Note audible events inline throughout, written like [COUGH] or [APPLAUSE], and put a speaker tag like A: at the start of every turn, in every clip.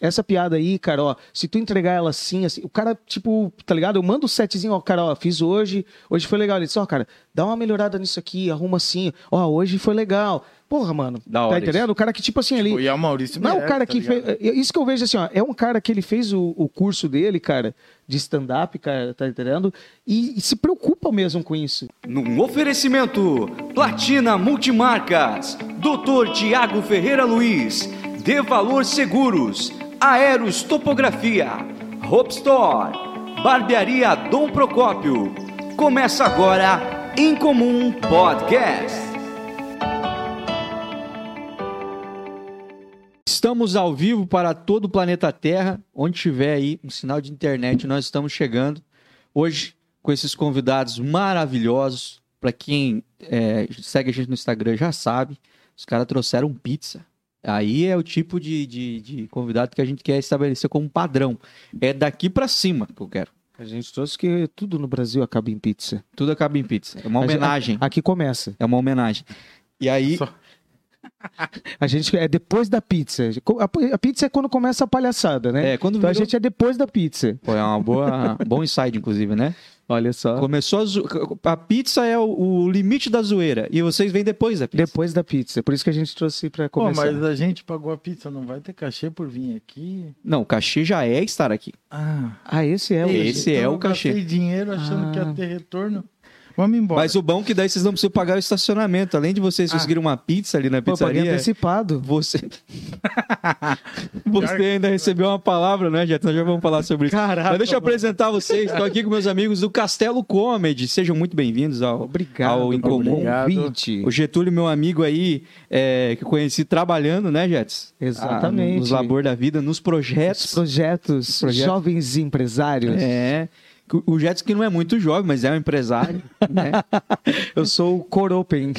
A: Essa piada aí, cara, ó, se tu entregar ela assim, assim, o cara, tipo, tá ligado? Eu mando o setzinho, ó, cara, ó, fiz hoje, hoje foi legal. Ele disse, ó, cara, dá uma melhorada nisso aqui, arruma assim, ó, hoje foi legal. Porra, mano,
B: Da
A: tá
B: hora
A: entendendo? O cara que, tipo assim,
C: Pô,
A: ali.
C: e é o Maurício
A: Não, o
C: Meirelles,
A: cara
C: tá
A: que fez.
C: ligado?
A: Isso que eu vejo assim, ó. É um cara que ele fez o, o curso dele, cara, de stand-up, cara, tá entendendo? E, e se preocupa mesmo com isso.
D: Num oferecimento Platina Multimarcas, Dr. Tiago Ferreira Luiz, De Valor Seguros, Aeros Topografia, Hope Store, Barbearia Dom Procópio. Começa agora Em Comum Podcast.
B: Estamos ao vivo para todo o planeta Terra, onde tiver aí um sinal de internet, nós estamos chegando. Hoje, com esses convidados maravilhosos, para quem é, segue a gente no Instagram já sabe, os caras trouxeram pizza. Aí é o tipo de, de- de convidado que a gente quer estabelecer como padrão. É daqui para cima que eu quero.
A: A gente trouxe que tudo no Brasil acaba em pizza.
B: Tudo acaba em pizza. É uma
A: A gente-
B: homenagem.
A: Aqui começa.
B: É uma homenagem. E aí,
C: Só-
A: A gente é depois da pizza. A- A pizza é quando começa a palhaçada, né?
B: é, quando
A: Então a
B: virou-
A: gente é depois da pizza.
B: Pô, é uma boa, bom insight, inclusive, né?
A: Olha só.
B: Começou a, zo... a pizza é o, o limite da zoeira e vocês vêm depois da pizza.
A: Depois da pizza. Por isso que a gente trouxe pra
E: Pô,
A: começar.
E: mas a gente pagou a pizza, não vai ter cachê por vir aqui?
B: Não, o cachê já é estar aqui.
E: Ah,
A: Ah, esse é o.
B: Esse é
E: então eu
B: o cachê.
E: gastei dinheiro achando
A: Ah.
E: que ia ter retorno. Vamos embora.
B: Mas o bom é que daí vocês não precisam pagar o estacionamento. Além de vocês conseguirem uma pizza ali na
A: Pô, paguei
B: pizzaria, é
A: antecipado.
B: [LAUGHS] você você ainda recebeu uma palavra, né, Jeto? Nós já vamos falar sobre isso.
A: Caraca,
B: Mas deixa eu
A: mano.
B: apresentar vocês. Estou aqui com meus amigos do Castelo Comedy. Sejam muito bem-vindos ao
A: Obrigado.
B: Ao
A: pelo
B: Incomum.
A: convite.
B: O Getúlio, meu amigo aí, é, que eu conheci trabalhando, né, Jets?
A: Exatamente.
B: Ah, nos labor da vida, nos
A: Os
B: projetos.
A: projetos,
B: Projetos.
A: jovens empresários.
B: É. O- O Jets que não é muito jovem, mas é
E: [LAUGHS]
B: um empresário, né?
A: Eu sou o [LAUGHS] Coropen.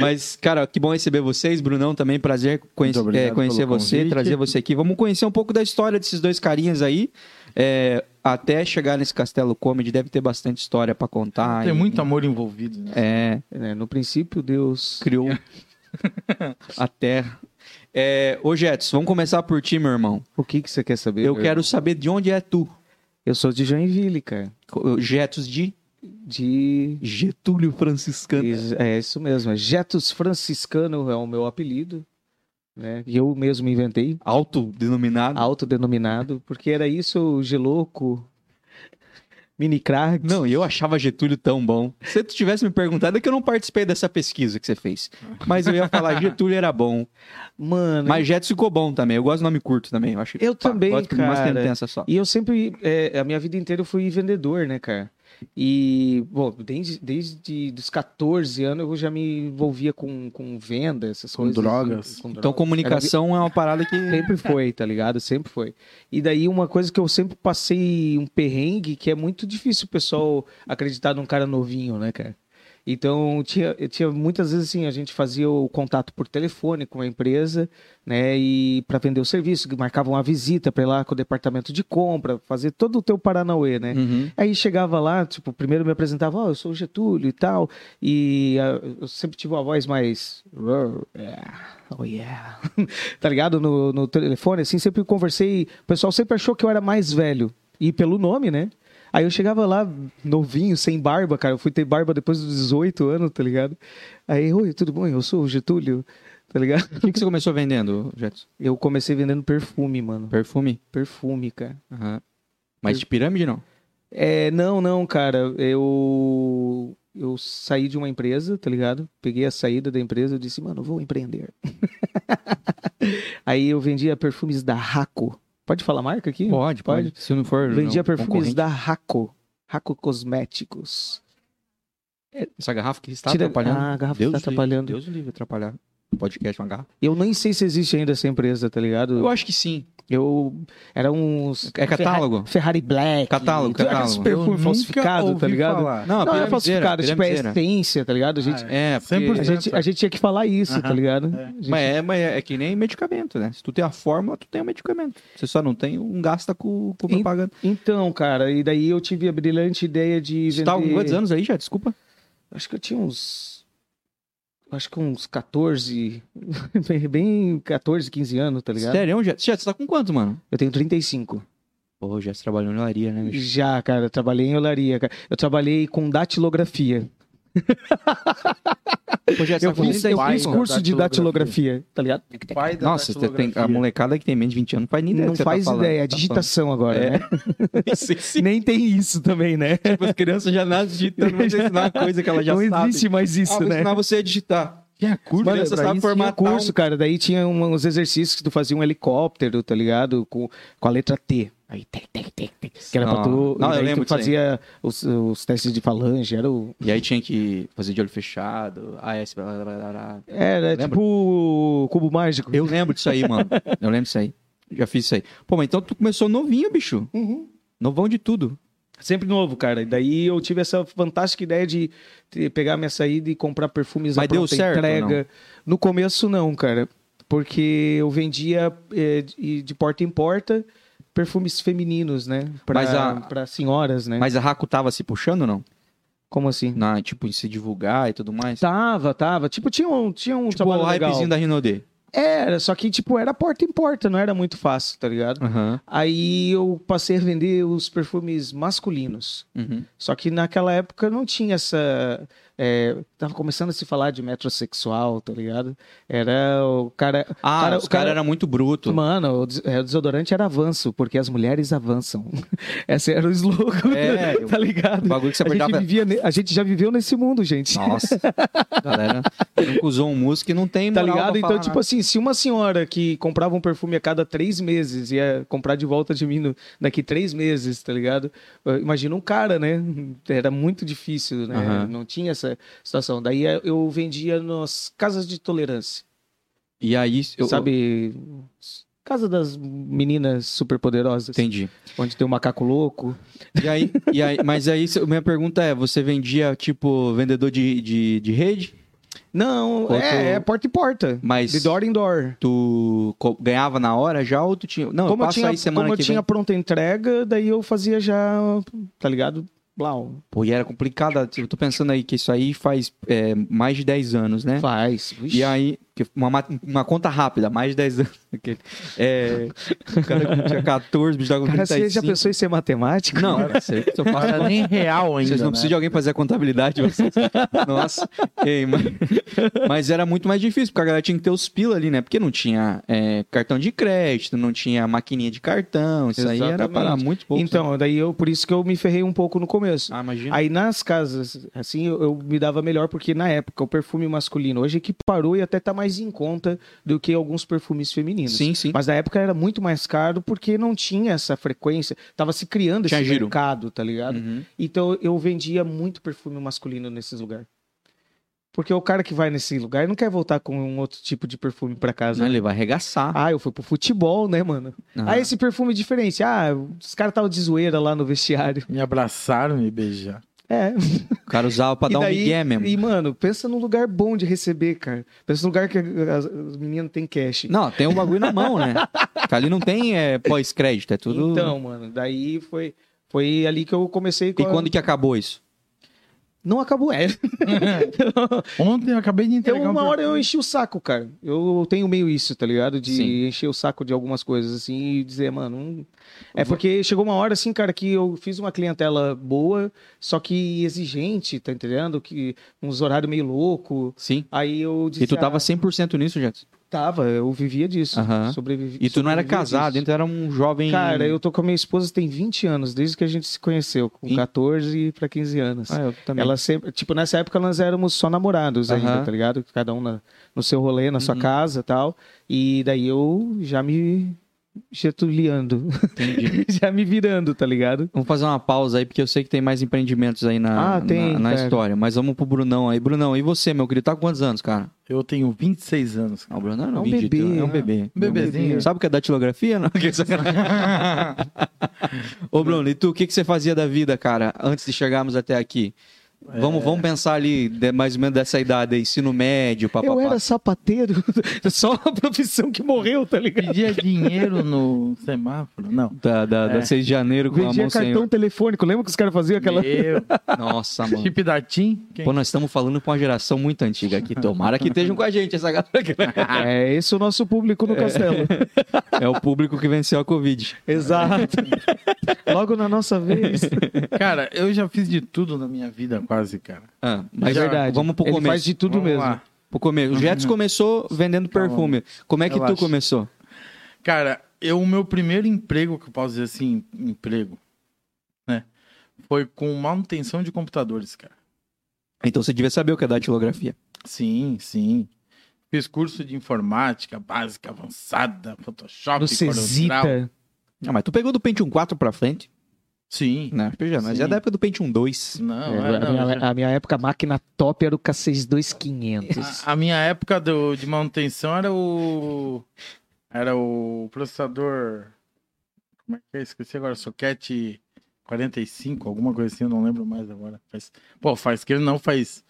B: Mas, cara, que bom receber vocês, Brunão, também prazer conhece-
E: Muito obrigado
B: é, conhecer
E: pelo
B: você,
E: convite.
B: trazer você aqui. Vamos conhecer um pouco da história desses dois carinhas aí. é, até chegar nesse Castelo Comedy, deve ter bastante história pra contar.
E: Tem
B: e-
E: muito amor envolvido. Né?
B: É,
A: É, no princípio, Deus.
B: criou a terra. É, ô, Jets, vamos começar por ti, meu irmão.
A: O que, que você quer saber?
B: Eu quero saber de onde é tu.
A: Eu sou de Joinville, cara.
B: Co- Jetos de
A: De.
B: Getúlio Franciscano.
A: É isso mesmo. é Jetos Franciscano é o meu apelido. Né? E eu mesmo inventei.
B: Autodenominado.
A: autodenominado, porque era isso, o Geloco, Mini Crack.
B: Não, e eu achava Getúlio tão bom. Se tu tivesse me perguntado, é que eu não participei dessa pesquisa que você fez. Mas eu ia
A: [LAUGHS]
B: falar, Getúlio era bom.
A: Mano,
B: Mas Jets ficou bom também. Eu gosto do nome curto também. Eu, acho,
A: Eu também,
B: gosto que Mas
A: cara.
B: tentença só.
A: e eu sempre, é, a minha vida inteira eu fui vendedor, né, cara? E, bom, desde, desde os 14 anos eu já me envolvia com, com venda, essas
E: Com
A: coisas. assim,
E: drogas.
A: Com, com
B: Então comunicação é uma parada
A: [LAUGHS]
B: que...
A: Sempre foi, tá ligado? Sempre foi. E daí uma coisa que eu sempre passei um perrengue, que é muito difícil o pessoal acreditar num cara novinho, né, cara? Então, tinha, eu tinha muitas vezes assim, a gente fazia o contato por telefone com a empresa, né, e para vender o serviço, que marcava uma visita para ir lá com o departamento de compra, fazer todo o teu Paranauê, né?
B: Uhum.
A: Aí chegava lá, tipo, primeiro me apresentava, ó, eu sou o Getúlio e tal, e ah, eu sempre tive uma voz mais. Oh yeah. [LAUGHS] tá ligado? No, no telefone, assim, sempre conversei. O pessoal sempre achou que eu era mais velho. E pelo nome, né? Aí eu chegava lá, novinho, sem barba, cara. Eu fui ter barba depois dos 18 anos, tá ligado? Aí, oi, tudo bom? Eu sou o Getúlio, tá ligado?
B: O que, que você começou vendendo, Jets?
A: Eu comecei vendendo perfume, mano.
B: Perfume?
A: Perfume, cara.
B: Aham. Mas de pirâmide, não?
A: É, não, não, cara. Eu eu saí de uma empresa, tá ligado? Peguei a saída da empresa, eu disse, mano, eu vou empreender. [LAUGHS] Aí eu vendia perfumes da Raco. Pode falar a marca aqui?
B: Pode, pode. Se não for...
A: Vendia
B: não,
A: perfumes
B: concorrente.
A: da Raco. Raco Cosméticos.
B: Essa garrafa que está
A: Tira-
B: Tá atrapalhando.
A: Ah, a garrafa
B: Deus
A: está
B: livre,
A: atrapalhando.
B: Deus livre atrapalhar. Podcast, uma garrafa.
A: Eu nem sei se existe ainda essa empresa, tá
B: Eu
A: ligado?
B: acho que sim.
A: Eu era uns
B: É catálogo?
A: Ferrari, Ferrari Black.
B: Catálogo,
A: tudo aqueles
B: catálogo.
A: perfume
E: nunca
A: falsificado, tá
E: ouvi
A: ligado?
E: falar.
B: Não,
A: Não, é
B: piramideira,
A: falsificado, tipo, é
B: piramideira.
A: essência, tá ligado? A gente,
B: Ah. É, porque...
E: 100%.
A: A gente, a gente tinha que falar isso, tá
E: Aham.
A: ligado?
E: É.
A: A gente-
B: Mas é, mas é que nem medicamento, né? Se tu tem a fórmula, tu tem o medicamento. Você só não tem, um gasta com, com
A: Em-
B: propaganda.
A: Então, cara, e daí eu tive a brilhante ideia de
B: Você
A: vender...
B: tá com quantos anos aí já? Desculpa.
A: Acho que eu tinha uns... acho que uns 14, [LAUGHS] bem- bem 14, 15 anos, tá ligado?
B: Sério, Jess? Jess, você tá com quanto, mano?
A: Eu tenho 35.
B: Pô, o Jess trabalhou na olaria, né, bicho?
A: Já, cara, eu trabalhei em olaria, cara. Eu trabalhei com datilografia.
B: Pô, Jess,
A: Eu
B: tá com
A: fiz, eu
B: 16
A: fiz
B: anos.
A: curso de datilografia, tá ligado?
E: Pai da
B: Nossa, você tem, a
E: datilografia.
B: molecada que tem menos de 20 anos não faz nem ideia do
A: Não
B: que você tá
A: faz
B: falando.
A: ideia,
B: Tá
A: digitação agora,
B: É.
A: né?
B: [LAUGHS] falando. Nem sei se
A: Nem tem isso também, né?
B: as crianças já nascem digitando, mas ensinar uma coisa que eela já
A: não é
B: sabe.
A: existe mais
B: ah,
A: isso,
B: vou
A: né?
B: ensinar você a digitar.
E: Tinha curso,
B: Mano,
E: né,
B: você
E: pra
B: sabe
E: isso?
B: formar-
A: Tinha
B: matar um-
A: curso, cara. Daí tinha um- uns exercícios que tu fazia um helicóptero, tá ligado? Com, com a letra T. Aí, tec, tec, tec, tec. Que era pra tu.
B: Não, não,
A: e
B: eu
A: daí
B: lembro
A: tu
B: disso aí.
A: fazia os, os testes de falange. Era o.
B: E aí tinha que fazer de olho fechado, AS, blá, blá, blá, blá, blá.
A: Era
B: Lembra?
A: tipo o cubo mágico.
B: Eu lembro disso aí, mano. [LAUGHS] Eu lembro disso aí. Já fiz isso aí. Pô, mas então tu começou novinho, bicho. Novão de tudo.
A: Sempre novo, cara. E daí eu tive essa fantástica ideia de te- pegar minha saída e comprar perfumes à
B: Mas deu
A: pronta
B: certo ou
A: entrega. No começo, não, cara. Porque eu vendia eh, de, de porta em porta perfumes femininos, né? Pra,
B: Mas a-
A: pra senhoras, né?
B: Mas a Raco tava se puxando ou não?
A: Como assim?
B: Na, tipo, em se divulgar e tudo mais.
A: Tava, tava. Tipo, tinha um, tinha um
B: tipo,
A: trabalho
B: o
A: legal.
B: hypezinho da Rinode.
A: Era, só que, tipo, era porta em porta, não era muito fácil, tá ligado?
B: Aham.
A: Aí eu passei a vender os perfumes masculinos.
B: Uhum.
A: Só que naquela época não tinha essa. é, tava começando a se falar de metrosexual, tá ligado? Era o cara.
B: Ah,
A: Cara,
B: os
A: o
B: caras
A: cara-
B: eram muito bruto.
A: Mano, o des- é, o desodorante era avanço, porque as mulheres avançam. [LAUGHS] Esse era o slogan,
B: É,
A: [LAUGHS]
B: eu-
A: tá
B: O
A: ligado?
B: bagulho que você
A: A gente,
B: apertava.
A: vivia ne- a gente já viveu nesse mundo, gente.
B: Nossa, [LAUGHS] galera. Nunca usou um músico e não tem
A: Tá
B: moral
A: ligado?
B: pra
A: Então,
B: falar
A: tipo
B: nada.
A: assim, se uma senhora que comprava um perfume a cada três meses ia comprar de volta de mim no- daqui três meses, tá ligado? Eh, Imagina um cara, né? Era muito difícil, né?
B: Aham.
A: Não tinha essa situação. Daí eh, eu vendia nas casas de tolerância,
B: E aí, eu...
A: sabe? Casa das meninas superpoderosas,
B: Entendi.
A: onde tem o macaco louco.
B: E aí, e aí, mas aí, se- minha pergunta é, você vendia, tipo, vendedor de, de, de rede,
A: Não,
B: Outro-
A: é, é porta em porta.
B: mas
A: De door em door.
B: tu co- ganhava na hora já ou tu tinha... Não, eu
A: como eu
B: passo
A: tinha,
B: aí semana
A: como eu
B: que
A: tinha
B: vem.
A: pronta entrega, daí eu fazia já, tá ligado? Blau.
B: Pô, e era complicado, eu tô pensando aí que isso aí faz é, mais de 10 anos, né?
A: Faz. Vixe.
B: E aí, que uma, ma- uma conta rápida, mais de 10 [LAUGHS] anos. aquele. É, o cara tinha 14, o bicho tava com
A: Cara, você
B: 35.
A: já pensou em ser matemático?
B: Não,
A: [LAUGHS]
B: você, você
E: Não era nem real ainda,
B: Vocês não
E: né?
B: precisam de alguém fazer a contabilidade. vocês. [LAUGHS] Nossa. Ei, mas... mas era muito mais difícil, porque a galera tinha que ter os pila ali, né? Porque não tinha é, cartão de crédito, não tinha maquininha de cartão. Isso aí era
A: Exatamente.
B: para muito pouco.
A: Então, daí eu, por isso que eu me ferrei um pouco no começo.
B: Ah, imagina.
A: Aí nas casas, assim, eu, eu me dava melhor, porque na época o perfume masculino hoje equiparou e até tá mais em conta do que alguns perfumes femininos.
B: sim, sim.
A: Mas na época era muito mais caro porque não tinha essa frequência, tava se criando
B: Tinha
A: esse
B: giro.
A: mercado, tá ligado?
B: Uhum.
A: Então eu vendia muito perfume masculino nesses lugares. Porque o cara que vai nesse lugar não quer voltar com um outro tipo de perfume pra casa.
B: Não, ele vai arregaçar.
A: Ah, eu fui pro futebol, né, mano?
B: Aham.
A: Ah, esse perfume é diferente. Ah, os caras estavam de zoeira lá no vestiário. [LAUGHS]
E: Me abraçaram, me beijar.
A: É.
B: O cara usava pra
A: E
B: dar um
A: daí-
B: migué mesmo.
A: E, mano, pensa num lugar bom de receber, cara. Pensa num lugar que as, as meninas têm cash.
B: Não, tem um bagulho na mão,
A: [LAUGHS]
B: né? Que ali não tem é, pós-crédito, é tudo...
A: Então, mano, daí foi, foi ali que eu comecei com
B: E
A: a-
B: quando que acabou isso?
A: Não acabou,
B: [LAUGHS]
A: é.
E: Ontem eu acabei de
A: Eu,
E: entregar
A: Então, uma
E: um
A: hora eu enchi o saco, cara. Eu tenho meio isso, tá ligado? De
B: Sim.
A: encher o saco de algumas coisas, assim, e dizer, mano. não- É porque chegou uma hora, assim, cara, que eu fiz uma clientela boa, só que exigente, tá entendendo? Que uns horários meio louco.
B: Sim.
A: Aí eu disse.
B: E tu tava
A: ah,
B: 100% nisso, Jets?
A: Tava, eu vivia disso.
B: Aham.
A: sobrevivi-
B: E tu não era
A: sobrevivia
B: casado,
A: disso.
B: então era um jovem...
A: Cara, eu tô com a minha esposa tem 20 anos, desde que a gente se conheceu, com
B: Ih.
A: 14 pra 15 anos.
B: Ah, eu também.
A: Ela sempre, tipo, nessa época nós éramos só namorados ainda,
B: Aham.
A: tá ligado? Cada um na- no seu rolê, na sua casa e tal. E daí eu já me getuliando, [LAUGHS]
B: Entendi.
A: já me virando, tá ligado?
B: Vamos fazer uma pausa aí, porque eu sei que tem mais empreendimentos aí na,
A: Ah, tem,
B: na, na
A: cara.
B: história. Mas vamos pro Brunão aí. Brunão, e você, meu querido? Tá com quantos anos, cara?
E: Eu tenho 26
B: [LAUGHS]
E: anos.
B: Não, o Brunão
A: É
B: não
A: um bebê.
B: É um bebê.
E: Um bebezinho.
B: Sabe o que é datilografia? Não? [LAUGHS] Ô, Bruno, e tu, o que, que você fazia da vida, cara, antes de chegarmos até aqui?
A: É.
B: Vamos, vamos pensar ali, de- mais ou menos dessa idade aí, ensino médio,
A: Eu
B: papapá.
A: era sapateiro, [LAUGHS] só a profissão que morreu, tá ligado?
E: Pedia dinheiro no semáforo? Não.
B: Da, da, da
E: É.
B: 6 de janeiro com a
A: Vendia
B: mão
A: cartão
B: sem...
A: telefônico, lembra que os caras faziam aquela...
E: Meu,
A: [LAUGHS]
B: Nossa, mano.
E: chip da TIM? Quem-
B: Pô, nós estamos falando com uma geração muito antiga aqui. Tomara que estejam com a gente
A: [LAUGHS]
B: essa galera.
A: É esse o nosso público no castelo.
B: É o público que venceu a Covid.
A: Exato. [LAUGHS] Logo na nossa vez.
E: Cara, eu já fiz de tudo na minha vida, quase, cara.
B: Ah, mas
A: É verdade.
B: vamos pro
A: Ele
B: começo.
A: faz de tudo
E: Vamos
A: mesmo.
E: lá. Uhum.
B: Pro começo. O Jets começou vendendo perfume. Como é que
E: Eu
B: tu
E: acho.
B: começou?
E: Cara, eu, o meu primeiro emprego, que eu posso dizer assim, emprego, né? Foi com manutenção de computadores, cara.
B: Então você devia saber o que é datilografia.
E: Sim, sim. Fiz curso de informática básica, avançada, Photoshop,
A: No
E: Corel.
A: Cesita.
B: Não, Ah, mas tu pegou do Pentium 4 pra frente,
E: Sim.
B: né? Já, mas
E: Sim.
B: é da época do Pentium 2.
E: Não,
A: Hum. É,
E: é,
A: a,
E: não,
A: minha,
E: já-
A: a minha época, a máquina top era o
E: [LAUGHS]
A: K62500.
E: A, a minha época do, de manutenção era o. Era o processador. Como é que é? Esqueci agora, soquete 45, alguma coisa assim, eu não lembro mais agora. Faz, pô, faz que ele não faz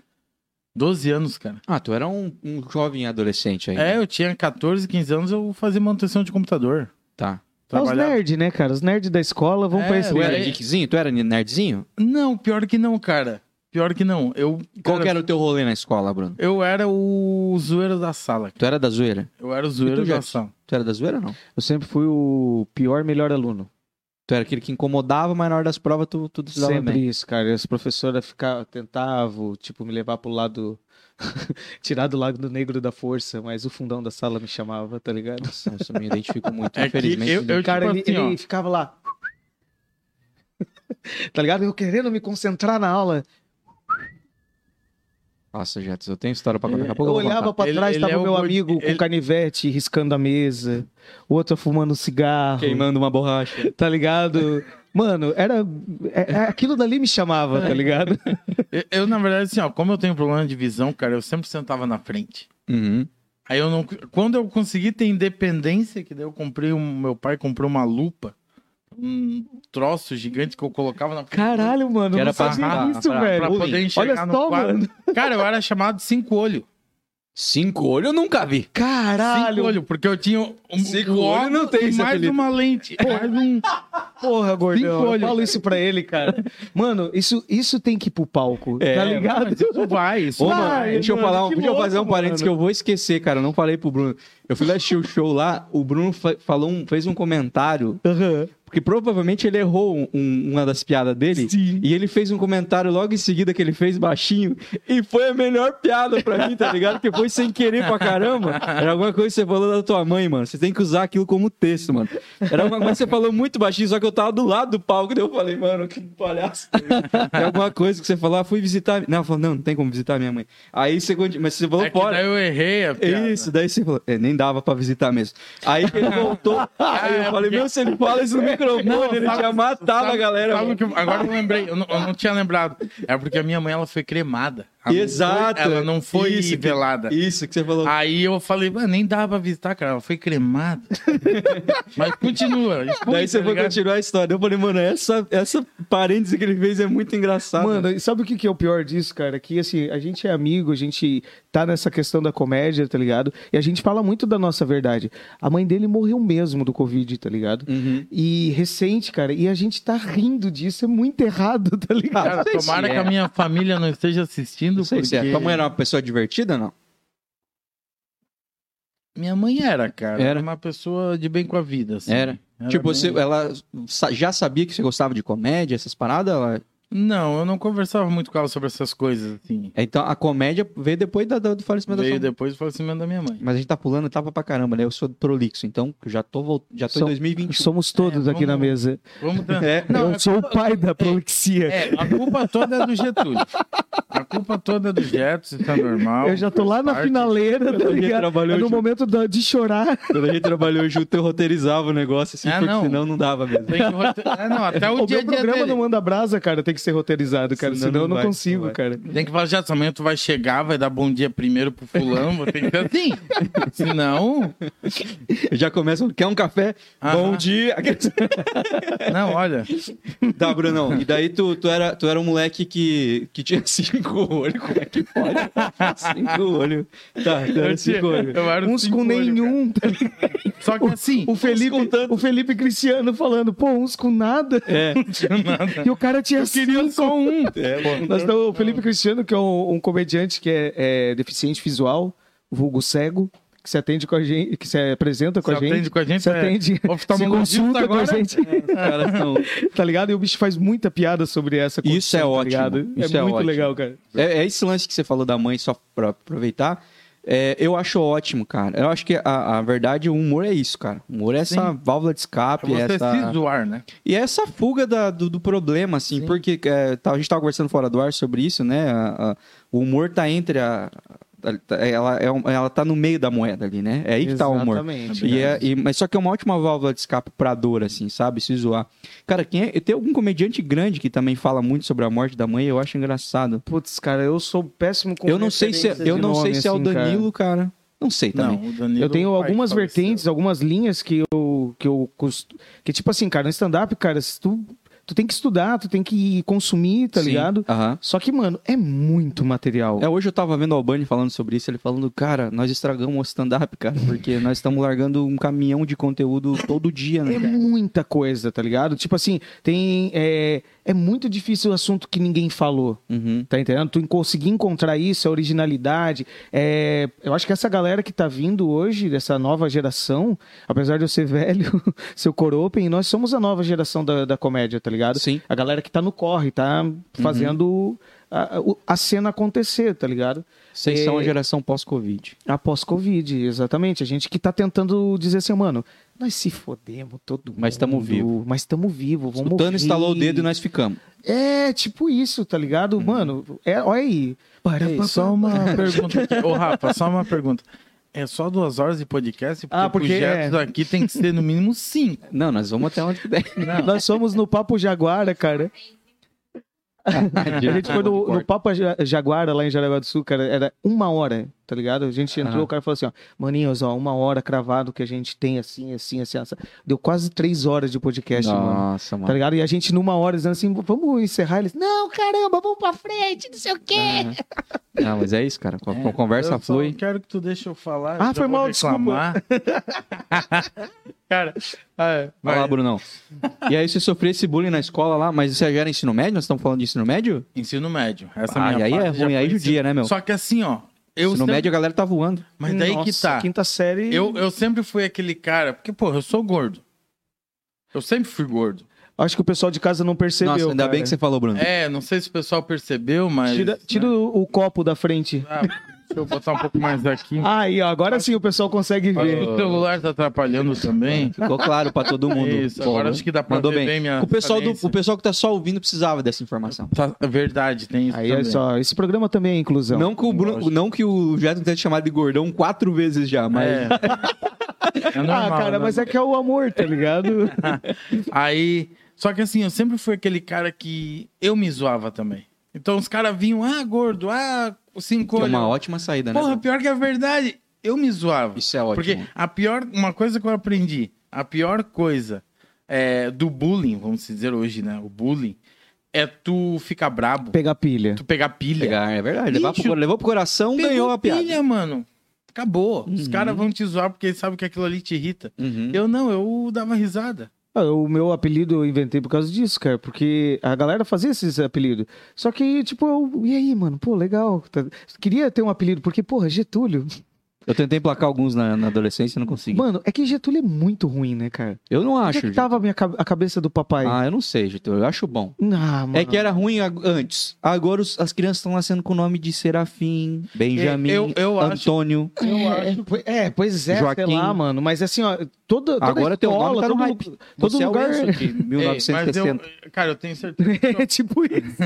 E: 12 anos, cara.
B: Ah, tu era um, um jovem adolescente aí.
E: É, eu tinha 14, 15 anos, eu fazia manutenção de computador.
B: Tá.
A: É os
E: Trabalhava-
A: nerds, né, cara? Os nerds da escola vão
E: É,
A: pra esse
B: Tu
E: eu
B: era
E: É.
B: geekzinho? Tu era nerdzinho?
E: Não, pior que não, cara. Pior que não. Eu,
B: Qual
E: cara,
B: que era o teu rolê na escola, Bruno?
E: eu era o zoeiro da sala. cara.
B: Tu era da zoeira?
E: Eu era o
B: E
E: zoeiro
B: tu,
E: da
B: Jefferson?
E: sala.
B: Tu era da zoeira ou não?
A: Eu sempre fui o pior, melhor aluno.
B: Tu era aquele que incomodava, mas na hora das provas tu, tu estudava
A: sempre
B: bem.
A: isso, cara. E as professoras ficavam, tentavam, tipo, me levar pro lado. [LAUGHS] tirar do lado negro da força, mas o fundão da sala me chamava, tá [LAUGHS] ligado?
B: Nossa, isso eu me identifico [LAUGHS] muito,
E: É que
B: infelizmente. né?
E: eu- eu-
A: cara,
E: tipo
A: ele,
E: assim, ó.
A: ele ficava lá. [LAUGHS] tá ligado? Eu querendo me concentrar na aula.
B: Nossa, Jets, eu tenho história pra contar. Daqui a pouco
A: eu
B: eu vou contar.
A: olhava pra
E: Ele-
A: trás,
E: ele
A: tava
E: é
A: o
E: o
A: meu
E: gordinho-
A: amigo com
E: ele-
A: canivete riscando a mesa, o outro fumando cigarro,
B: Queimando uma borracha.
A: tá ligado? Mano, era. é- é- aquilo dali me chamava, tá ligado?
E: Eu, eu, na verdade, assim, ó, como eu tenho problema de visão, cara, eu sempre sentava na frente.
B: Uhum.
E: Aí eu não. Quando eu consegui ter independência, que daí eu comprei um. Meu pai comprou uma lupa. Um troço gigante que eu colocava na
A: [LAUGHS] Caralho, mano,
B: Que
A: eu
B: era
A: não sabia
B: pra-
A: disso,
B: pra-
A: velho.
E: pra poder enxergar
A: Olha
E: no
A: só,
E: quadro.
A: mano.
E: Cara, eu era chamado de cinco olho.
B: Cinco olhos eu nunca vi.
A: Caralho.
E: Cinco olho, porque eu tinha um,
B: Cinco
E: um
B: olho
E: óculos
B: não
E: e
B: tem esse
E: mais
B: apelido.
E: uma lente. Mais um.
B: [LAUGHS]
A: Porra, gordão.
E: Cinco
A: Eu
E: olhos.
A: falo isso pra ele, cara. Mano, isso, isso tem que ir pro palco,
B: É,
A: tá ligado?
E: Mas isso vai, isso
B: Ô,
E: vai.
B: mano,
A: Ai,
B: deixa eu
A: mano,
B: falar, um-
A: que
B: deixa eu fazer um
A: louco,
B: parênteses
A: mano.
B: que eu vou esquecer, cara. Eu não falei pro Bruno. Eu fui lá assistir o show lá, o Bruno fa- falou um- fez um comentário,
A: Aham.
B: porque provavelmente ele errou um- um- uma das piadas dele.
A: Sim.
B: E ele fez um comentário logo em seguida que ele fez baixinho. E foi a melhor piada pra mim, tá ligado? Porque foi sem querer pra caramba. Era alguma coisa que você falou da tua mãe, mano. Você tem que usar aquilo como texto, mano. Era alguma coisa que você falou muito baixinho, só que eu tava do lado do palco. Daí eu falei, mano, que palhaço. É alguma coisa que você falou, ah, fui visitar. Não, eu falei, não, não tem como visitar minha mãe. Aí você. continua- Mas você falou
E: É que
B: fora.
E: daí eu errei a piada.
B: Isso, daí você falou, é, nem dava pra visitar mesmo. Aí [LAUGHS] que ele voltou, aí eu
E: é
B: falei,
E: porque-
B: meu, se ele fala isso no microfone, ele
E: sabe-
B: tinha matado a
E: sabe-
B: galera.
E: sabe
B: mano.
E: o que eu- agora eu lembrei, eu não, eu não tinha lembrado. É porque a minha mãe ela foi cremada. Ela não foi-
B: Exato.
E: ela não foi
B: Isso que-
E: velada.
B: Isso que você falou.
E: Aí eu falei, mano, nem dava pra visitar, cara. Ela foi
B: [LAUGHS]
E: cremada. Mas continua. expõe,
B: Daí você
E: tá
B: foi
E: ligado?
B: continuar a história. Eu falei, mano, essa, essa parêntese que ele fez é muito engraçada.
A: Mano, e sabe o que que é o pior disso, cara? Que assim, a gente é amigo, a gente tá nessa questão da comédia, tá ligado? E a gente fala muito da nossa verdade. A mãe dele morreu mesmo do Covid, tá ligado?
B: Uhum.
A: E recente, cara, e a gente tá rindo disso, é muito errado, [LAUGHS] tá ligado?
E: Cara,
B: sei se
E: tomara
B: é.
E: que a minha família não esteja assistindo,
B: Não sei
E: porque...
B: se é. Tua mãe era uma pessoa divertida ou não?
E: Minha mãe era, cara.
B: Era.
E: Era uma pessoa de bem com a vida, assim.
B: Era. tipo,
E: bem-
B: você, ela sa- já sabia que você gostava de comédia, essas paradas? Ela-
E: Não, eu não conversava muito com ela sobre essas coisas, assim.
B: Então, a comédia veio depois da, da- do falecimento da
E: Veio
B: sua mãe.
E: depois do falecimento da minha mãe.
B: Mas a gente tá pulando etapa pra caramba, né? Eu sou prolixo, então eu já tô, vol- já tô
A: São-
B: em 2021.
A: Somos todos
E: É,
A: aqui na
E: vamos-
A: mesa.
B: [LAUGHS]
E: Vamos tentar.
B: É,
E: Não,
A: Eu sou o pai da prolixia.
E: É, a culpa toda é do Getúlio. A culpa toda é do Getúlio, isso tá normal.
A: Eu já tô lá na
E: Parte-
A: finaleira, tá
B: Quando a gente
A: ligado?
B: trabalhou
A: É no
B: junto.
A: momento da- de chorar.
B: Quando a gente trabalhou junto, eu roteirizava o negócio, assim,
E: Ah,
B: porque
E: não.
B: senão não dava mesmo.
E: Tem que rote- É, não, até
A: [LAUGHS]
E: o,
A: O
E: dia a
A: meu
E: dia
A: programa
E: dele.
A: não manda brasa, cara. Tem que ser roteirizado, cara. Senão,
E: Senão não
A: eu não
E: vai,
A: consigo,
E: não vai.
A: cara.
E: Tem que falar, já, amanhã tu vai chegar, vai dar bom dia primeiro pro fulano, vou ter que ser
A: [LAUGHS]
E: assim. Senão,
B: Já começa, quer um café? Bom
E: Aham.
B: dia. [LAUGHS]
E: não, olha.
B: Tá, Brunão. E daí tu, tu, era, tu era um moleque que, que tinha [LAUGHS] cinco olhos. Como é que pode? Cinco olhos. Tá, tu era
E: Eu tinha-
B: cinco olhos.
E: eu era um
A: Uns
E: cinco
A: com
E: olho, cara.
A: nenhum. tá ligado?
E: Só que assim,
A: O Felipe, [LAUGHS] o Felipe Cristiano falando, pô, uns com nada. [LAUGHS]
B: É,
A: E o cara tinha
E: queria só
A: [LAUGHS]
E: um.
A: Nós tamo- o Felipe Cristiano, que é um, um comediante que é, é deficiente visual, vulgo cego, que se atende com a gente, que se apresenta com
E: Se
A: a gente.
E: atende com a gente,
A: se
E: é
A: atende, se
E: oftalmologista
A: consulta com a
E: agora. É.
A: gente,
B: os caras são.
A: tá ligado? E o bicho faz muita piada sobre essa
B: Isso
A: coisa.
B: é ótimo, isso
A: é,
B: é
A: muito
B: ótimo.
A: legal, cara.
B: É, é esse lance que você falou da mãe, só pra aproveitar. É, eu acho ótimo, cara. Eu acho que a, a verdade, o humor é isso, cara. O humor é essa válvula de escape,
E: É Você
B: essa...
E: se zoar, né?
B: E é essa fuga da- do, do problema, assim, porque é, tá- a gente tava conversando fora do ar sobre isso, né? A- a- o humor tá entre a. a- Ela, é um- ela tá no meio da moeda ali, né? É aí que tá o humor.
A: Exatamente.
B: E é- e- mas só que é uma ótima válvula de escape pra dor, assim, sabe? Se zoar. Cara, quem é- tem algum comediante grande que também fala muito sobre a morte da mãe, eu acho engraçado.
A: Putz, cara, eu sou péssimo com
B: eu não sei se, é-
A: referências
B: eu
A: de
B: não sei
A: nome,
B: se é o
A: assim, cara.
B: Danilo, cara. Não sei também.
E: Não, o Danilo
A: Eu tenho
E: vai
A: algumas
E: falecer.
A: vertentes, algumas linhas que eu que eu costu- que tipo assim, cara, no stand up, cara, se tu tu tem que estudar, tu tem que consumir, tá
B: Sim,
A: ligado?
B: Aham.
A: Só que, mano, é muito material.
B: É, hoje eu tava vendo o Albani falando sobre isso, ele falando, cara, nós estragamos o stand-up, cara, [LAUGHS] porque nós estamos largando um caminhão de conteúdo todo dia, né?
A: É
B: cara?
A: muita coisa, tá ligado? Tipo assim, tem. É, é muito difícil o assunto que ninguém falou.
B: Uhum.
A: Tá entendendo? Tu conseguir encontrar isso, a originalidade. é, eu acho que essa galera que tá vindo hoje, dessa nova geração, apesar de eu ser [LAUGHS] velho, seu coropen, nós somos a nova geração da, da comédia, tá ligado?
B: Sim. Uhum.
A: A galera que tá no corre, tá fazendo a, o- a cena acontecer, tá ligado?
B: Vocês são a
A: É.
B: geração pós-Covid.
A: Após Covid, exatamente. A gente que tá tentando dizer assim, mano, nós se fodemos todo mundo.
B: Mas tamo vivo.
A: Mas tamo vivo, vamos
B: o Tano
A: rir.
B: instalou o dedo né? Uhum. e nós ficamos.
A: É, tipo isso, tá ligado? Mano, é, olha aí.
B: É
E: Ei, É, só uma pergunta aqui. Ô, Rafa, só uma pergunta. É só duas horas de podcast? Porque,
A: Ah, porque
E: projetos aqui tem que ser no mínimo cinco.
B: Não, nós vamos até onde que [LAUGHS] der.
A: [LAUGHS] Nós somos no Papo Jaguara, cara. A gente
B: É,
A: foi no, no Papo Ja- Jaguara, lá em Jaraguá do Sul, cara. Era uma hora, tá ligado? A gente entrou,
B: Aham.
A: o cara falou assim, ó. Maninhos, ó, uma hora cravado que a gente tem, assim, assim, assim. assim. Deu quase três horas de podcast, mano.
B: Nossa,
A: Tá
B: mano.
A: ligado? E a gente numa hora dizendo assim, vamos encerrar. Eles, não, caramba, vamos pra frente, não sei o quê.
B: Ah, mas é isso, cara. Com a
E: É,
B: conversa
E: eu só
B: flui.
E: quero que tu deixe eu falar.
A: Ah,
E: eu já
A: foi
E: vou
A: mal,
E: reclamar.
A: [LAUGHS]
E: Cara, ah,
A: é.
B: Vai lá,
E: vai.
B: Brunão. E aí você sofreu esse bullying na escola lá, mas você já era ensino médio? Nós estamos falando de ensino médio?
E: ensino médio. Essa
B: Ah,
E: minha
B: e aí
E: parte
B: é
E: já
B: ruim, aí
E: foi
B: judia,
E: ensino-
B: né, meu?
E: Só que assim, ó. Eu
B: ensino
E: sempre-
B: médio é a galera tá voando.
E: Mas daí que
A: Nossa,
E: tá.
A: quinta série...
E: Eu, eu sempre fui aquele cara, porque, porra, eu sou gordo. Eu sempre fui gordo.
A: Acho que o pessoal de casa não
E: tá,
A: percebeu,
B: Nossa, ainda
A: cara.
B: bem que você falou, Bruno.
E: É, não sei se o pessoal percebeu, mas.
A: Tira, tira
E: né?
A: o, o copo da frente.
E: Ah, deixa eu botar um pouco mais aqui.
A: Aí, ó, agora sim o pessoal consegue
E: Acho
A: ver.
E: que o celular tá atrapalhando também.
B: Ficou claro pra todo mundo.
E: Isso, agora acho que dá pra
B: Mandou
E: ver
B: bem.
E: bem minha
B: o, pessoal do,
E: falência.
B: o pessoal que tá só ouvindo precisava dessa informação.
E: Tá, é verdade, tem isso
A: Aí é
E: também.
A: só, esse programa também é inclusão.
B: Não que o, Bruno,
E: Então, lógico.
B: não que o Jetson tenha te chamado de gordão quatro vezes já, mas.
A: [LAUGHS]
E: É. É normal,
A: ah, cara, mas
E: né?
A: é que é o amor, tá ligado?
B: [LAUGHS]
E: [LAUGHS] Aí, só que assim, eu sempre fui aquele cara que eu me zoava também. Então os caras vinham, ah, gordo, ah, cinco
B: que é
E: olhos.
B: uma ótima saída, né?
E: Porra,
B: Bruno?
E: pior que a verdade, eu me zoava.
B: Isso é ótimo.
E: Porque a pior, uma coisa que eu aprendi, a pior coisa é, do bullying, vamos dizer hoje, né? O bullying é tu ficar brabo,
A: Pegar pilha.
E: tu pegar pilha.
B: Pegar, é verdade. Levar pro,
E: Bicho,
B: levou pro coração,
E: Pegou
B: ganhou a piada.
E: pilha, mano. Acabou. Os
B: Uhum.
E: caras vão te zoar porque eles sabem que aquilo ali te irrita.
B: Uhum.
E: Eu não, eu dava risada.
A: Ah, O meu apelido eu inventei por causa disso, cara, porque a galera fazia esses apelidos. Só que, tipo, eu, e aí, mano? Pô, legal. Tá- Queria ter um apelido, porque, porra, Getúlio.
B: Eu tentei placar alguns na, na adolescência e não consegui.
A: Mano, é que Getúlio é muito ruim, né, cara?
B: eu não
A: Onde
B: acho.
A: é que
B: gente.
A: tava a, minha, ca- a cabeça do papai? Ah,
B: Ah, eu não sei, gente. Eu acho bom.
A: mano.
B: É que era ruim ag- antes. Agora os- as crianças estão nascendo com o nome de Serafim, Benjamin,
E: É, Eu- eu acho-
B: Antônio.
A: É, pois é,
B: Joaquim.
A: sei lá, mano. Mas assim, ó, toda, toda
B: Agora teu nome
A: escola,
B: tá no
A: todo,
B: hype.
A: lu- todo
B: Você
A: lugar...
B: é o Enzo [LAUGHS] de
E: Ei,
B: 1960.
E: É, mas eu- cara, eu tenho certeza. que
A: [LAUGHS] é tipo isso.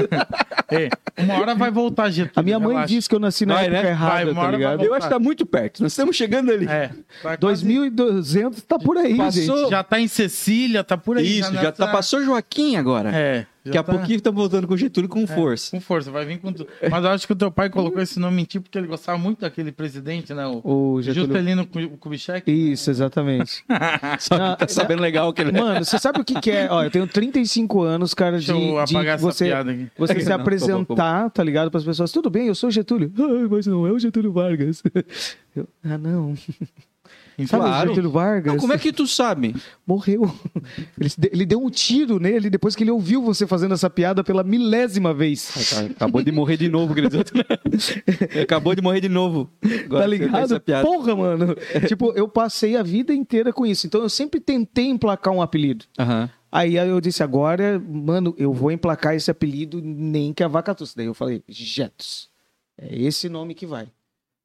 E: eu- Ei, uma hora vai voltar, Getúlio.
A: A minha mãe
E: relaxa.
A: disse que eu nasci na
B: Vai,
A: época
B: né?
E: Vai,
A: errada,
E: uma
A: tá
E: hora vai
A: ligado?
E: voltar.
B: Eu acho que tá muito perto. Nós estamos chegando ali.
E: É. tá quase-
A: 2200 tá por aí,
B: Passou-
A: gente.
E: Já tá em Cecília, tá por aí.
B: Isso, já tá,
E: nessa-
B: passou Joaquim agora.
E: É.
B: Daqui a pouquinho tá voltando com o Getúlio com força.
E: Com força, vai vir com tudo. Mas eu acho que o teu pai colocou esse nome em ti porque ele gostava muito daquele presidente, né? O
A: O Getúlio...
E: Juscelino Ku- Kubitschek.
A: Isso, exatamente.
B: Só que
A: Não,
B: tá sabendo legal que [LAUGHS] ele [LAUGHS]
A: Mano, você sabe o que, que é? Ó, eu tenho 35 anos, cara, de,
E: Deixa eu
A: de
E: apagar essa
A: você,
E: piada aqui.
B: [LAUGHS]
A: você se
B: Não, tá bom,
A: apresentar, tá ligado? Para as pessoas, tudo bem, eu sou o Getúlio. Ai, mas não é o Getúlio Vargas. [LAUGHS] Eu, ah, não.
E: Então,
A: Sabe
B: Claro.
A: o Getúlio Vargas?
B: Não, como é que tu sabe?
A: Morreu. Ele, se de- ele deu um tiro nele depois que ele ouviu você fazendo essa piada pela milésima vez.
B: Tá, Acabou de morrer de novo, aqueles outros, né? [LAUGHS] Acabou de morrer de novo. Agora
A: tá
B: você faz
A: ligado?
B: essa piada.
A: Porra, mano. tipo, eu passei a vida inteira com isso. Então eu sempre tentei emplacar um apelido.
B: Aham.
A: Aí aí eu disse, agora, mano, eu vou emplacar esse apelido nem que a vaca tussa. Daí eu falei, Jetos. É esse nome que vai.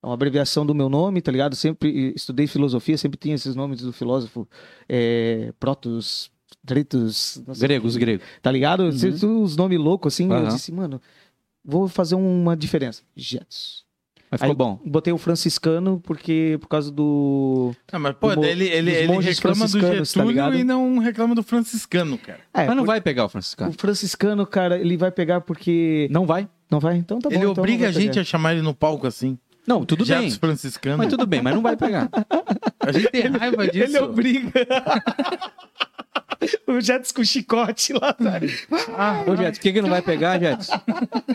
A: É uma abreviação do meu nome, tá ligado? Sempre estudei filosofia, sempre tinha esses nomes do filósofo. É, Protos, Dritos, não sei
B: Gregos, gregos.
A: tá ligado? Se- se Os nomes loucos, assim, eu
B: Aham.
A: disse, mano, vou fazer uma diferença. Jetos.
B: Mas ficou
A: Aí-
B: bom.
A: Botei o franciscano porque, por causa do...
E: Ah, mas, pô,
A: do mo-
E: daí ele, ele,
A: dos
E: ele
A: monges
E: reclama do
A: franciscanos, tá
E: Getúlio
A: ligado?
E: e não reclama do franciscano, cara.
A: É,
B: Mas não
A: por-
B: vai pegar o franciscano.
A: O franciscano, cara, ele vai pegar porque...
B: Não vai?
A: Não vai? Então tá bom.
E: ele
A: então não
E: obriga
A: vai
E: a gente
A: pegar.
E: a chamar ele no palco assim.
B: Não, tudo
E: Já
B: bem.
E: dos franciscanos.
B: Mas tudo bem, mas não vai [LAUGHS] pegar.
E: A gente tem raiva disso.
A: Ele obriga. o Jets com chicote lá. atrás.
E: Ah,
B: Ô, Jets, por que, que não vai pegar, Jets?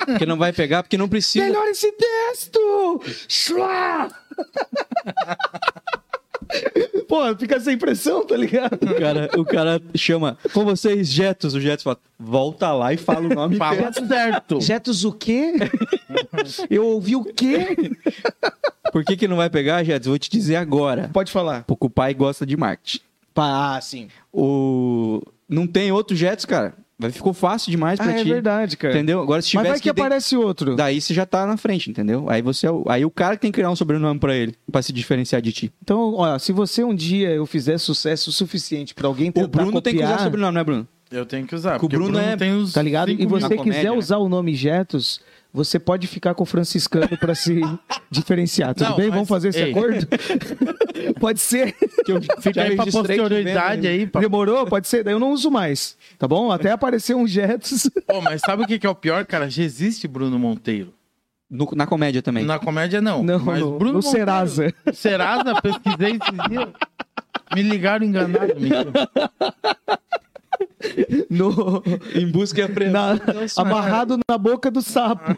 B: Porque não vai pegar, porque não precisa.
A: Melhor esse texto! Chua! [LAUGHS] Pô, fica sem pressão, tá ligado?
B: O cara, o cara chama com vocês, Jetos. O Jetos fala, volta lá e fala o nome.
E: Fala certo.
A: Jetos o [LAUGHS] quê? Eu ouvi o quê?
B: Por que, que não vai pegar, Jetos? Vou te dizer agora.
A: Pode falar.
B: Porque o pai gosta de marketing.
A: Ah, sim.
B: O... Não tem outro Jetos, cara. Vai- Ficou fácil demais
A: Ah,
B: pra
A: é
B: ti.
A: verdade, cara.
B: Entendeu? Agora se
A: Mas
B: tivesse
A: vai que
B: que iden-
A: aparece outro.
B: Daí você já tá na frente, entendeu? Aí você é o... Aí o cara que tem que criar um sobrenome pra ele, pra se diferenciar de ti.
A: Então, ó, se você um dia eu fizer sucesso suficiente pra alguém tentar
B: O Bruno
A: copiar,
B: tem que usar sobrenome, não é, Bruno?
E: Eu tenho que usar.
B: Que o
E: porque
B: Bruno é-
E: tem os
A: tá ligado?
E: cinco
A: E você
B: minutos.
A: quiser
B: Comédia, né?
A: usar o nome Jetos, você pode ficar com o franciscano pra
E: [LAUGHS]
A: se diferenciar. Tudo
E: Não,
A: bem?
E: mas-
A: Vamos fazer esse
E: ei. [LAUGHS]
A: acordo? pode ser.
B: Que eu
E: Fica
B: [LAUGHS] já
E: aí pra
B: registrei te vendo,
E: posterioridade
B: né?
E: aí. Pra...
A: Demorou? Pode ser. Daí eu não uso mais. Tá bom? Até aparecer um Jetos.
E: Pô, mas sabe o que que é o pior, cara? Já existe Bruno Monteiro.
B: No- na comédia também.
E: Na comédia, não.
A: Não,
E: mas
A: no-
E: Bruno
A: no Serasa.
E: Serasa, pesquisei esses dias. Me ligaram enganado, menino.
A: No,
B: [LAUGHS] Em busca e apreensão.
A: na- amarrado na boca do
E: Ah,
A: sapo.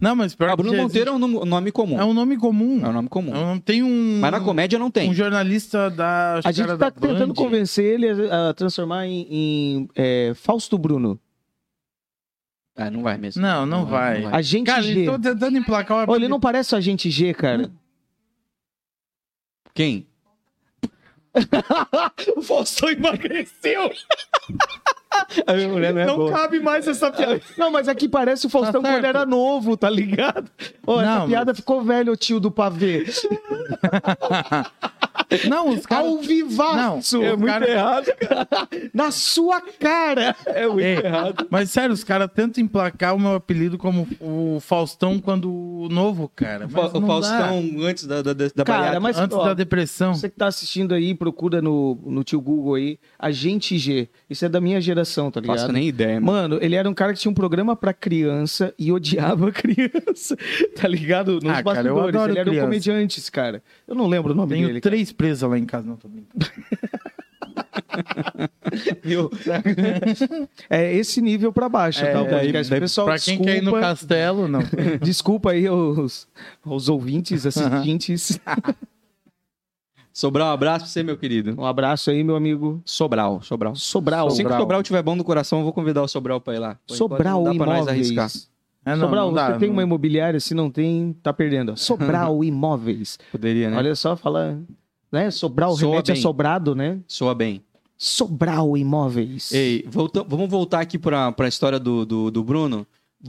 E: Não, mas pior
B: Ah,
E: que
B: Bruno
E: já
B: Monteiro é um nom- nome comum.
E: existe. é um nome comum.
B: É um nome comum.
E: É um- Tem um...
B: Mas na comédia não tem.
E: Um jornalista da... acho
A: A
E: que era
A: gente
E: da
A: tá tentando
E: Band.
A: convencer ele a, a transformar em, em, é, Fausto Bruno.
B: Ah, não vai mesmo.
E: Não, não vai.
A: A gente
E: Cara,
A: G.
E: eles estão tentando emplacar o
A: Ó, ele não parece a gente G, cara.
B: Quem?
A: O Faustão emagreceu.
B: A minha mulher não é boa.
A: cabe mais essa piada. Não, mas aqui parece o Faustão
E: Tá certo.
A: quando era novo, tá ligado? Ó, essa
E: Não,
A: piada ficou velho, tio do pavê.
E: Não, os caras...
A: Ao vivaço.
E: Não, é muito
A: errado, cara. [LAUGHS] Na sua cara. É muito
E: Ei, Mas sério, os caras tentam emplacar o meu apelido como o Faustão quando o novo, cara.
B: O
E: Mas
B: Fa- O
E: não
B: Faustão antes da, da, da da
A: Cara,
B: baiata.
E: dá.
A: mas
E: Antes
A: ó,
E: da depressão.
A: É você que tá assistindo aí, procura no, no tio Google aí, Agente G. Isso é da minha geração, tá
B: Não
A: ligado?
B: faço nem ideia, mano.
A: Mano, ele era um cara que tinha um programa pra criança e odiava [LAUGHS] a criança, tá ligado? Nos
E: Ah, cara, eu
A: bastidores.
E: adoro
A: ele era um
E: criança.
A: comediante, esse cara. Eu não lembro o nome
E: Tenho
A: dele. cara.
E: três presas lá em casa, não tô brincando.
B: Eu-
A: É esse nível pra baixo,
E: É,
A: tá? O
E: é,
A: podcast.
B: daí-
A: Pessoal,
E: pra quem
A: desculpa,
E: quer ir no castelo, não.
A: [LAUGHS]
E: É,
A: desculpa aí aos, aos ouvintes, assistentes.
B: Sobral, um abraço pra você, meu querido.
A: um abraço aí, meu amigo
B: Sobral, Sobral.
A: Sobral.
B: Se o Sobral tiver bom no coração, eu vou convidar o Sobral pra ir lá. Por
A: Sobral
B: enquanto, não dá pra nós
A: Imóveis.
B: arriscar.
E: É, não,
A: Sobral,
E: não dá,
A: você tem
E: não.
A: uma imobiliária? Se não tem, tá
E: [LAUGHS]
A: perdendo. ó. Sobral Imóveis.
E: É.
B: Poderia, né?
A: Olha só, fala... Né? Sobral
B: Soa
A: remete
B: bem.
A: a sobrado, né?
B: Soa bem.
A: Sobral Imóveis.
B: Ei, volta- vamos voltar aqui pra, pra história do, do, do Bruno.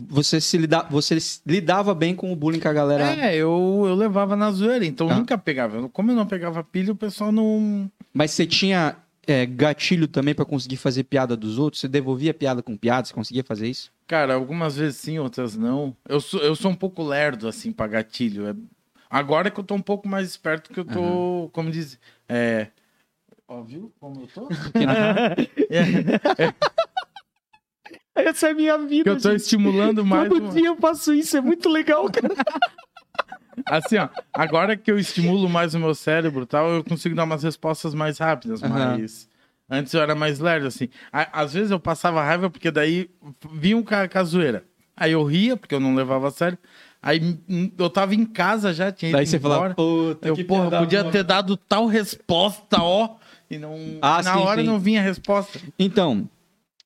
B: Você se, lida, você se lidava bem com o bullying que a galera...
E: É, eu, eu levava na zoeira, então
B: Ah.
E: nunca pegava. Eu- Como eu não pegava pilha, o pessoal não.
B: Mas você tinha é, gatilho também pra conseguir fazer piada dos outros? Você devolvia piada com piada? Você conseguia fazer isso?
E: Cara, algumas vezes sim, outras não. Eu sou, eu sou um pouco lerdo, assim, pra gatilho. É- Agora que eu tô um pouco mais esperto, que eu tô, como diz.
B: [LAUGHS]
E: É. Ó, viu como eu tô? É. É.
A: Essa é a minha vida.
E: eu tô
A: gente.
E: estimulando mais.
A: Todo
E: uma-
A: dia eu faço isso, é muito legal, cara.
E: Assim, ó, agora que eu estimulo mais o meu cérebro e tal, eu consigo dar umas respostas mais rápidas,
B: Aham.
E: mas. Antes eu era mais lerdo, assim. A- Às vezes eu passava raiva, porque daí vinha um cara com a zoeira. Aí eu ria, porque eu não levava a sério. Aí hum, eu tava em casa já, tinha
B: Daí
E: ido
B: você
E: embora.
B: fala, puta,
E: Eu,
B: que
E: porra,
B: piada
E: podia
B: boa.
E: ter dado tal resposta, ó. E não.
B: Ah,
E: na
B: sim,
E: hora
B: sim.
E: não vinha a resposta.
B: Então,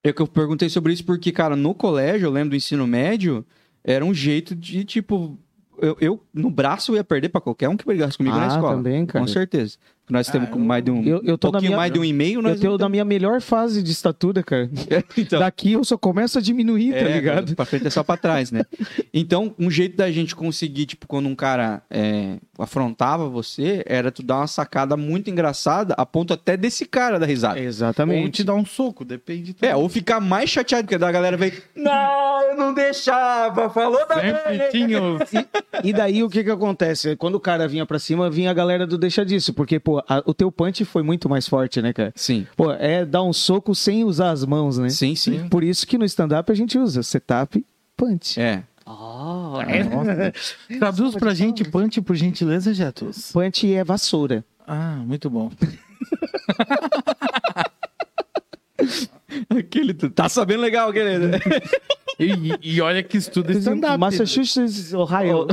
B: é que eu perguntei sobre isso porque, cara, no colégio, eu lembro do ensino médio, era um jeito de, tipo, eu, eu, no braço eu ia perder pra qualquer um que brigasse comigo na
A: Ah,
B: escola.
A: também, cara.
B: Com certeza. Nós temos
E: Ah,
B: com
E: eu-
B: mais de um,
A: eu- eu tô na
B: pouquinho
A: minha-
B: mais de um e-mail,
A: Eu
B: nós
A: tenho na
B: não
A: minha melhor fase de estatura, cara.
B: temos- [LAUGHS] então,
A: Daqui eu só começo a diminuir, tá
B: é,
A: ligado?
B: Pra frente é só pra trás, [LAUGHS] né? Então, um jeito da gente conseguir, tipo, quando um cara é, afrontava você, era tu dar uma sacada muito engraçada, a ponto até desse cara da risada.
E: Ou te
A: Exatamente.
E: dar um soco, depende.
B: É, ou ficar mais chateado, porque daí a galera vai. [LAUGHS] Não, eu não deixava, falou
E: [LAUGHS]
B: da
E: Sempre tinha. o-
A: E daí o que que acontece? Quando o cara vinha pra cima, vinha a galera do deixa disso, porque, pô, a- o teu punch foi muito mais forte, né, cara?
B: Sim.
A: Pô, é dar um soco sem usar as mãos, né?
B: Sim, sim.
A: Por isso que no stand-up a gente usa setup punch.
B: É.
E: É, nossa. Traduz pra gente, punch, por gentileza, Jetus.
A: Punch é vassoura.
E: Ah, muito bom.
B: Aquele. tu- Tá sabendo legal, querido. [LAUGHS]
E: E, e olha que estuda stand-up. né?
A: Massachusetts, Ohio.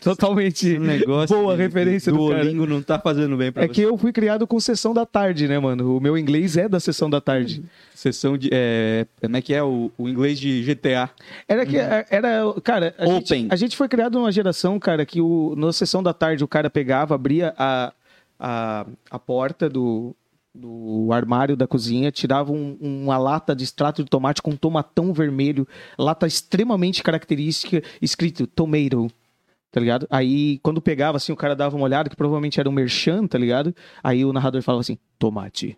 A: Totalmente.
B: Um negócio.
A: Boa
B: de-
A: referência do cara.
B: Duolingo não tá fazendo bem pra
A: É
B: você.
A: que eu fui criado com sessão da tarde, né, mano? O meu inglês é da sessão da tarde.
B: Sessão de. É... Como é que é o, o inglês de GTA?
A: Era que é, era, cara, a,
B: Open.
A: Gente, a gente foi criado numa geração, cara, que o, na sessão da tarde o cara pegava, abria a, a, a porta do, do armário da cozinha, tirava um- uma lata de extrato de tomate com tomatão vermelho, lata extremamente característica, escrito tomato. Tá ligado? Aí, quando pegava, assim, o cara dava uma olhada, que provavelmente era um merchan, tá ligado? Aí o narrador falava assim, tomate.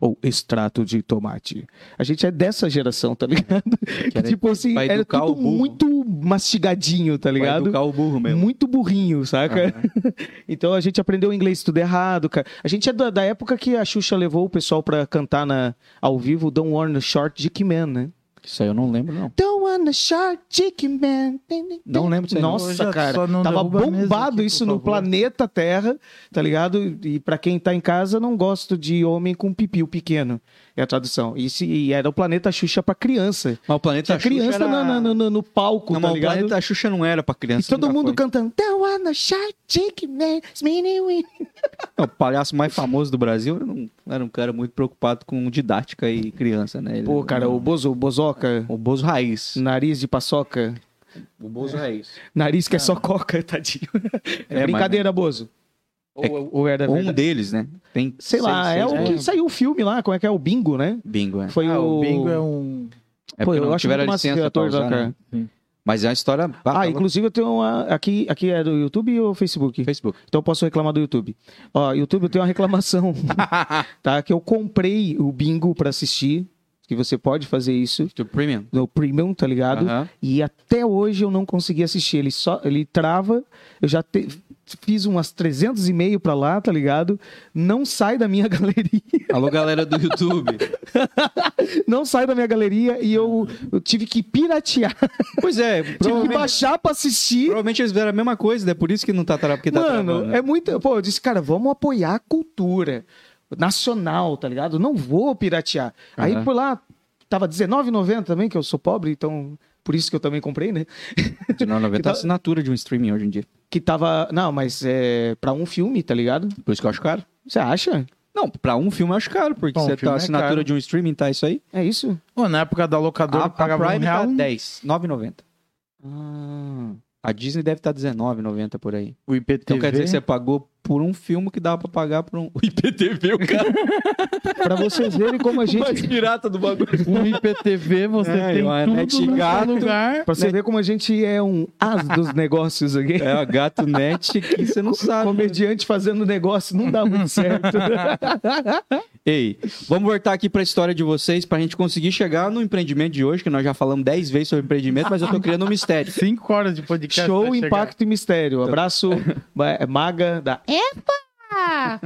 A: Ou extrato de tomate. A gente é dessa geração, tá
B: [LAUGHS]
A: ligado? Que,
B: era
A: [LAUGHS] tipo assim,
B: pra
A: era
B: educar
A: tudo
B: o burro.
A: muito mastigadinho, tá
B: Vai
A: ligado?
B: educar o burro mesmo.
A: Muito burrinho, saca? [LAUGHS] então a gente aprendeu inglês tudo errado, cara. A gente é da, da época que a Xuxa levou o pessoal pra cantar na, ao vivo Don't Warn the Short Dick Man, né?
B: Isso aí eu não lembro, não.
A: Don't Warn the Short Dick Man. Tem, tem,
B: Não lembro disso aí, não.
A: Nossa,
E: Hoje é
A: cara.
E: só não
A: Tava
E: derruba a mesa
A: bombado
E: aqui,
A: isso
E: por
A: no
E: favor.
A: planeta Terra, tá ligado? E pra quem tá em casa, não gosto de homem com pipiu pequeno. É a tradução. E, se- e era o planeta Xuxa pra criança.
B: Mas o planeta
A: Tinha criança
B: Xuxa era...
A: na- na- na- no palco,
B: Não,
A: tá
B: mas o
A: ligado?
B: planeta Xuxa não era pra
A: E
B: criança.
A: todo
B: nunca
A: mundo
B: foi.
A: cantando. Don't wanna shout, shake, man, smeeny, wee."
B: É, O palhaço mais famoso do Brasil era um, era um cara muito preocupado com didática e criança, né? Ele-
A: Pô, cara, o Bozo, o Bozoca,
B: O Bozo Raiz.
A: nariz de paçoca,
B: O Bozo Raiz.
A: nariz que é só coca, tadinho. É,
B: [LAUGHS] É,
A: brincadeira, Bozo.
B: É-
A: ou, ou era
B: Ou um
A: verdade?
B: deles, né? Tem
A: Sei lá,
B: seis,
A: é
B: seis,
A: o
B: né?
A: que saiu o filme lá, como é que é? O Bingo, né?
B: Bingo, é.
A: Foi
E: Ah,
A: o...
E: o bingo é um.
B: É
A: Pô,
B: porque
A: eu
B: não
A: acho
B: tiveram
A: muito massa
B: licença
A: esse ator
B: pra
A: lá,
B: usar, né?
A: cara.
B: Mas é uma história...
A: Ah,
B: tá louco.
A: inclusive eu tenho uma... Aqui, aqui é do YouTube ou Facebook?
B: Facebook.
A: Então eu posso reclamar do YouTube. Ó, YouTube eu tenho uma reclamação,
B: [LAUGHS]
A: tá? Que eu comprei o Bingo pra assistir, que você pode fazer isso.
B: Do Premium.
A: No Premium, tá ligado?
B: Aham.
A: E até hoje eu não consegui assistir. Ele só ele trava. Eu já te- fiz umas 300 e meio pra lá, tá ligado? Não sai da minha [LAUGHS] galeria.
B: Alô, galera do YouTube.
A: Não sai da minha galeria e eu, eu tive que piratear. [LAUGHS]
B: [LAUGHS] pois é,
A: tive que
B: provavelmente,
A: baixar pra assistir.
B: provavelmente eles fizeram a mesma coisa, né? Por isso que não tá travando. porque tá travando,
A: Mano,
B: né?
A: é muito. Pô, eu disse, cara, vamos apoiar a cultura nacional, tá ligado? Não vou piratear. Aí
B: Aham.
A: por lá, tava R$19,90 também, que eu sou pobre, então. Por isso que eu também comprei,
B: [LAUGHS]
A: né?
B: R$19,90 é a assinatura de um streaming hoje em dia.
A: Que tava. Não, mas é. Pra um filme, tá ligado?
B: Por isso que eu acho caro.
A: Você acha?
B: Não, pra um filme eu acho caro, porque
E: Bom,
B: você
E: um filme
B: tá, a
E: é
B: assinatura
E: caro.
B: de um streaming tá isso aí.
A: É isso?
E: Pô, na época da locadora
B: A,
E: eu
B: a
E: pagava um
B: Prime tá
E: real.
B: 10, 9,90. A Disney deve tá estar R$19,90 por aí.
E: O IPTV.
B: Então quer dizer que você pagou por um filme que dava pra pagar por um. [LAUGHS] O IPTV, o cara é
A: Pra vocês verem como a gente.
B: pirata do bagulho.
E: [LAUGHS] Um IPTV você
B: É,
E: tem
B: uma
E: tudo
B: net
E: no
B: gato.
E: seu
A: [LAUGHS]
E: lugar.
A: Pra você ver como a gente é um as dos negócios aqui.
B: É, a gato net que você não sabe.
A: Comediante fazendo negócio não dá muito [LAUGHS] certo.
B: Ei, vamos voltar aqui pra história de vocês pra gente conseguir chegar no empreendimento de hoje, que nós já falamos 10 vezes sobre empreendimento, mas eu tô criando
E: [LAUGHS]
B: um mistério.
E: Cinco horas de podcast. pra
A: Show,
E: chegar.
A: impacto e mistério. Abraço, ba- é, [LAUGHS] Maga da. Epa!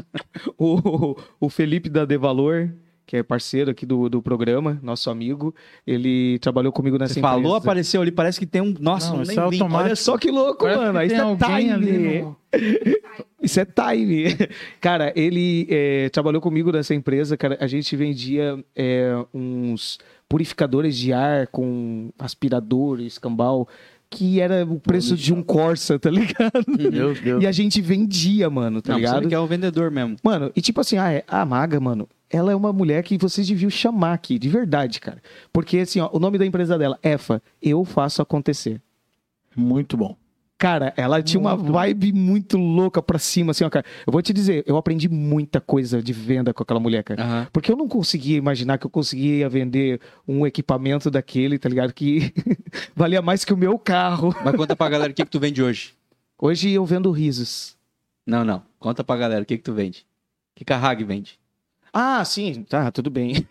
A: O, o Felipe da Devalor que é parceiro aqui do, do programa, nosso amigo. Ele trabalhou comigo nessa
B: Você
A: empresa.
B: falou, apareceu ali, parece que tem um. Nossa,
E: Não,
B: não,
E: isso
B: nem
E: é
B: vi.
E: automático.
A: Olha só que louco,
E: Parece
A: mano. Isso
E: que tem
A: é time.
E: alguém ali no-
A: Isso é time. [LAUGHS] Cara, ele é, trabalhou comigo nessa empresa, cara. A gente vendia é, uns purificadores de ar com aspirador, escambau, que era o preço de um Corsa, tá ligado?
E: Meu Deus.
A: E a gente vendia, mano, tá
B: Não, você
A: ligado?
B: que é o vendedor mesmo.
A: Mano, e tipo assim, a, a Maga, mano, ela é uma mulher que vocês deviam chamar aqui, de verdade, cara. Porque assim, ó, o nome da empresa dela, EFA, Eu Faço Acontecer.
E: Muito bom.
A: Cara, ela tinha uma vibe muito louca pra cima, assim, ó, cara. Eu vou te dizer, eu aprendi muita coisa de venda com aquela mulher, cara.
B: Aham.
A: Porque eu não conseguia imaginar que eu conseguia vender um equipamento daquele, tá ligado? Que [LAUGHS] valia mais que o meu carro.
B: Mas conta pra galera o que, que tu vende hoje.
A: Hoje eu vendo risos.
B: Não, não. Conta pra galera o que, que tu vende. O que, que a Hag vende?
A: Ah, sim, tá, tudo bem.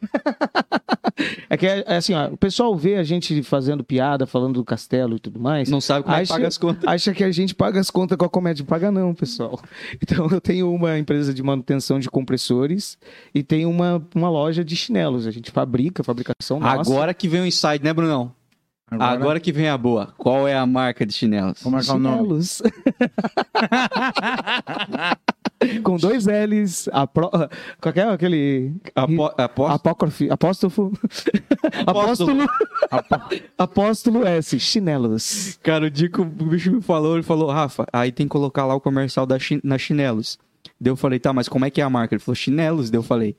A: [LAUGHS] é que, é, assim, ó, o pessoal vê a gente fazendo piada, falando do castelo e tudo mais.
B: Não sabe como é que
A: Acho-
B: paga as contas.
A: Acha que a gente paga as contas com a comédia. Paga não,
B: [LAUGHS]
A: pessoal. Então, eu tenho uma empresa de manutenção de compressores e tenho uma, uma loja de chinelos. A gente fabrica, fabricação nossa.
B: Agora que vem o insight, né, Brunão? Agora... que vem a boa. Qual é a marca de chinelos?
E: Como é que é o nome?
A: chinelos. [LAUGHS] com dois L's, apro... qual que é aquele...
B: Apo... Aposto...
A: Apócrifo, apóstofo, apóstolo, [LAUGHS] apóstolo S, chinelos.
B: Cara, o dia que o bicho me falou, ele falou, Rafa, aí tem que colocar lá o comercial da chi- na Chinelos. Daí eu falei, tá, mas como é que é a marca? Ele falou, Chinelos. Daí eu falei,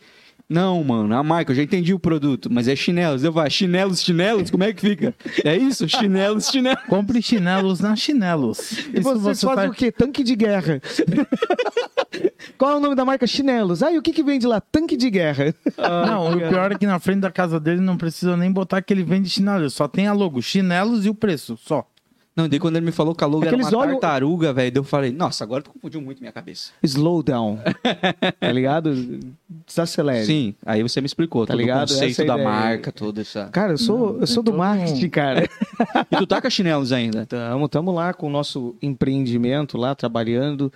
B: não, mano, a marca, eu já entendi o produto, mas é Chinelos. Daí eu falei, Chinelos, Chinelos, como é que fica? É isso? Chinelos, Chinelos.
E: Compre chinelos na chinelos.
A: E vocês fazem o quê? Tanque de guerra. [LAUGHS] Qual é o nome da marca? Chinelos. Ah, e o que que vende lá? Tanque de guerra.
E: Não, o pior é que na frente da casa dele não precisa nem botar que ele vende chinelos. Só tem a logo, chinelos e o preço, só.
B: Não, daí quando ele me falou que a logo
A: Hum. Aqueles
B: era uma
A: olhos-
B: tartaruga, velho, daí eu falei, nossa, agora tu confundiu muito minha cabeça.
A: [LAUGHS] Slowdown. Tá ligado? Desacelere.
B: Sim, aí você me explicou
A: É. Tá
B: todo
A: ligado?
B: o conceito
A: Essa é a
B: da
A: ideia.
B: marca, toda essa...
A: Cara, eu sou, eu sou do
E: todo
A: marketing, [LAUGHS] cara.
B: E tu tá com a Chinelos
A: [LAUGHS]
B: ainda?
A: Tamo, tamo lá com o nosso empreendimento lá, trabalhando.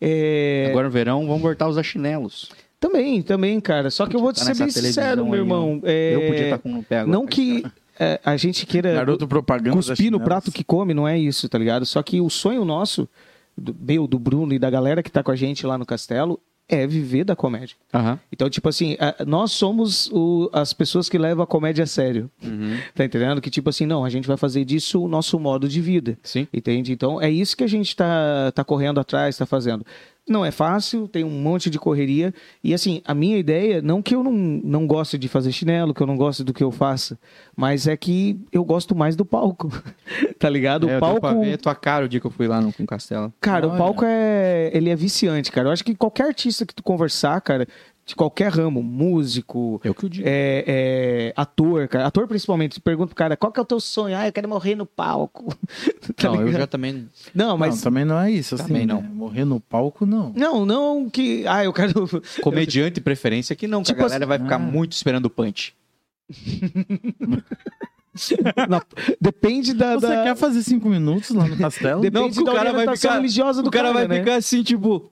A: É,
B: Agora no verão, vamos voltar a usar chinelos.
A: Também, também, cara. Só que eu vou te
B: Tá
A: ser
B: nessa
A: bem sincero,
B: televisão
A: meu
B: aí,
A: irmão. É,
B: Eu podia estar com o pé agora.
A: Não que é, a gente queira...
E: Garoto propaganda.
A: cuspir no
E: chinelos.
A: prato que come, não é isso, tá ligado? Só que o sonho nosso, do, meu, do Bruno e da galera que tá com a gente lá no castelo, é viver da comédia.
B: Aham.
A: Então, tipo assim, a- nós somos o- as pessoas que levam a comédia a sério.
B: Uhum.
A: Tá entendendo? Que tipo assim, não, a gente vai fazer disso o nosso modo de vida.
B: Sim.
A: Entende? Então, é isso que a gente tá, tá correndo atrás, tá fazendo. Não é fácil, tem um monte de correria. E assim, a minha ideia, não que eu não, não goste de fazer chinelo, que eu não gosto do que eu faço, mas é que eu gosto mais do palco. [LAUGHS] tá ligado?
B: É,
A: o
B: eu deu
A: palco.
B: pra ver a tua cara o dia que eu fui lá no, com o Castelo.
A: Cara, o
E: Olha.
A: palco é. Ele é viciante, cara. Eu acho que qualquer artista que tu conversar, cara, de qualquer ramo, músico,
B: Eu que o digo.
A: é, é, ator, cara. Ator principalmente, tu pergunta pro cara, qual que é o teu sonho? Ah, eu quero morrer no palco. [LAUGHS] Tá
B: não, eu
A: ligado?
B: já também.
A: Não,
E: Não,
A: mas.
E: também não é isso, assim.
B: Também não.
E: né? Morrer no palco, não.
A: Não, não que. Ah, eu quero. [LAUGHS]
B: Comediante preferência que não, que
A: Tipo
B: a galera vai ficar muito esperando o punch.
A: Não, depende da.
E: Você
A: da-
E: quer fazer cinco minutos
A: [LAUGHS]
E: lá no castelo?
A: Depende
B: Não, porque o
A: da
B: cara vai
A: orientação
B: ficar-
A: religiosa do
B: o cara, vai
A: né?
B: ficar assim, tipo.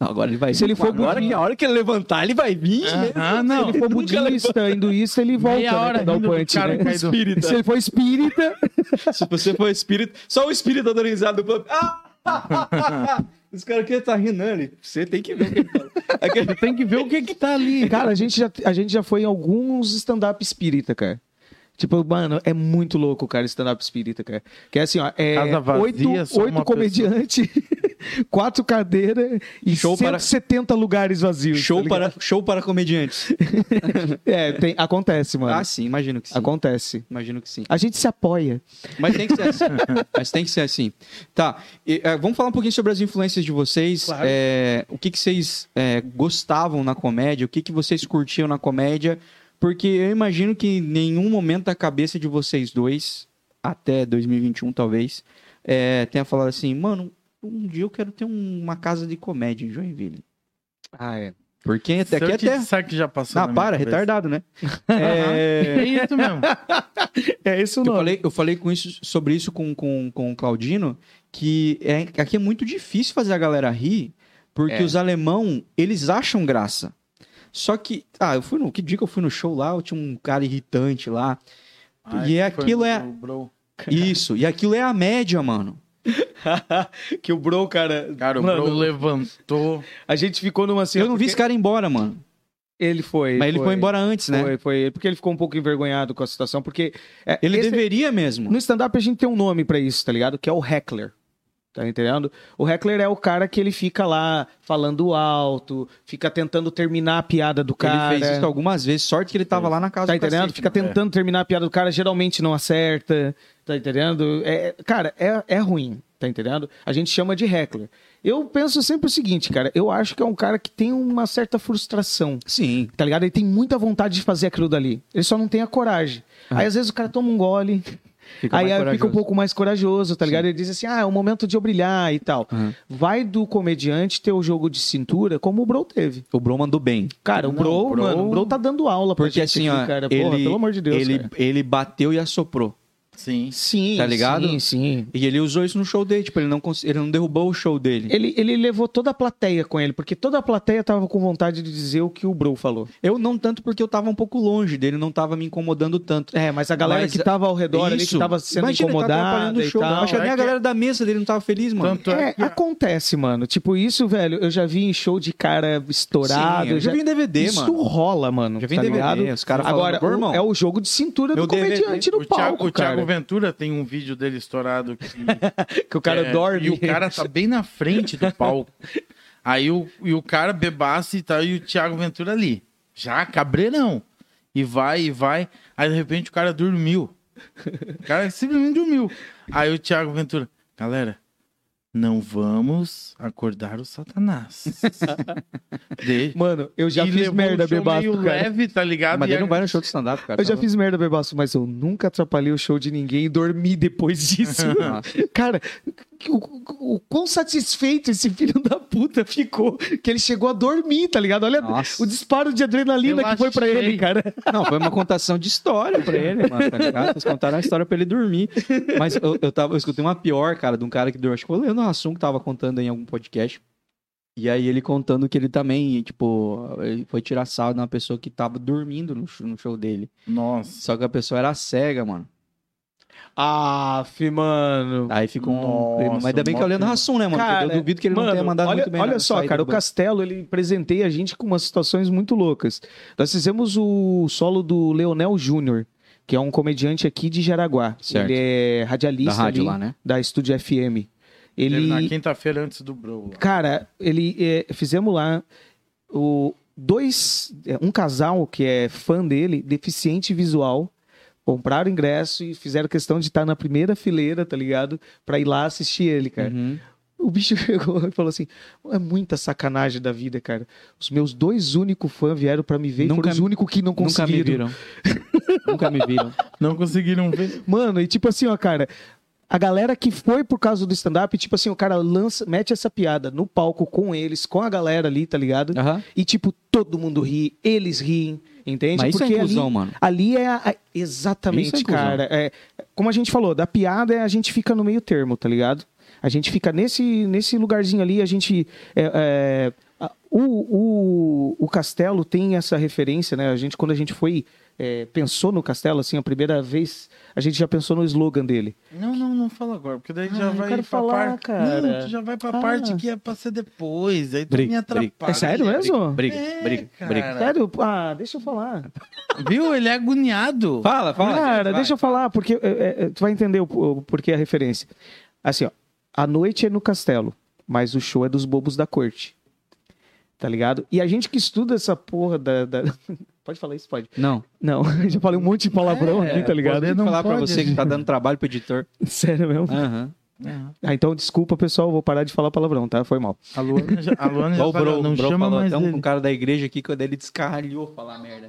B: "Não, agora ele vai
A: Se ele for
B: agora
A: budista-
B: que a hora que ele levantar, ele vai vir. né?"
E: Ah, não.
A: Se
B: [LAUGHS]
A: ele for budista, hinduísta, ele volta
E: Meia hora
A: né, pra dar o
E: rindo do
A: punch,
E: cara
A: né?
E: caído.
B: é Espírita.
A: Se ele for espírita,
B: [LAUGHS] Se você for espírito, só o espírito adorizado do pub. Ah! Os caras que tá rindo, né? Ele, Você tem que ver o que ele fala. Aquele-
E: Tem que ver o que que tá ali.
A: Cara, a gente já, a gente já foi em alguns stand-up espírita, cara. Tipo, mano, é muito louco, cara, stand-up espírita, cara. Que é assim, ó, é
E: Casa vazia,
A: oito,
E: só
A: oito
E: uma
A: comediantes, [LAUGHS] quatro cadeiras e
B: Show para-
A: 170 lugares vazios.
B: Show,
A: tá
B: para, show para comediantes.
A: ligado? É, tem- acontece, mano.
B: Ah, sim, imagino que sim.
A: acontece.
B: Imagino que sim.
A: A gente se apoia.
B: Mas tem que ser assim. Mas tem que ser assim. Tá. e, eh, vamos falar um pouquinho sobre as influências de vocês.
E: Claro.
B: Eh, o que, que vocês eh, gostavam na comédia? O que, que vocês curtiam na comédia? Porque eu imagino que em nenhum momento da cabeça de vocês dois, até 2021 talvez, eh, tenha falado assim, mano, um dia eu quero ter um- uma casa de comédia em Joinville.
A: Ah, é.
B: Porque até
E: Se eu
B: aqui
E: te
B: até...
E: disser que já passou
B: Ah,
E: na minha
B: para,
E: cabeça.
B: retardado, né?
E: [LAUGHS]
B: é...
E: É isso mesmo.
A: É isso
B: Eu
A: não.
B: falei, eu falei com isso, sobre isso com, com, com o Claudino, que é, aqui é muito difícil fazer a galera rir, porque
A: É.
B: os alemão, eles acham graça. Só que, ah, eu fui no. Que dia que eu fui no show lá, eu tinha um cara irritante lá.
E: Ah,
B: E
E: esse foi
B: aquilo
E: o-
B: é-
E: o Bro.
B: Isso, e aquilo é a média, mano.
A: [LAUGHS] que o Bro, cara.
E: Cara, o
A: mano,
E: Bro levantou.
A: A gente ficou numa assim.
B: eu não vi esse cara ir embora, mano.
A: Ele foi.
B: Mas ele foi, embora antes, né?
A: Foi, foi. Porque ele ficou um pouco envergonhado com a situação, porque. é,
B: Ele
A: esse-
B: deveria mesmo.
A: No stand-up a gente tem um nome pra isso, tá ligado? Que é o heckler. Tá entendendo? O heckler é o cara que ele fica lá falando alto, fica tentando terminar a piada do cara.
B: ele fez isso algumas vezes. Sorte que ele tava lá na casa
A: Tá
B: do
A: entendendo?
B: cacete, né? É.
A: Fica
B: mano.
A: tentando terminar a piada do cara, geralmente não acerta. Tá entendendo? É, cara, é, é ruim. Tá entendendo? A gente chama de heckler. Eu penso sempre o seguinte, cara. Eu acho que é um cara que tem uma certa frustração
B: Sim.
A: tá ligado? Ele tem muita vontade de fazer aquilo dali. Ele só não tem a coragem. Aí às vezes o cara toma um gole,
B: Ah. Fica
A: aí
B: mais
A: aí fica um
B: corajoso.
A: pouco mais corajoso, tá ligado? Ele diz assim: ah, é o momento de eu brilhar e tal.
B: Uhum.
A: Vai do comediante ter o jogo de cintura, como o Bro teve.
B: O Bro mandou bem.
A: Cara, o
E: Não,
A: Bro,
E: o Bro-
A: mano, o Bro tá dando aula pra
B: Porque
A: gente aqui,
B: assim, ó,
A: tipo cara.
B: ele,
A: Porra, pelo amor de Deus.
B: ele,
A: cara.
B: ele bateu e assoprou.
E: Sim.
A: Sim,
B: tá ligado?
A: Sim, sim.
B: E ele usou isso no show dele, tipo, ele não, cons- ele não derrubou o show dele.
A: Ele, ele levou toda a plateia com ele, porque toda a plateia tava com vontade de dizer o que o Bro falou.
B: Eu não tanto porque eu tava um pouco longe dele, não tava me incomodando tanto.
A: É, mas a galera
B: Mas-
A: que tava ao redor ali, que
B: Isso.
A: tava sendo
B: Imagina, ele tá
A: incomodada
B: atrapalhando o
A: e
B: show.
A: tal.
B: Acho que
E: É
B: nem a
E: que-
B: galera da mesa dele não tava feliz, mano.
E: Tanto é,
A: É,
E: que
A: acontece, mano. Tipo, isso, velho, eu já vi em show de cara estourado.
B: Sim, eu já vi em DVD,
A: isso
B: mano.
A: rola, mano.
B: Já vi em
A: tá
B: DVD,
A: ligado?
B: os caras falando,
A: Agora,
B: "Pô,
A: o-
B: irmão,
A: é o jogo de cintura
B: meu
A: do comediante
B: DVD
A: no
E: o, Thiago,
A: palco,
E: o Thiago
A: cara.
E: Ventura tem um vídeo dele estourado que
A: Que o cara
E: É,
A: dorme.
E: E o cara tá bem na frente do palco. Aí o, e o cara bebaça e tal, e o Thiago Ventura ali. Já, cabreirão. E vai, e vai. Aí de repente o cara dormiu. O cara simplesmente dormiu. Aí o Thiago Ventura, galera, não vamos acordar
A: [LAUGHS]
E: o Satanás. De...
A: Mano, eu já
E: E
A: fiz
E: levou
A: merda
E: o show
A: bebaço,
E: meio
A: cara.
E: leve, tá ligado?
B: Mas
E: E
B: ele não
E: a-
B: vai no show de stand-up,
A: é
B: cara.
A: Eu já
B: Tá
A: fiz merda bebaço, mas eu nunca atrapalhei o show de ninguém e dormi depois
E: [LAUGHS]
A: disso. [LAUGHS]
B: Nossa.
A: cara, o, o- o quão satisfeito esse filho da puta ficou que ele chegou a dormir, tá ligado? Olha [LAUGHS]
B: Nossa.
A: o disparo de adrenalina
E: Eu
A: que foi pra
E: achei.
A: ele, cara.
B: Não, foi uma contação de história pra ele, mano, tá ligado? Vocês contaram a história pra ele dormir. Mas eu, eu, tava, eu escutei uma pior, cara, de um cara que dormiu. Acho que foi o Leandro Hassum que tava contando em algum podcast. E aí ele contando que ele também, tipo, ele foi tirar sal de uma pessoa que tava dormindo no show, no show dele.
E: Nossa.
B: Só que a pessoa era cega, mano.
A: Ah, fi, mano.
B: Aí ficou um.
E: Nossa,
B: clima. Mas ainda bem que é o Leandro Hassum, né, mano? Porque
A: Cara,
B: eu duvido que ele não tenha mandado
A: olha,
B: muito bem.
A: olha
B: na
A: só,
B: saída
A: cara, o
B: do banco.
A: Castelo ele presenteia a gente com umas situações muito loucas. Nós fizemos o solo do Leonel Júnior, que é um comediante aqui de Jaraguá.
B: Certo.
A: Ele é radialista
B: da rádio
A: ali,
B: lá, né?
A: da Estúdio FM.
E: Ele... na
A: Ele,
E: quinta-feira antes do Bro. lá.
A: cara, ele é, fizemos lá o dois, é, um casal que é fã dele, deficiente visual, compraram ingresso e fizeram questão de estar na primeira fileira, tá ligado? Pra ir lá assistir ele, cara.
B: Uhum.
A: O bicho [LAUGHS] chegou e falou assim: é muita sacanagem da vida, cara. Os meus dois únicos fãs vieram pra me ver
B: Nunca
A: e foram os
B: me-
A: únicos que não
B: Nunca me
A: conseguiram.
B: viram. [LAUGHS] Nunca me viram.
E: Não conseguiram ver.
A: Mano, e tipo assim, ó, cara. A galera que foi por causa do stand-up, tipo assim, o cara lança, mete essa piada no palco com eles, com a galera ali, tá ligado?
B: Aham.
A: E tipo, todo mundo ri, eles riem, entende?
B: Mas isso é
A: ali-
B: inclusão, mano.
A: Ali é a- a-
B: Isso
A: exatamente,
B: é inclusão.
A: cara. É, como a gente falou, da piada é a gente fica no meio termo, tá ligado? A gente fica nesse, nesse lugarzinho ali, a gente. é, é, a- o, o, o Castelo tem essa referência, né? A gente, quando a gente foi. é, pensou no Castelo, assim, a primeira vez, a gente já pensou no slogan dele.
E: Não, não, não fala agora, porque daí
A: Ah,
E: já
A: eu
E: vai
A: quero
E: pra
A: falar,
E: parte.
A: cara.
E: Não, tu já vai pra
A: Ah.
E: parte que é pra ser depois. Aí tu me
B: Briga, briga.
E: atrapalha.
A: É sério mesmo?
B: Briga,
E: É,
B: briga,
E: cara.
B: briga.
A: Sério? Ah, deixa eu falar.
E: Viu? Ele é agoniado.
B: Fala, fala.
A: Cara,
B: gente, vai.
A: deixa eu falar, porque é, é, tu vai entender o, o porquê a referência. Assim, ó, a noite é no castelo, mas o show é dos bobos da corte. Tá ligado? E a gente que estuda essa porra da. da- [LAUGHS] Pode falar isso? Pode.
B: Não.
A: Não, [LAUGHS] já falei um monte de palavrão
B: É,
A: aqui, tá ligado? [LAUGHS]
E: poder não
B: Vou falar pra
E: pode.
B: você que tá dando trabalho pro editor.
A: Sério mesmo?
B: [LAUGHS] Aham.
E: É.
A: Ah, então desculpa, pessoal, eu vou parar de falar palavrão, tá? Foi mal.
E: A Luana já, a Luana já
B: Ó, o
E: falou,
B: Bro,
E: não
B: o Bro
E: chama
B: falou
E: mais
B: até um,
E: ele.
B: cara da igreja aqui, quando ele descarralhou falar merda.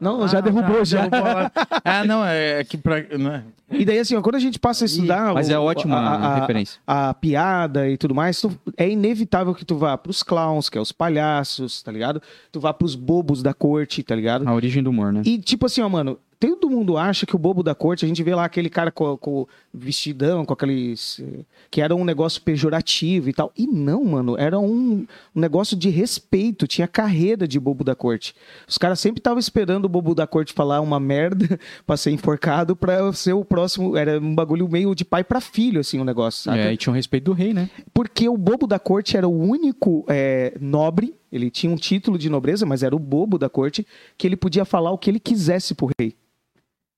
A: Não, já
E: Ah,
B: tá,
A: derrubou, já.
E: derrubou lá. ah, não, é, é que pra... Não é.
A: E daí, assim, ó, quando a gente passa a estudar.
B: Mas
A: o-
B: é ótima
A: a-
B: a,
A: a- a-
B: referência.
A: a piada e tudo mais, tu- é inevitável que tu vá pros clowns, que é os palhaços, tá ligado? Tu vá pros bobos da corte, tá ligado?
B: A origem do humor, né?
A: E tipo assim, ó, mano, todo mundo acha que o bobo da corte, a gente vê lá aquele cara com, com vestidão, com aqueles. eh, que era um negócio pejorativo e tal. E não, mano, era um, um negócio de respeito, tinha carreira de bobo da corte. Os caras sempre estavam esperando o bobo da corte falar uma merda [LAUGHS] pra ser enforcado pra ser o próximo. Era um bagulho meio de pai pra filho, assim, o negócio, sabe?
B: É, e tinha o respeito do rei, né?
A: Porque o bobo da corte era o único é, nobre, ele tinha um título de nobreza, mas era o bobo da corte, que ele podia falar o que ele quisesse pro rei.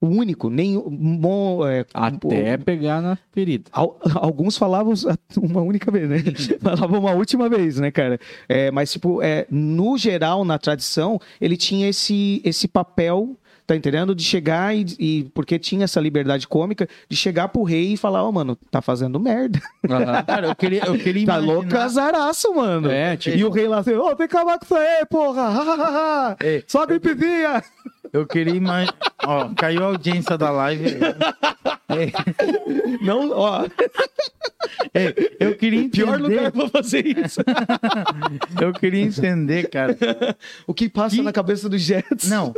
A: O único, nem. o- mo- é,
B: Ah, Até pegar na ferida.
A: Al- Alguns falavam uma única vez, né? falavam uma última vez, né, cara? É, mas, tipo, é, no geral, na tradição, ele tinha esse, esse papel, tá entendendo? De chegar e, e- Porque tinha essa liberdade cômica de chegar pro rei e falar, ó, mano, tá fazendo merda.
E: Cara, eu queria, eu queria
A: Tá
E: imaginar...
A: louco azaraço, mano.
B: É, tipo-
A: E o rei lá assim, ô, tem que acabar com isso aí, porra! [LAUGHS] Ha, ha, ha, ha.
E: Ei,
A: Sobe pipinha!
E: Eu queria imaginar... Ó, caiu a audiência da live.
A: Não, ó,
E: Ei, eu queria entender...
A: pior lugar pra fazer isso.
E: Eu queria entender, cara.
A: [LAUGHS] o que passa
E: Que-
A: na cabeça dos Jets?
E: Não.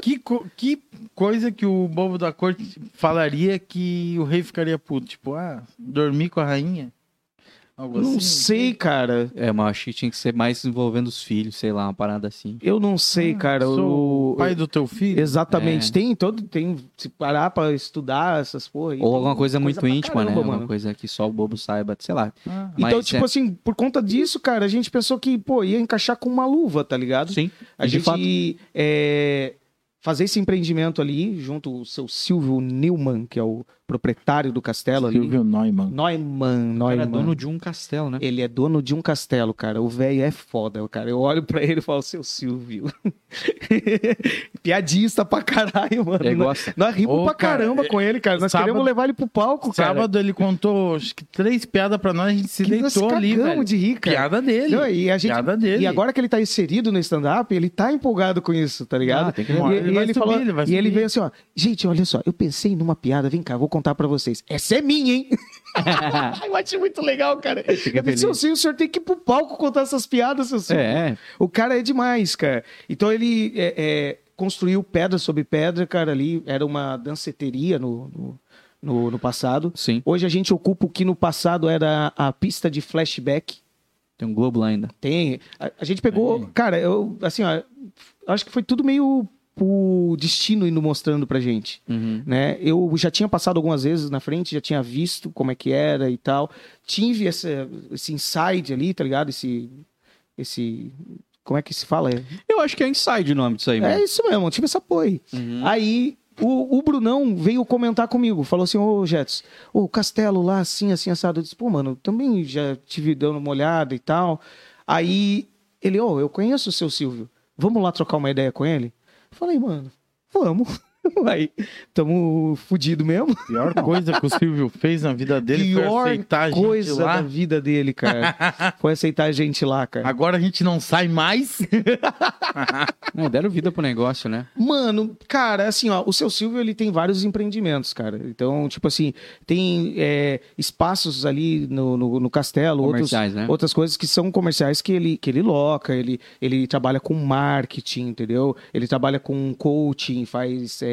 E: Que, co- que coisa que o bobo da corte falaria que o rei ficaria puto? Tipo, ah, dormir com a rainha? Algo
A: Não
E: assim.
A: sei, cara.
B: [LAUGHS] É, mas eu achei que tinha que ser mais envolvendo os filhos, sei lá, uma parada assim.
A: Eu não sei, cara.
E: Sou
A: o...
E: pai do teu filho?
A: Exatamente.
B: É.
A: Tem todo. Tem. Se parar pra estudar essas porra. aí,
B: Ou
A: tem
B: alguma coisa, muito
A: pra
B: íntima, né?
A: caramba,
B: Alguma
A: mano.
B: coisa que só o bobo saiba, sei lá.
E: Ah,
A: Então,
B: Mas,
A: tipo
B: é-
A: assim, por conta disso, cara, a gente pensou que, pô, ia encaixar com uma luva, tá ligado?
B: Sim.
A: A
B: e de
A: gente
B: fato.
A: é, fazer esse empreendimento ali, junto o seu Silvio Newman, que é o proprietário do castelo ali.
E: Silvio Neumann.
A: Neumann,
B: o
A: Neumann.
B: cara é dono de um castelo, né?
A: Ele é dono de um castelo, cara. O velho é foda, cara. Eu olho pra ele e falo, seu Silvio. [LAUGHS] Piadista pra caralho, mano.
B: Ele gosta.
A: Nós rimos
E: Ô,
A: pra
E: cara,
A: caramba
E: é-
A: com ele, cara. Nós
E: sábado-
A: queremos levar ele pro palco, cara.
E: Sábado ele contou acho que três piadas pra nós, a gente se
A: Que nós
E: deitou ali,
A: cagamos
E: velho.
A: de rir, cara.
E: Piada dele.
A: Não, e, a gente-
E: Piada dele.
A: e agora que ele tá inserido no stand-up, ele tá empolgado com isso, tá ligado?
B: Ah, tem que
A: E- e
E: Uma hora
A: ele,
E: vai subir,
A: falou,
E: ele vai
A: e ele
E: subir.
A: veio assim, ó. Gente, olha só, eu pensei numa piada, vem cá, vou contar pra vocês. Essa é minha,
E: [LAUGHS]
A: hein? eu achei muito legal, cara. Eu
B: feliz.
A: pensei, "Seu Silvio, o senhor tem que ir pro palco contar essas piadas, seu Silvio.
B: É,
A: O cara é demais, cara. Então ele é, é, construiu pedra sobre pedra, cara, ali. Era uma danceteria no, no, no- no passado.
B: sim.
A: Hoje a gente ocupa o que no passado era a pista de flashback.
B: Tem um globo lá ainda.
A: Tem. A, a gente pegou. Cara, eu, assim, ó, acho que foi tudo meio o destino indo mostrando pra gente
B: Uhum.
A: né? Eu já tinha passado algumas vezes na frente, já tinha visto como é que era e tal. Tive essa, esse inside ali, tá ligado? Esse, esse, como é que se fala? É,
B: Eu acho que é inside o nome disso aí,
A: é
B: mano.
A: isso mesmo, tive esse apoio.
B: Uhum.
A: Aí o, o Brunão veio comentar comigo, falou assim, ô Jets, o castelo lá assim, assim, assado. Eu disse, pô, mano, também já tive dando uma olhada e tal. Aí ele, ô, eu conheço o seu Silvio, vamos lá trocar uma ideia com ele? Eu Falei, mano, vamos. [LAUGHS] Aí, tamo fudido mesmo.
E: A pior coisa que o Silvio fez na vida dele
A: é pior
E: foi aceitar a gente
A: coisa
E: lá.
A: da vida dele,
E: [LAUGHS]
A: cara. Foi aceitar a gente lá, cara.
E: Agora a gente não sai mais.
B: Não, É, deram vida pro negócio, né?
A: Mano, cara, assim, ó, o seu Silvio ele tem vários empreendimentos, cara. Então, tipo assim, tem é, espaços ali no, no, no castelo, outros,
B: Comerciais, né?
A: outras coisas que são comerciais que ele, que ele loca, ele, ele trabalha com marketing, entendeu? Ele trabalha com coaching, faz. é,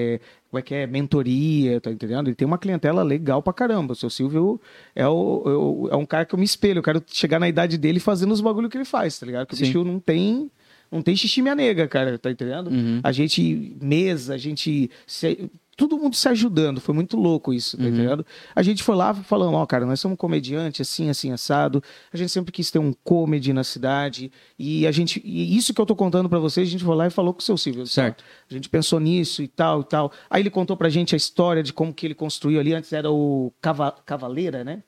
A: como é que é? Mentoria, tá entendendo? Ele tem uma clientela legal pra caramba. O seu Silvio é, o- é o- é um cara que eu me espelho. Eu quero chegar na idade dele fazendo os bagulho que ele faz, tá ligado? Porque
B: Sim.
A: o bicho não tem. Não tem xixi minha nega, cara, tá entendendo?
B: Uhum.
A: A gente, mesa, a gente. se- todo mundo se ajudando, foi muito louco isso,
B: Uhum.
A: tá entendendo? A gente foi lá falando, ó, cara, nós somos comediante, assim, assim, assado. A gente sempre quis ter um comedy na cidade. E a gente. E isso que eu tô contando pra vocês, a gente foi lá e falou com o seu Silvio.
B: Certo.
A: A gente pensou nisso e tal e tal. Aí ele contou pra gente a história de como que ele construiu ali. Antes era o Cava- Cavaleira, né?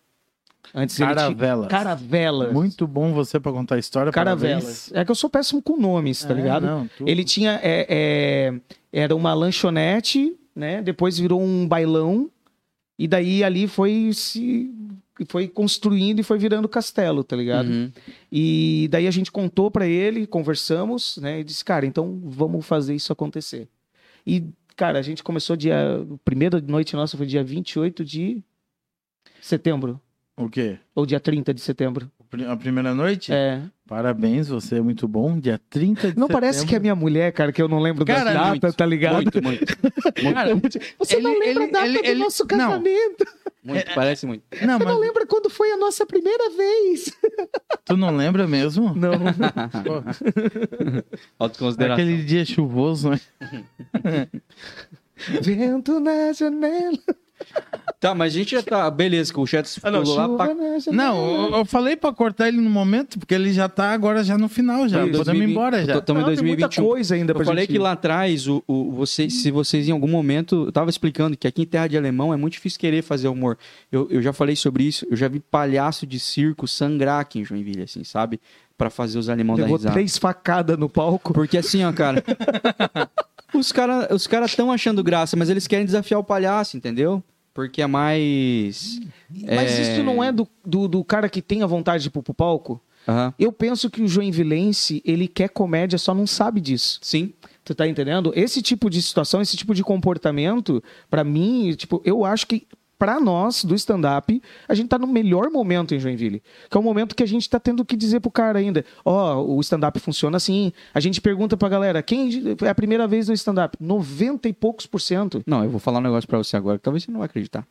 A: Antes ele tinha-
E: Caravelas.
A: Caravelas.
E: Muito bom você pra contar a história.
A: Caravelas. É que eu sou péssimo com nomes, tá
E: É,
A: ligado?
E: não, tu-
A: Ele tinha. é, é, era uma lanchonete, né? Depois virou um bailão. E daí ali foi se. Foi construindo e foi virando castelo, tá ligado?
B: Uhum.
A: E daí a gente contou pra ele, conversamos, né? E disse, cara, então vamos fazer isso acontecer. E, cara, a gente começou dia. A primeira noite nossa foi dia 28 de setembro.
E: O quê?
A: Ou dia 30 de setembro.
E: O pri- a primeira noite?
A: É.
E: Parabéns, você é muito bom. Dia 30 de
A: Não parece que é minha mulher, cara, que eu não lembro da
E: Cara,
A: data,
B: muito,
A: tá ligado?
B: Muito, muito. Muito,
E: Cara,
A: Você não
B: Ele-
A: lembra
B: ele-
A: a data
B: ele-
A: do
B: ele-
A: nosso
B: não.
A: casamento?
B: muito. Parece muito.
E: Não,
A: Você
E: mas
A: não lembra quando foi a nossa primeira vez?
E: tu não lembra mesmo? [LAUGHS]
A: Não.
E: Pô,
B: Autoconsideração.
E: aquele dia chuvoso, né?
A: Vento na janela.
B: Tá, mas a gente já tá. Beleza, que o chat se
A: Ah, não,
B: pulou lá pra.
A: chuva na janela.
E: Não, eu, eu falei pra cortar ele no momento, porque ele já tá agora já no final, já.
B: Isso.
E: Podemos ir embora já.
B: Estamos em
A: Não, tem muita
B: 2021.
A: coisa ainda pra
B: Eu falei
A: gente-
B: que lá atrás, o, o, vocês, se vocês em algum momento. Eu tava explicando que aqui em Terra de Alemão é muito difícil querer fazer humor. Eu, eu já falei sobre isso. Eu já vi palhaço de circo sangrar aqui em Joinville, assim, sabe? Pra fazer os alemão da
A: Levou
B: risada.
A: três facadas no palco.
B: Porque assim, ó, cara. [LAUGHS] os caras os cara estão achando graça, mas eles querem desafiar o palhaço, entendeu? Porque é mais.
A: Mas isso não é do, do, do cara que tem a vontade de ir pro, pro palco?
B: Aham.
A: Eu penso que o Joinvilense, ele quer comédia, só não sabe disso.
B: Sim.
A: Tu tá entendendo? Esse tipo de situação, esse tipo de comportamento, pra mim, tipo, eu acho que pra nós do stand-up, a gente tá no melhor momento em Joinville, que é o momento que a gente tá tendo que dizer pro cara ainda, ó, o stand-up funciona assim. A gente pergunta pra galera, quem é a primeira vez no stand-up? 90 e poucos por cento.
B: Não, eu vou falar um negócio pra você agora que talvez você não vai acreditar.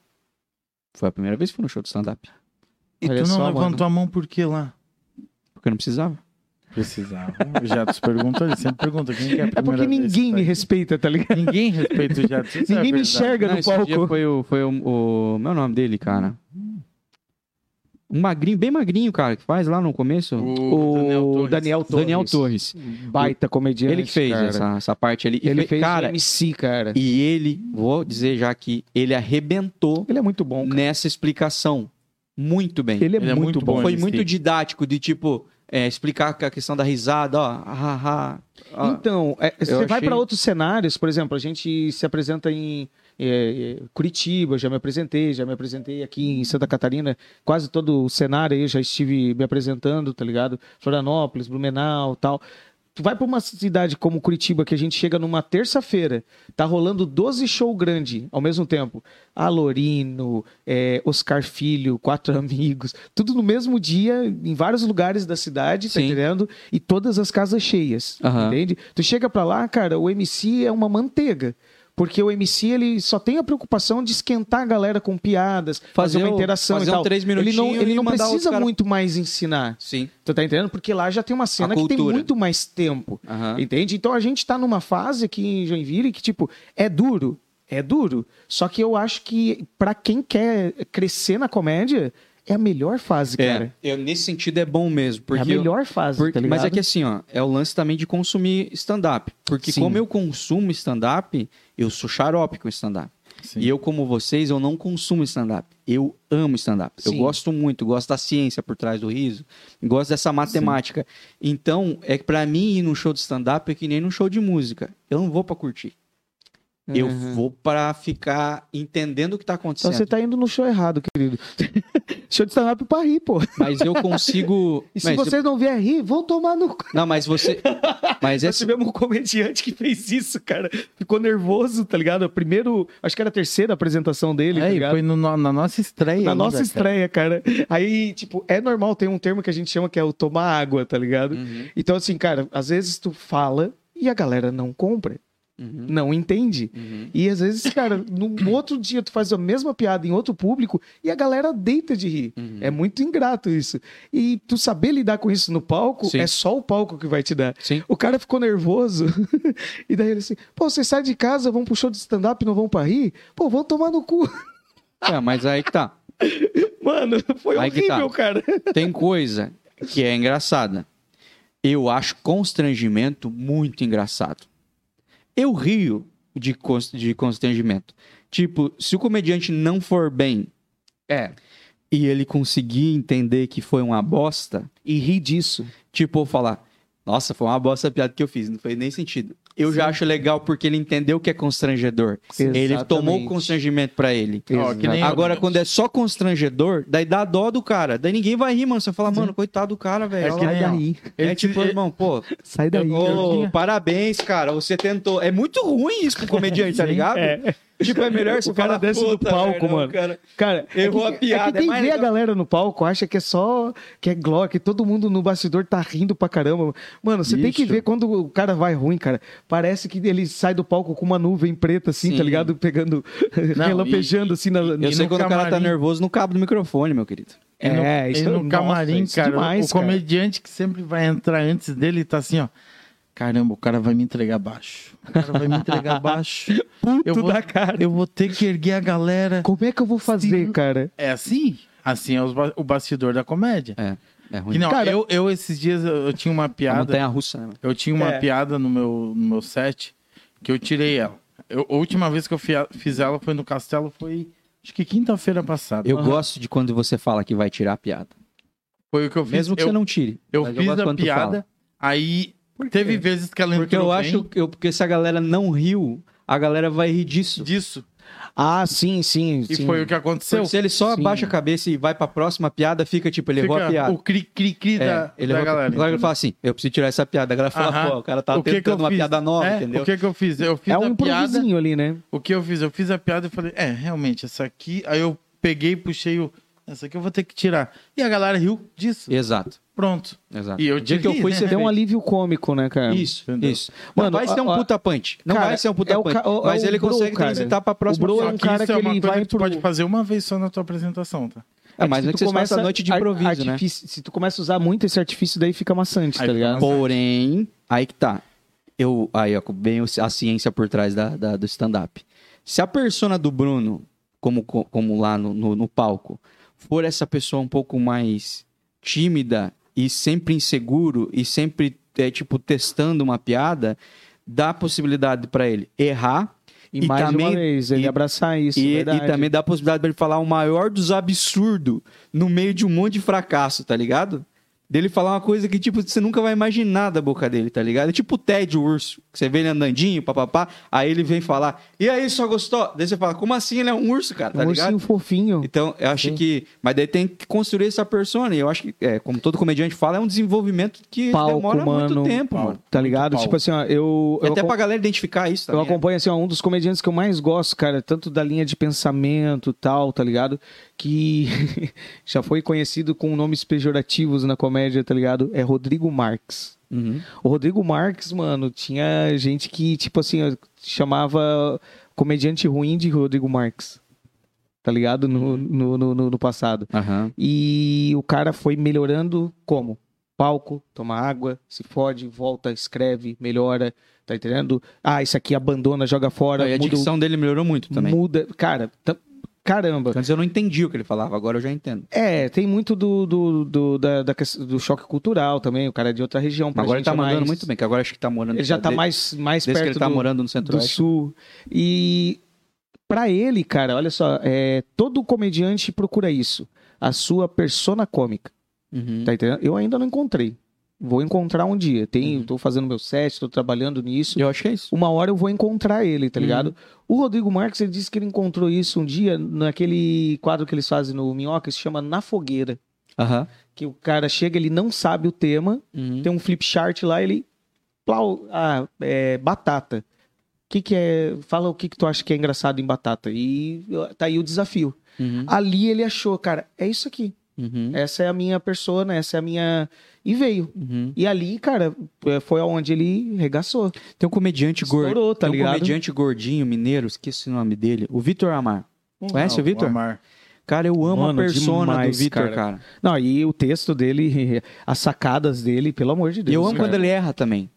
B: Foi a primeira vez que fui no show de stand-up.
E: E tu
A: Olha
E: não
A: só,
E: levantou a mão por quê lá?
B: Porque eu não precisava.
E: Precisava. O Jatos perguntou, ele sempre pergunta quem que é a
A: É
E: primeira
A: porque
E: vez
A: ninguém
E: que tá
A: me
E: aqui.
A: respeita, tá ligado?
E: Ninguém respeita o Jatos. isso é
A: ninguém me
E: verdade.
A: enxerga
B: Não,
A: no
B: esse dia
A: palco.
B: foi o, foi o, o- Meu nome dele, cara. Um magrinho, bem magrinho, cara, que faz lá no começo.
E: O Daniel
A: O Daniel
E: Torres.
A: Torres.
B: Daniel Torres.
A: Baita comediante.
B: ele que fez
A: cara.
B: essa, essa parte ali. E
A: Ele
B: fe-
A: fez
B: cara,
A: MC, cara.
B: e ele, vou dizer já aqui, ele arrebentou
A: Ele é muito bom. cara.
B: nessa explicação. Muito bem.
A: Ele é,
E: Ele é
A: muito,
E: muito
A: bom.
E: bom.
B: Foi
E: ele
B: muito
E: sim.
B: didático de tipo é, explicar a questão da risada, ó. Ah, ah, ah.
A: Então, é, você vai
B: achei-
A: para outros cenários, por exemplo, a gente se apresenta em é, é, Curitiba, já me apresentei, já me apresentei aqui em Santa Catarina, quase todo o cenário aí eu já estive me apresentando, tá ligado? Florianópolis, Blumenau, tal. Tu vai para uma cidade como Curitiba, que a gente chega numa terça-feira, tá rolando 12 show grande ao mesmo tempo. Alorino, é, Oscar Filho, Quatro [LAUGHS] Amigos, tudo no mesmo dia, em vários lugares da cidade, tá
B: Sim.
A: entendendo? E todas as casas cheias.
B: Aham.
A: Entende? Tu chega pra lá, cara, o MC é uma manteiga. Porque o MC ele só tem a preocupação de esquentar a galera com piadas, fazer,
B: Fazer
A: uma
B: um-
A: interação
B: fazer
A: e
B: um
A: tal.
B: três
A: ele não,
B: minutinhos
A: ele
B: e
A: não
B: mandar os
A: precisa
B: cara-
A: muito mais ensinar.
B: Sim.
A: Tu tá entendendo? Porque lá já tem uma cena que tem
B: cultura.
A: muito mais tempo.
B: Aham.
A: Entende? Então a gente tá numa fase aqui em Joinville que, tipo, é duro. É duro. Só que eu acho que pra quem quer crescer na comédia, é a melhor fase,
B: É,
A: cara.
B: eu- nesse sentido é bom mesmo. Porque
A: é a
B: eu-
A: melhor fase,
B: Por-
A: tá ligado?
B: mas é que assim, ó, é o lance também de consumir stand-up. Porque
A: Sim.
B: como eu consumo stand-up, eu sou xarope com stand-up.
E: Sim.
B: E eu, como vocês, eu não consumo stand-up. Eu amo stand-up. Eu
A: Sim.
B: gosto muito, gosto da ciência por trás do riso, gosto dessa matemática. Então, é que pra mim ir num show de stand-up é que nem num show de música. Eu não vou pra curtir. Eu
A: Uhum.
B: vou pra ficar entendendo o que tá acontecendo.
A: Então você tá indo no show errado, querido. [LAUGHS] show de stand-up pra rir, pô.
B: Mas eu consigo.
A: tá- [LAUGHS] E se
B: Mas-
A: vocês não vier rir, vão tomar no cu.
B: Não, mas
A: [LAUGHS]
B: você. Mas
A: Nós
B: essa...
A: tivemos um comediante que fez isso, cara. Ficou nervoso, tá ligado? O Primeiro, acho que era a terceira apresentação dele, tá
E: Aí,
A: ligado?
E: É, foi no- na nossa estreia.
A: Na
E: ainda,
A: nossa
E: cara.
A: estreia, cara. Aí, tipo, é normal, tem um termo que a gente chama que é o tomar água, tá ligado?
B: Uhum,
A: Então, assim, cara, às vezes tu fala e a galera não compra,
B: uhum,
A: não entende.
B: uhum.
A: E às vezes, cara, no outro dia tu faz a mesma piada em outro público e a galera deita de rir.
B: Uhum.
A: É muito ingrato isso. E tu saber lidar com isso no palco
B: Sim.
A: é só o palco que vai te dar.
B: Sim.
A: O cara ficou nervoso. [LAUGHS] e daí ele assim: pô, vocês saem de casa, vão pro show de stand-up e não vão pra rir? Pô, vão tomar no cu.
B: É, mas aí que tá.
A: Mano, foi
B: Aí que tá.
A: horrível, cara.
B: Tem coisa que é engraçada. Eu acho constrangimento muito engraçado. Eu rio de, cons- de constrangimento. Tipo, se o comediante não for bem
A: É.
B: e ele conseguir entender que foi uma bosta,
A: E ri disso.
B: tipo, eu falar, nossa, foi uma bosta a piada que eu fiz, não fez nem sentido. Eu já acho legal porque ele entendeu que é constrangedor. Ele
A: Exatamente.
B: tomou o constrangimento pra ele.
E: Ó, que nem-
B: Agora, quando é só constrangedor, daí dá dó do cara. Daí ninguém vai rir, mano. Você fala, mano, coitado do cara, velho.
E: É
B: olha
E: que
B: lá.
E: nem-
B: É
E: Ele te-
B: tipo,
E: [LAUGHS]
B: irmão, pô,
A: Sai daí.
B: ô, parabéns, cara, você tentou. É muito ruim isso pro comediante, tá ligado? Tipo, é melhor
A: O cara
B: falar,
A: desce do
B: "Puta,
A: palco,
B: velho, não,
A: mano."
B: Cara,
A: Cara,
B: Errou
A: é que,
B: a piada,
A: É que quem
B: é mais
A: vê a
B: legal.
A: galera no palco acha que é só que é Glock, todo mundo no bastidor tá rindo pra caramba. Mano, você tem que
B: Isso.
A: ver quando o cara vai ruim, cara. Parece que ele sai do palco com uma nuvem preta, assim,
B: Sim.
A: tá ligado? Pegando,
E: Não,
A: [LAUGHS] relampejando,
E: e-
A: assim, na.
E: e
B: eu sei
E: no
B: quando o cara tá
E: camarim?
B: nervoso, não cabe no microfone, meu querido.
E: E no-
A: É,
E: e
A: isso é-
E: no
A: nossa,
E: camarim,
A: isso é
E: cara,
A: demais,
E: o
A: cara.
E: comediante que sempre vai entrar antes dele tá assim, ó. Caramba, o cara vai me entregar baixo. O cara vai me
A: [LAUGHS]
E: entregar baixo. eu
A: Puto
E: vou,
A: da cara.
E: eu vou ter que erguer a galera.
A: Como é que eu vou fazer,
E: Sim.
A: cara?
E: É assim? Assim é os ba- o bastidor da comédia.
B: É, é ruim.
E: Que não,
A: Cara-
E: eu, eu esses dias eu, eu tinha uma
B: a
E: piada.
B: montanha russa, né? mano?
E: Eu tinha uma
A: É.
E: piada no meu, no meu set que eu tirei ela. Eu- a última vez que eu fi- fiz ela foi no castelo, foi acho que quinta-feira passada.
B: Eu gosto de quando você fala que vai tirar a piada.
E: Foi o que eu fiz.
B: Mesmo que
E: eu,
B: você não tire.
E: eu
B: mas
E: fiz
B: gosto
E: a
B: quando tu fala.
E: piada, aí teve vezes que ela entrou
B: Porque eu
E: bem
B: acho que eu- porque se a galera não riu, a galera vai rir disso.
E: disso.
A: Ah, sim, sim.
E: E
A: sim.
E: foi o que aconteceu.
B: Porque se ele só
A: Sim.
B: baixa a cabeça e vai pra próxima piada, fica tipo, ele errou
E: Fica
B: a piada.
E: O cri-cri-cri
B: É,
E: da,
B: ele
E: da
B: errou a-
E: galera.
B: Agora ele
E: entendeu?
B: fala assim, eu preciso tirar essa piada. A galera fala,
E: Aham.
B: pô, o cara tá
E: O que que
B: tentando
E: eu
B: uma
E: fiz?
B: piada nova,
E: É,
B: entendeu?
E: O que que eu fiz? Eu fiz
A: É um
E: a piada.
A: improvisinho ali, né?
E: O que eu fiz? Eu fiz a piada e falei, é, realmente, essa aqui. Aí eu peguei, puxei o. Essa aqui eu vou ter que tirar. E a galera riu disso.
B: Exato,
E: Pronto.
B: exato.
E: E eu
B: O dia que eu
E: tive,
B: fui,
E: né?
B: você
A: Tem
B: deu
A: um
B: uma...
A: alívio cômico, né, cara?
B: Isso,
E: Entendeu?
B: isso. Não
A: Mano,
B: vai ser um
A: a- a-
B: puta punch. Não
A: Cara,
B: vai ser um puta
A: é o
B: punch.
A: ca- o-
B: mas
A: é o
B: ele
A: Bro,
B: consegue
A: cara.
B: transitar pra próxima
A: O Bro é
E: Só
A: um
B: fase.
E: que
A: cara
E: isso é
A: que
E: uma
A: ele
E: coisa
A: vai
E: que tu
A: pro-
E: pode fazer uma vez só na tua apresentação, tá?
B: É, mas
A: se tu
B: é que vocês
A: começa
B: passam a noite de
A: ar-
B: improviso, né?
A: artifício- Se tu começa a usar muito esse artifício, daí fica maçante,
E: Aí
A: tá
E: fica
A: ligado?
E: maçante.
B: Porém, aí que tá. Eu, aí, ó, bem o- a ciência por trás da, da- do stand-up. Se a persona do Bruno, como, co- como lá no, no, no palco, for essa pessoa um pouco mais tímida e sempre inseguro e sempre, é, tipo, testando uma piada, dá possibilidade pra ele errar
A: E, mais
B: também,
A: uma vez, ele
B: e-
A: abraçar isso, é
B: e,
A: verdade.
B: e também dá a possibilidade pra ele falar o maior dos absurdos no meio de um monte de fracasso, tá ligado? Dele falar uma coisa que, tipo, você nunca vai imaginar da boca dele, tá ligado? É tipo o Ted, o urso. Que você vê ele andandinho, papapá, aí ele vem falar, e aí, só gostou? Daí você fala, como assim ele é um urso, cara, tá
A: um
B: ligado?
A: ursinho fofinho.
B: Então, eu acho que... Mas daí tem que construir essa persona. E eu acho que, é, como todo comediante fala, é um desenvolvimento que
A: Palco,
B: demora
A: mano.
B: muito tempo,
E: Palco.
B: mano.
A: Tá ligado?
E: Paulo.
A: Tipo assim, ó, eu.
B: E
A: eu
B: até
A: acom-
B: pra galera identificar isso
A: Eu
B: também. né?
A: acompanho, assim, ó, um dos comediantes que eu mais gosto, cara, tanto da linha de pensamento tal, tá ligado? Que [LAUGHS] já foi conhecido com nomes pejorativos na comédia, tá ligado? É Rodrigo Marques.
B: Uhum.
A: O Rodrigo Marques, mano, tinha gente que, tipo assim, ó, chamava comediante ruim de Rodrigo Marques. Tá ligado? No,
B: Uhum.
A: no, no, no- no passado.
B: Aham.
A: E o cara foi melhorando como? Palco, toma água, se fode, volta, escreve, melhora, tá entendendo? Ah, isso aqui abandona, joga fora,
B: E a
A: muda, o-
B: é dicção dele melhorou muito também.
A: muda. Cara, tá- caramba.
B: Antes eu não entendi o que ele falava, agora eu já entendo.
A: É, tem muito do, do, do, da, da questão- do choque cultural também, o cara é de outra região. pra
B: agora
A: gente
B: ele tá
A: é
B: mandando
A: mais-
B: muito bem, que agora acho que tá morando.
A: Ele já tá
B: de-
A: mais, mais
B: Desde que
A: perto
B: ele tá
A: do,
B: morando no
A: do
B: centro-oeste.
A: Sul. E pra ele, cara, olha só, é, todo comediante procura isso. A sua persona cômica.
B: Uhum.
A: Tá entendendo? Eu ainda não encontrei. Vou encontrar um dia. Tem, Tô fazendo meu set, tô trabalhando nisso.
B: Uhum. Eu acho que é isso.
A: Uma hora eu vou encontrar ele, tá
B: Uhum.
A: ligado? O Rodrigo Marques, ele disse que ele encontrou isso um dia naquele quadro que eles fazem no Minhoca, que se chama Na Fogueira.
B: Aham.
A: Que o cara chega, ele não sabe o tema,
B: Uhum.
A: tem um flip chart lá, ele. Plau, ah, é, batata. O que, que é. Fala o que, que tu acha que é engraçado em batata. E ó, tá aí o desafio.
B: Uhum.
A: Ali ele achou, cara, é isso aqui.
B: Uhum.
A: Essa é a minha persona, essa é a minha. E veio.
B: Uhum.
A: E ali, cara, é, foi onde ele regaçou.
B: Tem um comediante gordo.
A: Estourou, tá
B: Tem um
A: ligado?
B: comediante gordinho, mineiro, esqueci o nome dele. O Vitor Amar. Conhece o Vitor?
E: Ah, Amar.
B: Cara, eu amo
A: Mano,
B: a persona
A: demais,
B: do Vitor,
A: cara.
B: cara.
A: Não, e o texto dele, [LAUGHS] as sacadas dele, pelo amor de
B: E
A: Deus.
B: eu amo
A: cara.
B: quando ele erra também.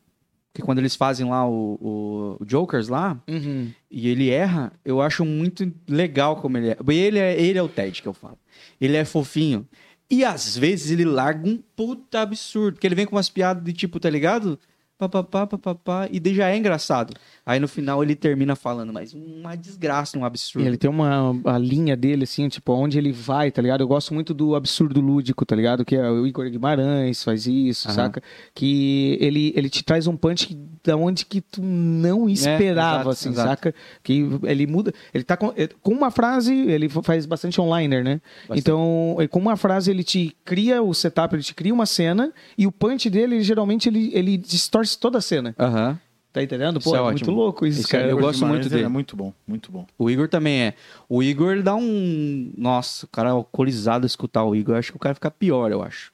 B: Porque quando eles fazem lá o, o- o Jokers lá,
A: Uhum.
B: e ele erra, eu acho muito legal como ele é. E Ele é, ele é o Ted que eu falo. Ele é fofinho. E às vezes ele larga um puta absurdo. Porque ele vem com umas piadas de tipo, tá ligado? Papapá, papapá, e daí já é engraçado. Aí no final ele termina falando, mas uma desgraça, um absurdo.
A: E ele tem uma a linha dele, assim, tipo, onde ele vai, tá ligado? Eu gosto muito do absurdo lúdico, tá ligado? Que é o Igor Guimarães faz isso,
B: Aham.
A: saca? Que ele, ele te traz um punch que- da onde que tu não esperava,
B: É, exato,
A: assim,
B: exato.
A: saca? Que ele muda. Ele tá com, é, com uma frase, ele fa- faz bastante onliner, né?
B: Bastante.
A: Então, é, com uma frase, ele te cria o setup, ele te cria uma cena, e o punch dele, geralmente, ele, ele distorce toda a cena.
B: Aham.
A: Tá entendendo? Pô,
B: Isso é
A: é, muito
B: ótimo.
A: louco isso,
B: Isso é
A: cara.
B: Eu
E: Igor
B: gosto
E: Guimarães,
B: muito
E: ele
B: dele.
E: É muito bom, muito bom.
B: O Igor também é. O Igor ele dá um. Nossa, o cara é alcoolizado a escutar o Igor. Eu acho que o cara fica pior, eu acho.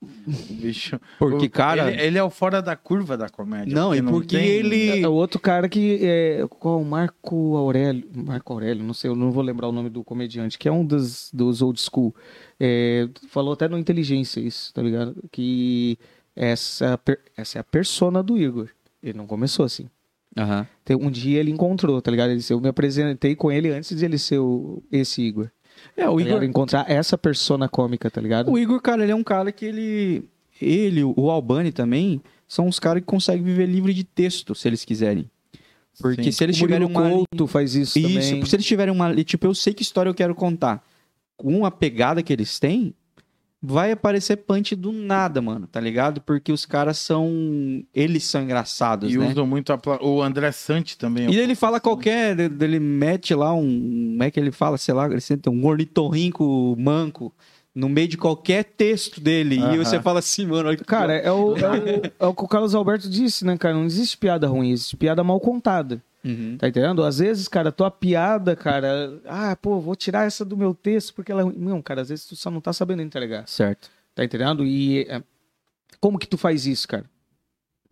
E: O bicho.
B: Porque,
E: o-
B: cara.
E: Ele, ele é o fora da curva da comédia.
B: Não, e porque
E: tem-
B: ele.
A: É o outro cara que é. Qual? o Marco Aurélio. Marco Aurélio, não sei, eu não vou lembrar o nome do comediante, que é um dos, dos old school. É, falou até no Inteligência isso, tá ligado? Que essa, per- essa é a persona do Igor. Ele não começou assim.
B: Aham.
A: Tem- Um dia ele encontrou, tá ligado? Ele disse, Eu me apresentei com ele antes de ele ser o- esse Igor.
B: É, o
A: Tá
B: Igor.
A: ligado? Encontrar essa persona cômica, tá ligado?
B: O Igor, cara, ele é um cara que ele. Ele, o Albani também, são uns caras que conseguem viver livre de texto, se eles quiserem. Porque
E: Sim.
B: se eles
A: Tipo O Murilo
B: tiverem uma. li-
A: Couto faz isso,
B: Isso,
A: também.
B: se eles tiverem uma. li- Tipo, eu sei que história eu quero contar. Com a pegada que eles têm, vai aparecer punch do nada, mano, tá ligado? Porque os caras são. Eles são engraçados,
E: E
B: né?
E: usam muito a pla- o André Sante também. é um
B: E ele
E: pouco
B: fala
E: assim.
B: qualquer. Ele ele mete lá um. Como é que ele fala? Sei lá, ele senta um ornitorrinco manco no meio de qualquer texto dele. E
E: Aham.
B: você fala assim, mano. olha que-
A: Cara, é o, é, o, é o que o Carlos Alberto disse, né, cara? Não existe piada ruim, existe piada mal contada.
B: Uhum.
A: Tá entendendo? Às vezes, cara, tua piada, cara, ah, pô, vou tirar essa do meu texto porque ela é ruim. Não, cara, às vezes tu só não tá sabendo entregar.
B: Certo.
A: Tá entendendo? E é, como que tu faz isso, cara?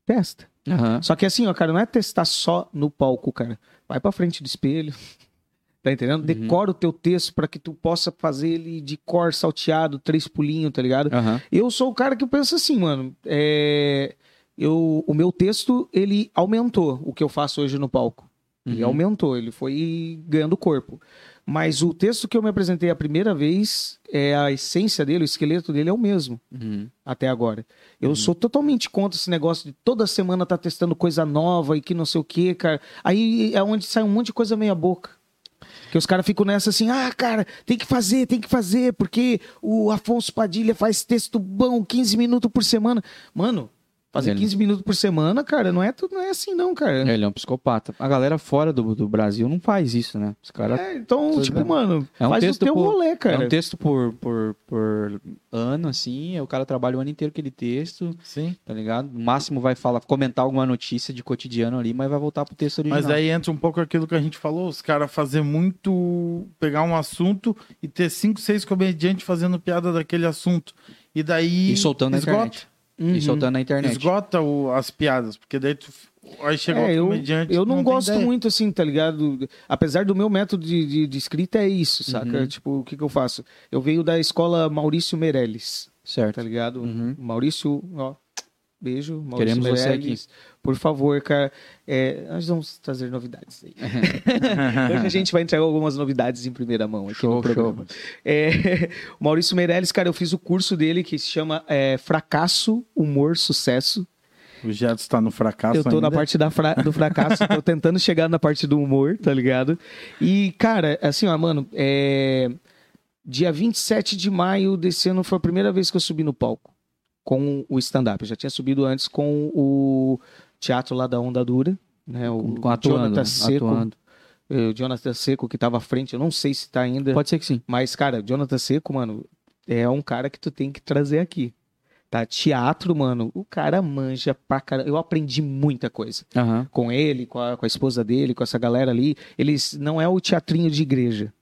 A: Testa.
B: Aham.
A: Só que assim, ó, cara, não é testar só no palco, cara. Vai pra frente do espelho. [LAUGHS] Tá entendendo? Decora o teu texto pra que tu possa fazer ele de cor salteado, três pulinhos, tá ligado?
B: Aham.
A: Eu sou o cara que pensa assim, mano. é, Eu, o meu texto, ele aumentou o que eu faço hoje no palco. Ele
B: Uhum.
A: aumentou, ele foi ganhando corpo. Mas o texto que eu me apresentei a primeira vez, é a essência dele, o esqueleto dele é o mesmo
B: Uhum.
A: até agora. Eu sou totalmente contra esse negócio de toda semana tá testando coisa nova e que não sei o quê, cara. Aí é onde sai um monte de coisa meia boca. Que os caras ficam nessa assim, ah, cara, tem que fazer, tem que fazer, porque o Afonso Padilha faz texto bom 15 minutos por semana. Mano, fazer
B: Ele-
A: 15 minutos por semana, cara, não é, tu- não é assim não, cara.
B: Ele é um psicopata. A galera fora do, do Brasil não faz isso, né? Os caras.
A: É, então,
B: Pois
A: tipo,
B: é.
A: mano,
B: É um
A: faz
B: texto
A: o teu
B: pro-
A: rolê,
B: É
A: cara.
B: um texto por, por, por ano, assim. aí O cara trabalha o ano inteiro aquele texto,
E: Sim.
B: tá ligado? No máximo vai falar, comentar alguma notícia de cotidiano ali, mas vai voltar pro texto original.
E: Mas aí entra um pouco aquilo que a gente falou, os caras fazer muito. pegar um assunto e ter cinco, seis comediantes fazendo piada daquele assunto. E daí.
B: E soltando na internet.
A: Uhum.
B: E soltando na internet.
E: esgota o- as piadas, porque daí tu. Aí chega
A: É,
E: outro
A: eu,
E: comediante.
A: eu
E: que
A: não,
E: tem
A: gosto
E: ideia.
A: muito assim, tá ligado? Apesar do meu método de, de- de escrita é isso, saca?
B: Uhum.
A: Tipo, o que que eu faço? Eu venho da escola Maurício Meirelles, tá
B: Certo.
A: ligado?
B: Uhum.
A: Maurício, ó, beijo, Maurício
B: Queremos você
A: Meirelles. Por favor, cara, é, nós vamos trazer novidades
B: [LAUGHS]
A: aí. Hoje a gente vai entregar algumas novidades em primeira mão aqui no
B: Show,
A: programa. É, [LAUGHS] o Maurício Meirelles, cara, eu fiz o curso dele que se chama é, Fracasso, Humor, Sucesso.
E: O Jato está no fracasso.
A: Eu tô na
E: ainda.
A: parte da fra- do fracasso, tô tentando chegar na parte do humor, tá ligado? E, cara, assim, ó, mano, é... dia 27 de maio desse ano foi a primeira vez que eu subi no palco com o stand-up. Eu já tinha subido antes com o teatro lá da Onda Dura, né? O
B: Com- Atuando,
A: Jonathan Seco.
B: atuando.
A: eh, O Jonathan Seco, que tava à frente, eu não sei se tá ainda.
B: Pode ser que sim.
A: Mas, cara, Jonathan Seco, mano, é um cara que tu tem que trazer aqui. Tá? Teatro, mano, o cara manja pra caramba. Eu aprendi muita coisa
B: Aham.
A: com ele, com a, com a esposa dele, com essa galera ali. Eles não é o teatrinho de igreja.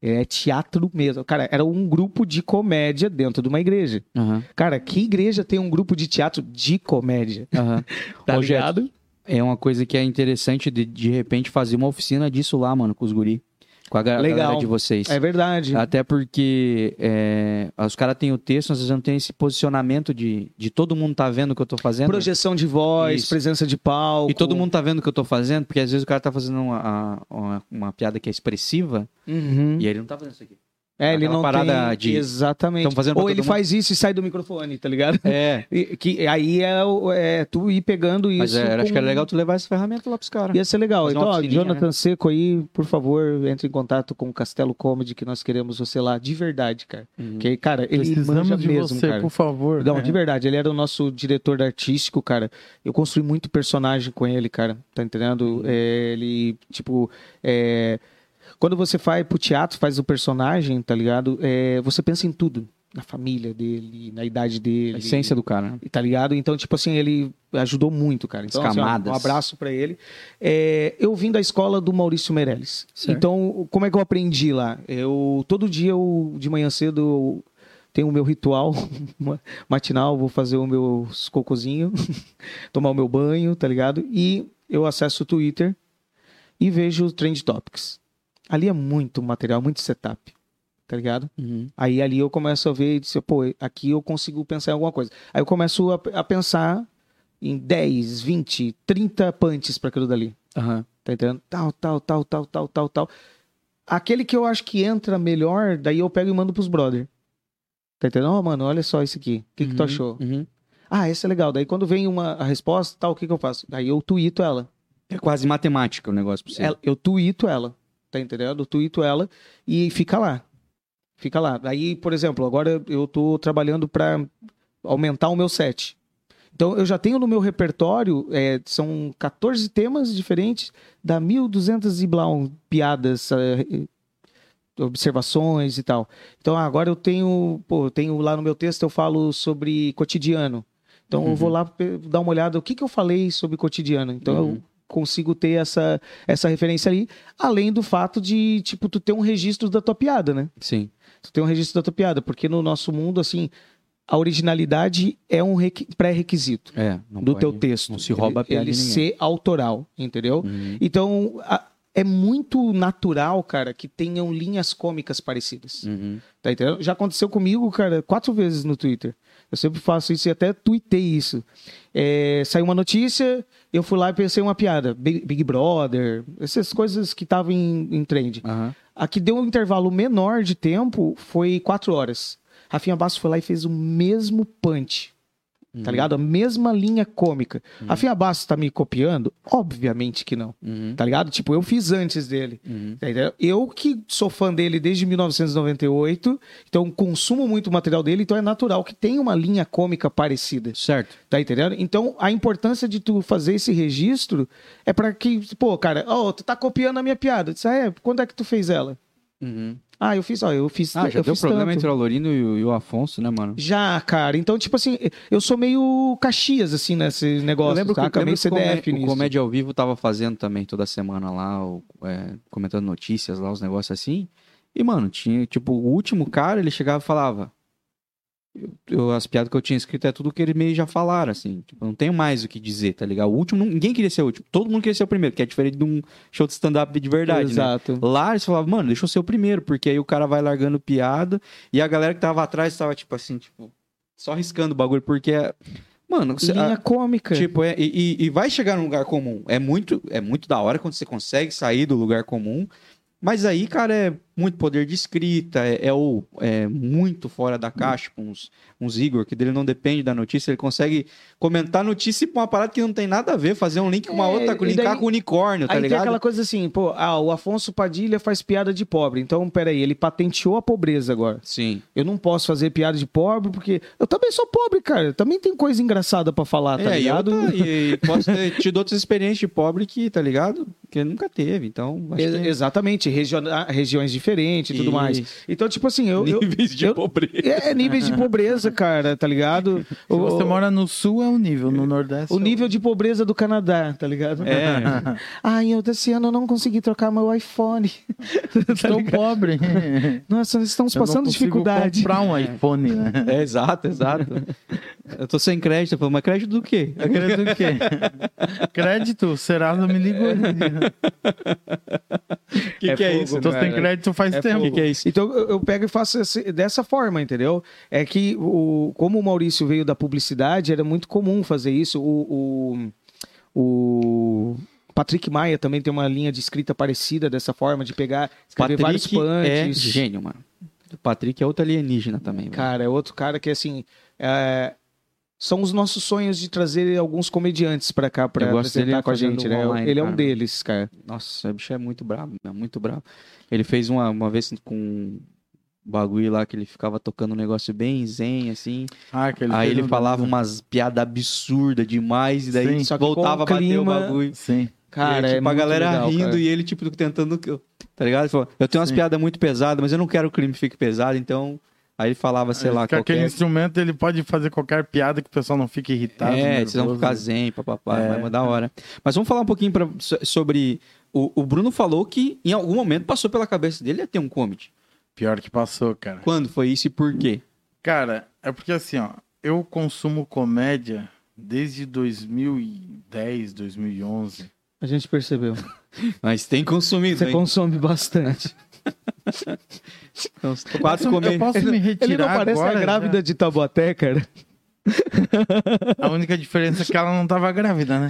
A: É teatro mesmo. Cara, era um grupo de comédia dentro de uma igreja.
B: Aham.
A: Cara, que igreja tem um grupo de teatro de comédia?
B: Aham.
A: [LAUGHS] Tá
B: Ô, Jeff,
A: ligado?
B: É uma coisa que é interessante de, de repente fazer uma oficina disso lá, mano, com os guri. Com a ga-
A: Legal.
B: galera de vocês.
A: É verdade.
B: Até porque é, os caras têm o texto, às vezes não tem esse posicionamento de, de todo mundo tá vendo o que eu tô fazendo.
A: Projeção de voz,
B: Isso.
A: presença de palco.
B: E todo mundo tá vendo o que eu tô fazendo, porque às vezes o cara tá fazendo uma, uma, uma piada que é expressiva
A: Uhum.
B: e aí ele não tá fazendo isso aqui.
A: É, ele
B: Aquela
A: não
B: parada
A: tem...
B: de-
A: Exatamente.
B: Tão fazendo pra
A: Ou
B: todo
A: ele
B: mundo.
A: faz isso e sai do microfone, tá ligado?
B: É,
A: E- que, aí é, o- é tu ir pegando isso.
B: mas é, acho
A: com-
B: que era legal tu levar essa ferramenta lá pros caras.
A: Ia ser legal.
B: Fazer uma né?
A: Então, ó,
B: oficininha,
A: Jonathan Seco aí, por favor, entre em contato com o Castelo Comedy, que nós queremos você lá de verdade, cara.
B: Uhum.
A: Porque, cara, ele
E: Precisamos
A: manja
E: de
A: mesmo,
E: você,
A: cara.
E: por favor.
A: Não,
B: É.
A: de verdade, ele era o nosso diretor artístico, cara. Eu construí muito personagem com ele, cara. Tá
B: Uhum.
A: entendendo? É, ele, tipo. é, Quando você vai pro teatro, faz o personagem, tá ligado? É, Você pensa em tudo. na família dele, na idade dele.
B: A essência do cara, né?
A: E Tá ligado? Então, tipo assim, ele ajudou muito, cara. Então,
B: As
A: assim, ó,
B: camadas.
A: um abraço pra ele. É, eu vim da escola do Maurício Meirelles.
B: Certo.
A: Então, como é que eu aprendi lá? Eu, todo dia, eu, de manhã cedo, eu tenho o meu ritual [LAUGHS] ma- matinal, vou fazer o meu cocôzinho, [LAUGHS] tomar o meu banho, tá ligado? E eu acesso o Twitter e vejo o Trend Topics. Ali é muito material, muito setup, tá ligado? Aí ali eu começo a ver e dizer, pô, aqui eu consigo pensar em alguma coisa. Aí eu começo a, a pensar em 10, 20, 30 punches para aquilo dali.
B: Aham.
A: Tá entendendo? Tal, tal, tal, tal, tal, tal, tal. Aquele que eu acho que entra melhor, daí eu pego e mando pros brother. Tá entendendo? Ó, mano, olha só isso aqui. O que, que tu
B: Uhum,
A: achou?
B: uhum.
A: Ah, esse é legal. Daí quando vem uma a resposta, tal, o que, que eu faço? Daí eu tuito ela.
B: É quase matemática o negócio pra você.
A: Ela- eu tuito ela, tá entendendo? Eu tuito ela e fica lá. Fica lá. Aí, por exemplo, agora eu tô trabalhando para aumentar o meu set. Então, eu já tenho no meu repertório, é, são 14 temas diferentes, dá 1.200 e blau piadas, é, observações e tal. Então, ah, agora eu tenho, pô, eu tenho lá no meu texto, eu falo sobre cotidiano. Então, eu vou lá pe- dar uma olhada, o que, que eu falei sobre cotidiano? Então, eu
B: Uhum.
A: consigo ter essa, essa referência ali, além do fato de, tipo, tu ter um registro da tua piada, né?
B: Sim.
A: Tu tem um registro da tua piada, porque no nosso mundo, assim, a originalidade é um requi- pré-requisito
B: É. Não
A: do
B: pode-
A: teu texto.
B: não se rouba a
A: ele,
B: piada
A: ele
B: de ninguém.
A: ser autoral, entendeu?
B: Uhum.
A: Então, a- é muito natural, cara, que tenham linhas cômicas parecidas.
B: Uhum.
A: Tá entendendo? Já aconteceu comigo, cara, quatro vezes no Twitter. Eu sempre faço isso e até tuitei isso. É, saiu uma notícia, eu fui lá e pensei uma piada. Big, Big Brother, essas coisas que estavam em, em trend.
B: Aham.
A: A que deu um intervalo menor de tempo foi quatro horas. Rafinha Basso foi lá e fez o mesmo punch.
B: Uhum.
A: Tá ligado? A mesma linha cômica. Rafinha Basso tá me copiando? Obviamente que não.
B: Uhum.
A: Tá ligado? Tipo, eu fiz antes dele.
B: Uhum.
A: Tá entendendo? Eu que sou fã dele desde 1998, então consumo muito material dele, então é natural que tenha uma linha cômica parecida.
B: Certo.
A: Tá entendendo? Então a importância de tu fazer esse registro é pra que, pô, cara, ó, tu tá copiando a minha piada. Eu disse, ah, é, quando é que tu fez ela?
B: Uhum.
A: Ah, eu fiz, ó, eu fiz.
B: Ah, já
A: eu
B: deu
A: fiz
B: problema
A: tanto.
B: entre o Alorino e o, e o Afonso, né, mano?
A: Já, cara. Então, tipo assim, eu sou meio Caxias, assim, nesse negócio. saca? meio
B: o, Comé-
A: CDF
B: o
A: nisso.
B: Comédia ao Vivo tava fazendo também toda semana lá, o- é, comentando notícias lá, uns negócios assim. E, mano, tinha, tipo, o último cara, ele chegava e falava. eu- eu- as piadas que eu tinha escrito é tudo que ele meio já falaram, assim. Tipo, não tenho mais o que dizer, tá ligado? O último, não- ninguém queria ser o último. Todo mundo queria ser o primeiro, que é diferente de um show de stand-up de verdade, né?
A: Exato.
B: Lá eles falavam, mano, deixa eu ser o primeiro, porque aí o cara vai largando piada e a galera que tava atrás tava, tipo assim, tipo, só riscando o bagulho, porque. é, Mano, você-
A: Linha
B: a-
A: cômica.
B: tipo, é, e, e- e vai chegar num lugar comum. É muito, é muito da hora quando você consegue sair do lugar comum. Mas aí, cara, é muito poder de escrita, é, é o, é muito fora da caixa, com uns, uns Igor, que dele não depende da notícia, ele consegue comentar notícia e pôr uma parada que não tem nada a ver, fazer um link com uma
A: É,
B: outra,
A: e
B: linkar
A: daí-
B: com o unicórnio, tá
A: Aí tem
B: ligado?
A: aquela coisa assim, pô, ah, o Afonso Padilha faz piada de pobre. Então, peraí, ele patenteou a pobreza agora.
B: Sim.
A: Eu não posso fazer piada de pobre porque eu também sou pobre, cara. Também tem coisa engraçada pra falar, tá
B: É, e
A: ligado? [LAUGHS]
B: outra- E, [LAUGHS] e posso ter tido outras experiências de pobre que, tá ligado? Que nunca teve, então acho
A: Ex-
B: que...
A: Exatamente, regiona- regiões diferentes e tudo mais.
B: Isso.
A: Então, tipo assim, eu. eu-
B: Níveis de
A: eu-
B: pobreza.
A: é, é níveis de pobreza, cara, tá ligado?
E: Se
A: O-
E: você
A: o-
E: mora no sul, é um nível, no nordeste.
A: O nível de pobreza do Canadá, tá ligado?
B: É.
A: [LAUGHS] Ai, eu desse ano eu não consegui trocar meu iPhone.
E: Estou [LAUGHS] pobre. Tipo,
A: Nossa, nós estamos
E: Eu não
A: passando
E: consigo
A: dificuldade.
E: comprar um iPhone, [LAUGHS] né?
B: [LAUGHS] É, exato, exato. Eu tô sem crédito, eu falo, mas crédito do quê?
E: Acredito o quê? Crédito? O Serasa me ligou.
B: O que, que é isso?
E: Tô
B: né?
E: sem Então, crédito faz
B: É
E: tempo.
B: fogo. O que, que é isso?
A: Então eu, eu pego e faço esse- dessa forma, entendeu? É que o, como o Maurício veio da publicidade, era muito comum fazer isso. O, o, o Patrick Maia também tem uma linha de escrita parecida dessa forma, de pegar, escrever vários
B: Patrick é
A: punches.
B: gênio, mano. O Patrick é outro alienígena também, velho.
A: Cara, é outro cara que assim. é, São os nossos sonhos de trazer alguns comediantes pra cá pra
B: Eu gosto dele
A: apresentar com a
B: fazendo
A: gente, né?
B: online,
A: ele é um
B: cara.
A: deles, cara.
B: Nossa, o bicho é muito brabo, é muito brabo. Ele fez uma, uma vez com um bagulho lá que ele ficava tocando um negócio bem zen, assim.
E: Ah, que
B: aí
E: fez
B: ele
E: um-
B: falava umas piadas absurdas demais, e daí
E: Sim.
A: Só que
B: voltava a
A: com o
B: bater o
A: clima-
B: bagulho.
E: Sim.
A: Cara,
B: e, aí, tipo,
A: é
B: a
A: muito
B: galera
A: legal,
B: rindo
A: cara.
B: e ele, tipo, tentando. Tá ligado? Ele falou, eu tenho umas
E: Sim.
B: piadas muito pesadas, mas eu não quero que o crime fique pesado, então Aí ele falava, sei lá,
E: Com aquele
B: qualquer...
E: instrumento ele pode fazer qualquer piada que o pessoal não fique irritado.
B: É, vocês vão
E: nervoso.
B: ficar zen, papapá,
E: É.
B: vai mandar hora. Mas vamos falar um pouquinho pra- so- sobre... O, o Bruno falou que em algum momento passou pela cabeça dele ia ter um comedy.
E: Pior que passou, cara.
B: Quando foi isso e por quê?
E: Cara, é porque assim, ó, eu consumo comédia desde 2010, 2011.
A: A gente percebeu.
B: Mas tem consumido,
A: Você
B: hein?
A: consome bastante.
B: Quatro
E: eu, posso-
B: comédias.
E: eu posso me retirar
A: Ele não parece
E: agora,
A: a grávida
E: já.
A: de Taboté, cara. [LAUGHS]
E: A única diferença é que ela não tava grávida, né?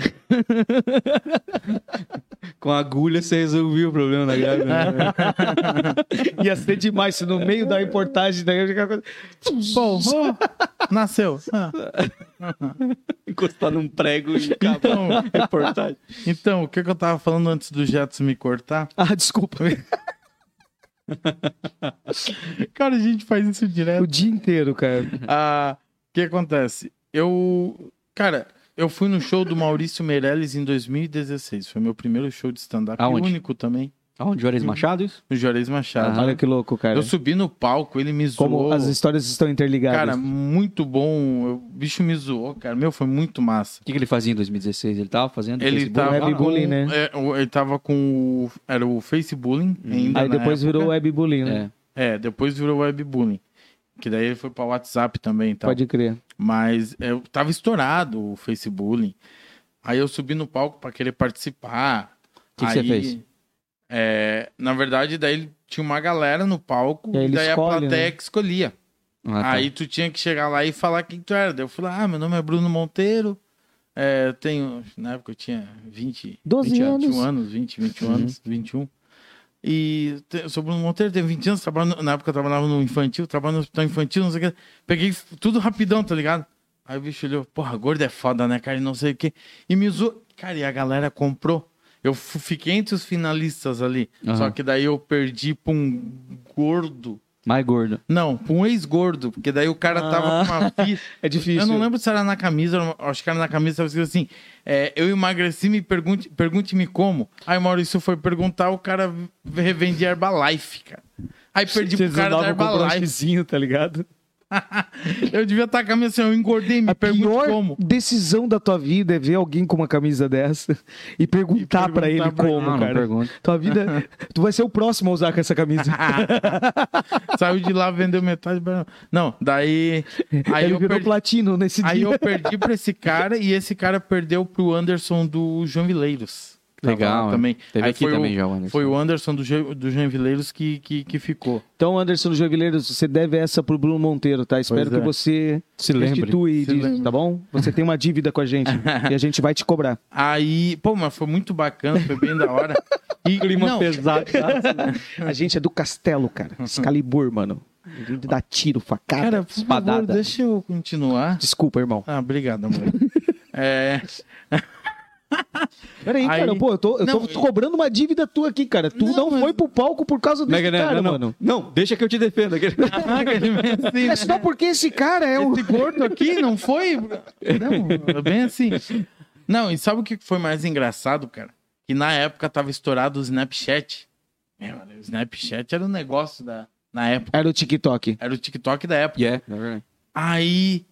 B: Com a agulha você resolveu o problema
E: [LAUGHS]
B: da grávida. né?
A: Ia ser demais se no meio da reportagem daí eu ficava-
E: Bom, oh, nasceu. Ah.
B: Encostar num prego e acabar
E: Então,
A: É
B: a reportagem.
E: então, o que, que eu tava falando antes do Jetson me cortar?
A: [LAUGHS] Ah, desculpa.
E: Cara, a gente faz isso direto.
A: O dia inteiro, cara.
E: Ah, O que acontece? Eu. Cara, eu fui no show do Maurício Meirelles em 2016. Foi meu primeiro show de stand-up. E
B: Aonde?
E: único também.
B: Aonde? Juarez Machado? isso?
E: No Juarez
A: [LAUGHS]
E: Machado.
A: Olha que louco, cara.
E: Eu subi no palco, ele me zoou.
A: Como as histórias estão interligadas.
E: Cara, muito bom. O bicho me zoou, cara. Meu, foi muito massa.
B: O que, que ele fazia em 2016? Ele tava fazendo
E: Ele
B: Facebook?
E: tava,
A: Web
E: com,
A: bullying, né? Uhum.
E: é, o- ele tava com o, era o Facebooling ainda
A: Aí
E: na
A: depois
E: época.
A: virou webbullying, né?
B: É.
E: É, depois virou webbullying. Que daí ele foi pra WhatsApp também e tal.
A: Pode crer.
E: Mas eu tava estourado o Facebook. Aí eu subi no palco pra querer participar.
B: Que que você
E: Aí,
B: fez?
E: é, na verdade, daí tinha uma galera no palco
A: E aí
E: e,
A: ele
E: daí
A: escolhe,
E: a plateia
A: né?
E: que escolhia.
B: Ah, tá.
E: Aí tu tinha que chegar lá e falar quem tu era. Daí eu falei, ah, meu nome é Bruno Monteiro. É, eu tenho, na época eu tinha 20,
A: 12
E: 20 anos.
A: anos.
E: 21 anos, 20,
B: Uhum.
E: 21 anos, 21. E te- eu sou Bruno Monteiro, tenho 20 anos, trabalho no- na época eu trabalhava no infantil, trabalho no hospital infantil, não sei o que. Peguei f- tudo rapidão, tá ligado? Aí o bicho olhou, porra, gordo é foda, né, cara? E não sei o quê. E me usou. Cara, e a galera comprou. Eu fu- fiquei entre os finalistas ali.
B: Aham.
E: Só que daí eu perdi pra um gordo.
B: Mais gordo.
E: Não, pra um ex-gordo, porque daí o cara tava
A: [LAUGHS]
E: com uma fita.
A: É difícil.
E: Eu não lembro se era na camisa, eu acho que era na camisa, tava escrito assim: é, eu emagreci, me pergunte, pergunte-me como. Aí o Maurício foi perguntar, o cara revendia Herbalife, cara. Aí perdi pro
A: Vocês
E: cara da
A: andavam com o
E: Herbalife.
A: brochezinho, tá ligado?
E: [LAUGHS] eu devia estar com a camisa assim, eu engordei, me
A: A
E: pergunte
A: pior
E: como.
A: decisão da tua vida é ver alguém com uma camisa dessa e perguntar pra ele
E: perguntar pra
A: como,
E: ele.
B: Não, não
A: cara.
B: pergunta.
A: tua
E: [LAUGHS]
A: vida, tu vai ser o próximo a usar com essa camisa.
E: Saiu de lá, vendeu metade. [LAUGHS] pra- Não, daí. [LAUGHS] Aí
A: ele
E: eu
A: virou
E: perdi.
A: platino nesse
E: Aí
A: dia.
B: [LAUGHS]
E: eu perdi pra esse cara e esse cara perdeu pro Anderson do João Vileiros. que tava
B: Legal,
E: lá
B: é.
E: Também.
B: Teve
E: Aí
B: aqui
E: foi
B: também
E: o,
B: já o Anderson.
E: Foi o Anderson do, Jo- do João Vileiros que, que, que ficou.
A: Então, Anderson Jovileiros, você deve essa pro Bruno Monteiro, tá? Espero
E: Pois
A: que
E: é.
A: você
B: Se
A: restitui
E: Se
A: disso,
E: lembre.
A: tá bom? Você tem uma dívida com a
E: [LAUGHS]
A: gente e a gente vai te cobrar.
E: Aí, pô, mas foi muito bacana, foi bem da
B: [LAUGHS]
E: hora. E,
B: Clima
E: não,
B: pesado.
A: A gente é do castelo, cara. Excalibur,
E: [LAUGHS]
A: mano. Ninguém te dá tiro, facada,
E: cara, por
A: espadada.
E: favor, deixa eu continuar.
A: Desculpa, irmão.
E: Ah, obrigado,
B: [LAUGHS]
E: amor. É, [LAUGHS]
A: Peraí,
E: Aí-
A: cara, pô, eu tô, eu tô
E: Não, eu-
A: cobrando uma dívida tua aqui, cara. Tu não,
E: Não, mas-
A: foi pro palco por causa
E: é
A: desse
B: Mega, né?
A: cara,
B: não,
A: mano.
B: não. não, deixa que eu te defenda.
E: caraca, ele é assim,
A: É só porque esse cara é um...
E: Esse gordo aqui não foi? Não, é bem assim. Não, e sabe o que foi mais engraçado, cara? Que na época tava estourado o Snapchat. Meu, o Snapchat era um negócio da, na época.
A: Era o TikTok.
E: Era o TikTok da época.
B: [LAUGHS] Yeah, na verdade.
E: Aí,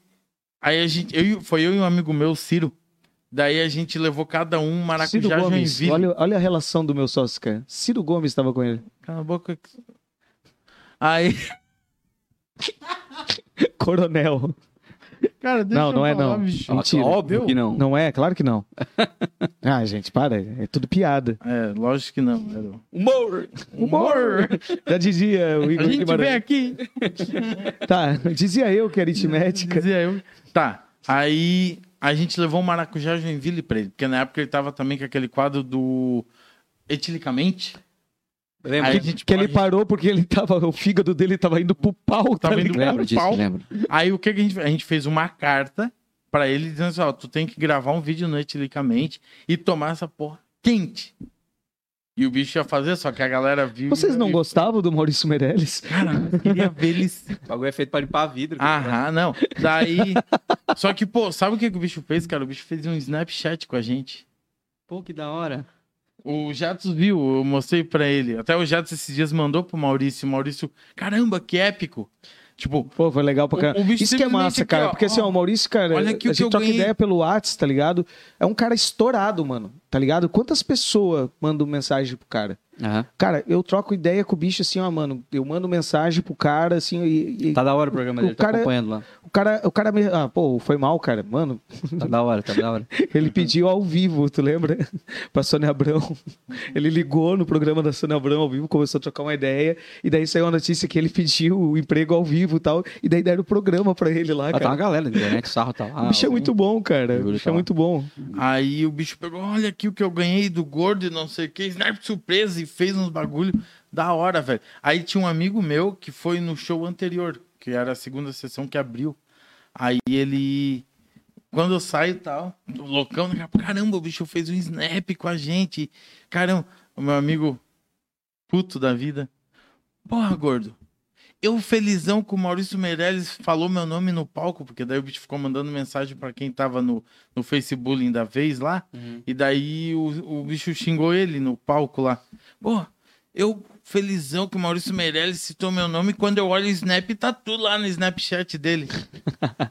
E: aí a gente, eu, e- foi eu e um amigo meu, Ciro. Daí a gente levou cada um um
A: Ciro
E: maracujá
A: Gomes.
E: Joinville.
A: Olha, olha a relação do meu sócio, cara. Ciro Gomes estava com ele. [LAUGHS]
E: Cala a boca. Aí, [LAUGHS]
A: Coronel.
E: cara, deixa
A: Não, não
E: eu
A: é,
E: falar,
A: não.
E: bicho.
A: Mentira.
B: Óbvio
E: Deu?
B: que não.
A: Não é? Claro que
E: [LAUGHS]
A: não. Ah, gente, para. É tudo piada.
E: É, lógico que não. Era...
B: Humor!
E: Humor!
A: [LAUGHS] Já dizia o
E: A
A: Igor
E: gente vem
A: Guimarães.
E: aqui.
A: Tá, dizia eu que
E: [LAUGHS]
A: aritmética.
E: Dizia eu. Tá, aí a gente levou o maracujá Joinville pra ele. Porque na época ele tava também com aquele quadro do... Etilicamente.
B: Lembra?
E: Aí É, a gente...
A: Que ele
E: a gente
A: parou porque ele tava, o fígado dele tava indo pro pau, tá
E: tava indo
A: ligado?
E: pro
B: Lembro disso,
E: pau.
B: lembro.
E: Aí o que, que a gente fez? A gente fez uma carta pra ele dizendo assim, ó, tu tem que gravar um vídeo no Etilicamente e tomar essa porra quente. E o bicho ia fazer, só que a galera viu...
A: Vocês não
E: e-
A: gostavam do Maurício Meirelles?
E: Cara, eu queria ver
A: [LAUGHS]
E: ele... se-
B: O bagulho é feito pra limpar a vidro.
E: Aham, não. Daí... Só que, pô, sabe o que, que o bicho fez, cara? O bicho fez um Snapchat com a gente.
B: Pô, que da hora.
E: O Jatos viu, eu mostrei pra ele. Até o Jatos esses dias mandou pro Maurício. O Maurício, caramba, que épico. Tipo,
A: Pô, foi legal pra
E: O-
A: caramba.
E: o bicho
A: Isso que é
E: simplesmente
A: massa,
E: aqui,
A: cara.
E: ó,
A: porque assim,
E: ó,
A: ó, o Maurício, cara,
E: olha aqui o
A: a
E: que
A: gente
E: eu
A: troca
E: ganhei.
A: ideia pelo Whats, tá ligado? É um cara estourado, mano. Tá ligado? Quantas pessoas mandam mensagem pro cara?
B: Aham.
A: Cara, eu troco ideia com o bicho assim, ó, mano. Eu mando mensagem pro cara, assim, e, e
B: Tá da hora o programa
A: O
B: dele, tá
A: cara-
B: acompanhando lá.
A: o cara, o cara me. Ah, pô, foi mal, cara. Mano,
B: Tá da hora, tá da hora.
A: [LAUGHS] ele pediu ao vivo, tu lembra? [LAUGHS] pra Sônia Abrão. [LAUGHS] Ele ligou no programa da Sônia Abrão ao vivo, começou a trocar uma ideia, e daí saiu a notícia que ele pediu o emprego ao vivo e tal, e daí deram o programa pra ele lá,
B: Ah, tá
A: cara.
B: uma galera da internet, o sarro tá lá.
A: o bicho é
B: alguém-
A: muito bom, cara. O
B: Júlio
A: bicho
B: tá
A: é
B: lá.
A: muito bom.
E: aí o bicho pegou, olha aqui o que eu ganhei do gordo e não sei o que, Snarp surpresa e fez uns bagulho da hora, velho. Aí tinha um amigo meu que foi no show anterior, que era a segunda sessão que abriu. Aí ele. Quando eu saio e tal, do loucão, né, cara, caramba, o bicho fez um snap com a gente. Caramba, o meu amigo puto da vida. Porra, gordo. Eu felizão que o Maurício Meirelles falou meu nome no palco, porque daí o bicho ficou mandando mensagem pra quem tava no, no Facebook da vez lá.
A: Uhum.
E: E daí o, o bicho xingou ele no palco lá. Pô, eu felizão que o Maurício Meirelles citou meu nome. Quando eu olho o Snap, tá tudo lá no Snapchat dele.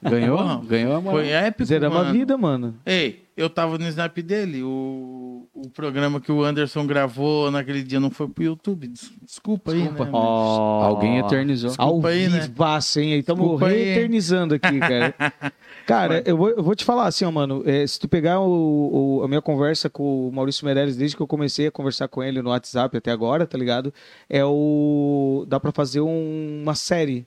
B: Ganhou?
E: Porra,
B: Ganhou a moral.
E: Foi épico,
A: Zeramos
E: mano.
A: a é vida, mano.
E: Ei, eu tava no Snap dele. O, o programa que o Anderson gravou naquele dia não foi pro YouTube. Des- Desculpa, aí, né?
B: Ó, Alguém eternizou.
A: Ao ah,
E: Desculpa aí, né?
A: vivaço, hein? Estamos
E: Desculpa aí, hein?
A: reeternizando aqui,
E: [LAUGHS]
A: cara. cara, eu vou, eu vou te falar assim, ó, mano. é, se tu pegar o- o- a minha conversa com o Maurício Meirelles, desde que eu comecei a conversar com ele no WhatsApp até agora, tá ligado? É o. Dá pra fazer um- uma série.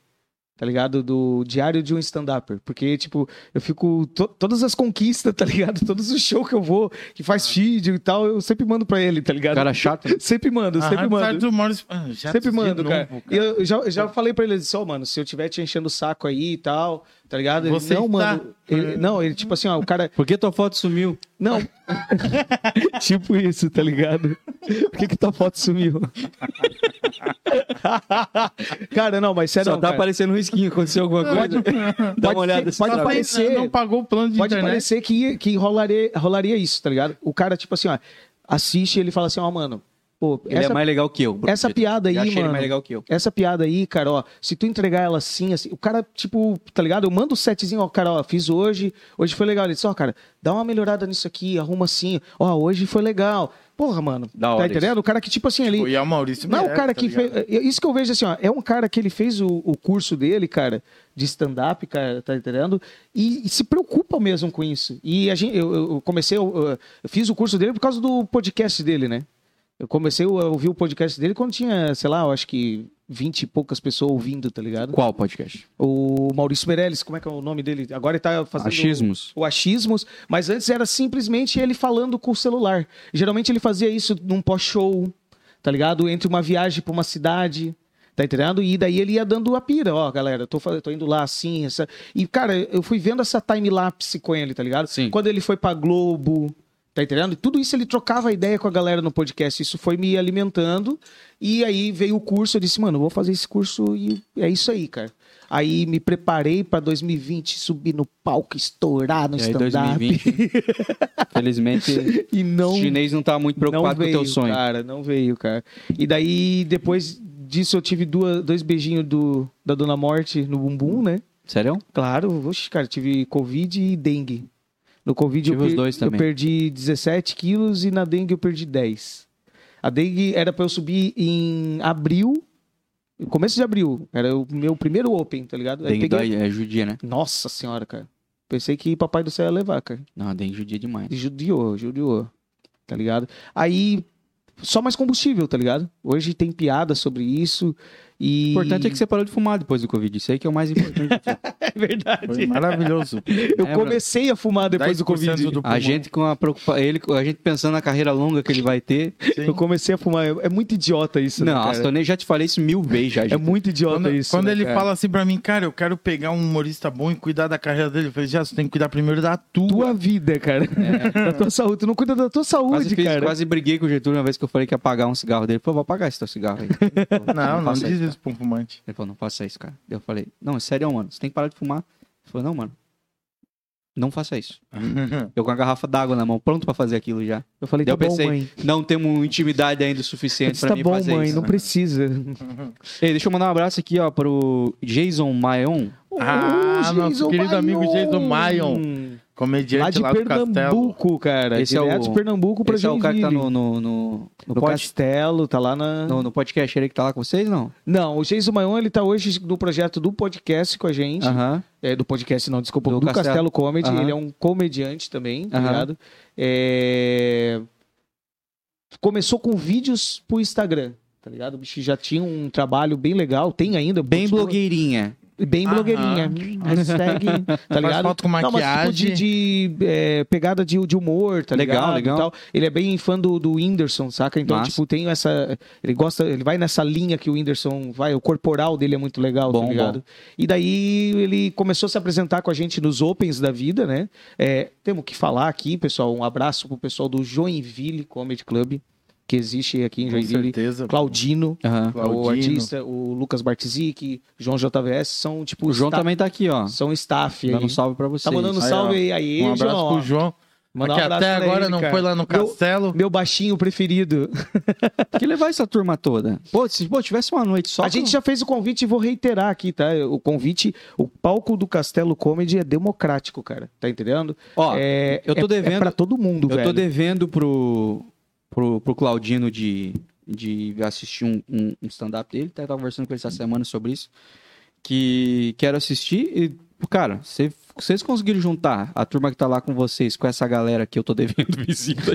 A: Tá ligado? Do diário de um stand-upper. Porque, tipo, eu fico. to- todas as conquistas, tá ligado? [LAUGHS] Todos os shows que eu vou, que
E: Ah.
A: faz vídeo e tal, eu sempre mando pra ele, tá ligado?
B: Cara chato.
A: [LAUGHS] Sempre mando,
E: Ah,
A: sempre mando.
E: sabe do Maurício... Ah, já
A: Sempre
E: de
A: mando,
E: novo,
A: cara. E eu eu já, eu já falei pra ele, eu disse, ó, mano, se eu tiver te enchendo o saco aí e tal, tá ligado? Ele,
E: Você
A: não,
E: está-
A: mano. ele- não, ele, tipo assim, ó, o cara.
B: Por que tua foto sumiu?
A: Não. [LAUGHS] tipo isso, tá ligado? Por que, que tua foto sumiu? [LAUGHS] cara, não, mas sério,
B: Só
A: não,
B: tá
A: cara.
B: aparecendo um risquinho. Aconteceu alguma [LAUGHS] coisa? Dá
A: Pode
B: uma olhada.
A: ser-
B: se
A: pode
B: tá-
A: aparecer.
E: Não, não pagou o plano de
A: Pode
E: internet.
A: parecer que, que rolaria, rolaria isso, tá ligado? O cara, tipo assim, ó, assiste e ele fala assim, ó, mano, pô,
B: Ele
A: essa
B: é mais legal que eu. bro.
A: essa piada aí,
B: Já achei ele
A: mano.
B: mais legal que eu.
A: Essa piada aí, cara, ó, se tu entregar ela assim, assim, o cara, tipo, tá ligado? Eu mando o setzinho, ó, cara, ó, fiz hoje, hoje foi legal. Ele disse, ó, cara, dá uma melhorada nisso aqui, arruma assim, ó, hoje foi legal. Porra, mano,
B: Da
A: tá
B: hora
A: entendendo? O cara que, tipo assim, ele...
E: E é o Maurício
A: Não, é o
E: Meirelles,
A: cara
E: tá
A: que
E: ligado?
A: fez. Isso que eu vejo assim, ó. É um cara que ele fez o, o curso dele, cara, de stand-up, cara, tá entendendo? E, e se preocupa mesmo com isso. E a gente, eu, eu comecei, eu, eu- eu fiz o curso dele por causa do podcast dele, né? Eu comecei a ouvir o podcast dele quando tinha, sei lá, eu acho que 20 e poucas pessoas ouvindo, tá ligado?
B: Qual podcast?
A: O Maurício Meirelles, como é que é o nome dele? Agora ele tá fazendo
B: Achismos.
A: o achismos, mas antes era simplesmente ele falando com o celular. Geralmente ele fazia isso num pós-show, tá ligado? Entre uma viagem pra uma cidade, tá entendendo? E daí ele ia dando a pira, ó, galera, eu tô, fa- tô indo lá assim, essa... E, cara, eu fui vendo essa time-lapse com ele, tá ligado?
B: Sim.
A: Quando ele foi pra Globo, tá entendendo? E tudo isso ele trocava ideia com a galera no podcast, isso foi me alimentando, e aí veio o curso, eu disse, mano, eu vou fazer esse curso e é isso aí, cara. Aí me preparei pra 2020 subir no palco, estourar no
B: E aí,
A: stand-up.
B: 2020. Felizmente,
A: [LAUGHS] E não,
B: o chinês não tá muito preocupado
A: não veio,
B: com o teu sonho.
A: cara, não veio, cara. E daí, depois disso, eu tive duas, dois beijinhos do, da Dona Morte no bumbum, né?
B: Sério?
A: Claro, oxe, cara, tive Covid e dengue. No Covid eu,
B: Tive os
A: per-
B: dois
A: eu
B: também.
A: perdi 17 quilos e na dengue eu perdi 10. A dengue era pra eu subir em abril, começo de abril. Era o meu primeiro Open, tá ligado? Aí
B: Dengue
A: peguei-
B: dói, é judia, né?
A: Nossa senhora, cara. Pensei que papai do céu ia levar, cara.
B: Não, dengue judia é demais.
A: Judiou, judiou. Tá ligado? Aí, só mais combustível, tá ligado? Hoje tem piada sobre isso
B: O
A: e...
B: importante é que você parou de fumar depois do Covid. Isso aí que é o mais importante.
A: [LAUGHS] É verdade.
E: Foi maravilhoso.
A: Eu
B: É,
A: comecei a fumar depois do
E: 10%
A: Covid.
E: do pulmão.
B: a gente com a preocupa... ele, a gente pensando na carreira longa que ele vai ter.
E: Sim.
A: Eu comecei a fumar. É muito idiota isso, né,
B: Não,
A: cara?
B: Astonei, já te falei isso mil vezes já.
A: É
B: gente.
A: muito idiota
E: Quando,
A: isso.
E: quando
A: né,
E: ele
A: cara?
E: fala assim pra mim, cara, eu quero pegar um humorista bom e cuidar da carreira dele, eu falei, já, você tem que cuidar primeiro da tua.
A: Tua vida, cara.
B: É.
A: [LAUGHS] Da tua saúde. Tu não cuida da tua
B: Quase,
A: saúde,
B: fiz-
A: cara.
B: quase briguei com o Getúlio uma vez que eu falei que ia pagar um cigarro dele. Ele falou, vou pagar esse teu cigarro
A: [LAUGHS]
B: aí.
E: Não,
A: Tá
E: não
B: faça
E: diz
B: cara.
E: isso pra um fumante. [LAUGHS]
B: Ele falou, não faça isso, cara. Eu falei, não, é sério, mano. Você tem que parar de fumar. Ele falou, não, mano. Não faça isso. Eu com a garrafa d'água na mão, pronto pra fazer aquilo já.
A: Eu falei,
B: Daí
A: tá
B: eu
A: bom,
B: pensei,
A: mãe.
B: não temos intimidade ainda o
A: Eu
B: suficiente
A: disse,
B: pra
A: tá
B: mim
A: bom,
B: fazer
A: mãe,
B: isso.
A: não
B: né?
A: precisa.
B: Ei, deixa eu mandar um abraço aqui, ó, pro Jason Maion.
E: Ah,
A: Ô,
E: nosso
A: Jason
E: querido amigo
A: Oh, Maion.
E: Jason Maion,
A: Lá
E: comediante
A: de
E: lá, do Castelo.
A: Pernambuco, cara.
B: Esse é
A: Direto
B: o-
A: de Pernambuco pra
B: Esse é o cara que tá
A: Joinville.
B: no, no, no,
A: No
B: no pod-
A: Castelo, tá lá na.
B: no- no podcast ele que tá lá com vocês, não?
A: Não, o Jason Maion, ele tá hoje no projeto do podcast com a gente.
B: Aham.
A: É, do podcast, não, desculpa,
B: Do
A: do,
B: Castelo.
A: Castelo, Comedy.
B: Aham.
A: Ele é um comediante também, tá
B: Aham.
A: ligado? É... Começou com vídeos pro Instagram, tá ligado? O bicho já tinha um trabalho bem legal, tem ainda.
B: Bem
A: continua-
B: blogueirinha.
A: Bem
E: Aham.
A: blogueirinha. Hum,
E: [LAUGHS]
A: Hashtag, tá
E: Faz
A: ligado?
E: foto com
A: Não, mas
E: maquiagem.
A: tipo de, de, é, pegada de, de humor, tá
B: Legal,
A: ligado?
B: legal.
A: E tal. Ele é bem fã do, do Whindersson, saca? Então,
B: Massa.
A: tipo, tem essa. Ele gosta, ele vai nessa linha que o Whindersson vai, o corporal dele é muito legal,
B: Bom,
A: tá ligado? E daí ele começou a se apresentar com a gente nos Opens da vida, né? É, temos que falar aqui, pessoal, um abraço pro pessoal do Joinville Comedy Club, que existe aqui em
E: Com
A: Joinville.
E: certeza.
A: Claudino,
B: Aham.
A: o
E: Claudino.
A: artista, o Lucas Bartzik, João JVS, são tipo.
B: O João
A: sta-
B: também tá aqui, ó.
A: São staff.
B: Dando um
A: aí.
B: salve pra vocês.
A: Tá mandando um
E: Aí,
A: salve
E: ó.
A: aí, aí,
E: Um abraço
A: João. ó.
E: pro João,
A: Mandar um
E: que
A: abraço
E: até
A: pra
E: agora
A: ele,
E: não
A: cara.
E: foi lá no
A: Meu-
E: Castelo.
A: Meu baixinho preferido.
B: Tem que levar essa turma toda. Pô, se pô, tivesse uma noite só.
A: a gente já fez o convite e vou reiterar aqui, tá? O convite, o palco do Castelo Comedy é democrático, cara. Tá entendendo?
B: Ó,
A: é,
B: eu tô
A: é-
B: devendo-
A: É pra todo mundo,
B: eu
A: velho.
B: tô devendo pro, pro, pro Claudino de, de assistir um, um, um stand-up dele. Até tava conversando com ele essa
A: Uhum.
B: semana sobre isso. Que quero assistir e, cara, se vocês conseguiram juntar a turma que tá lá com vocês, com essa galera que eu tô devendo [LAUGHS] visita.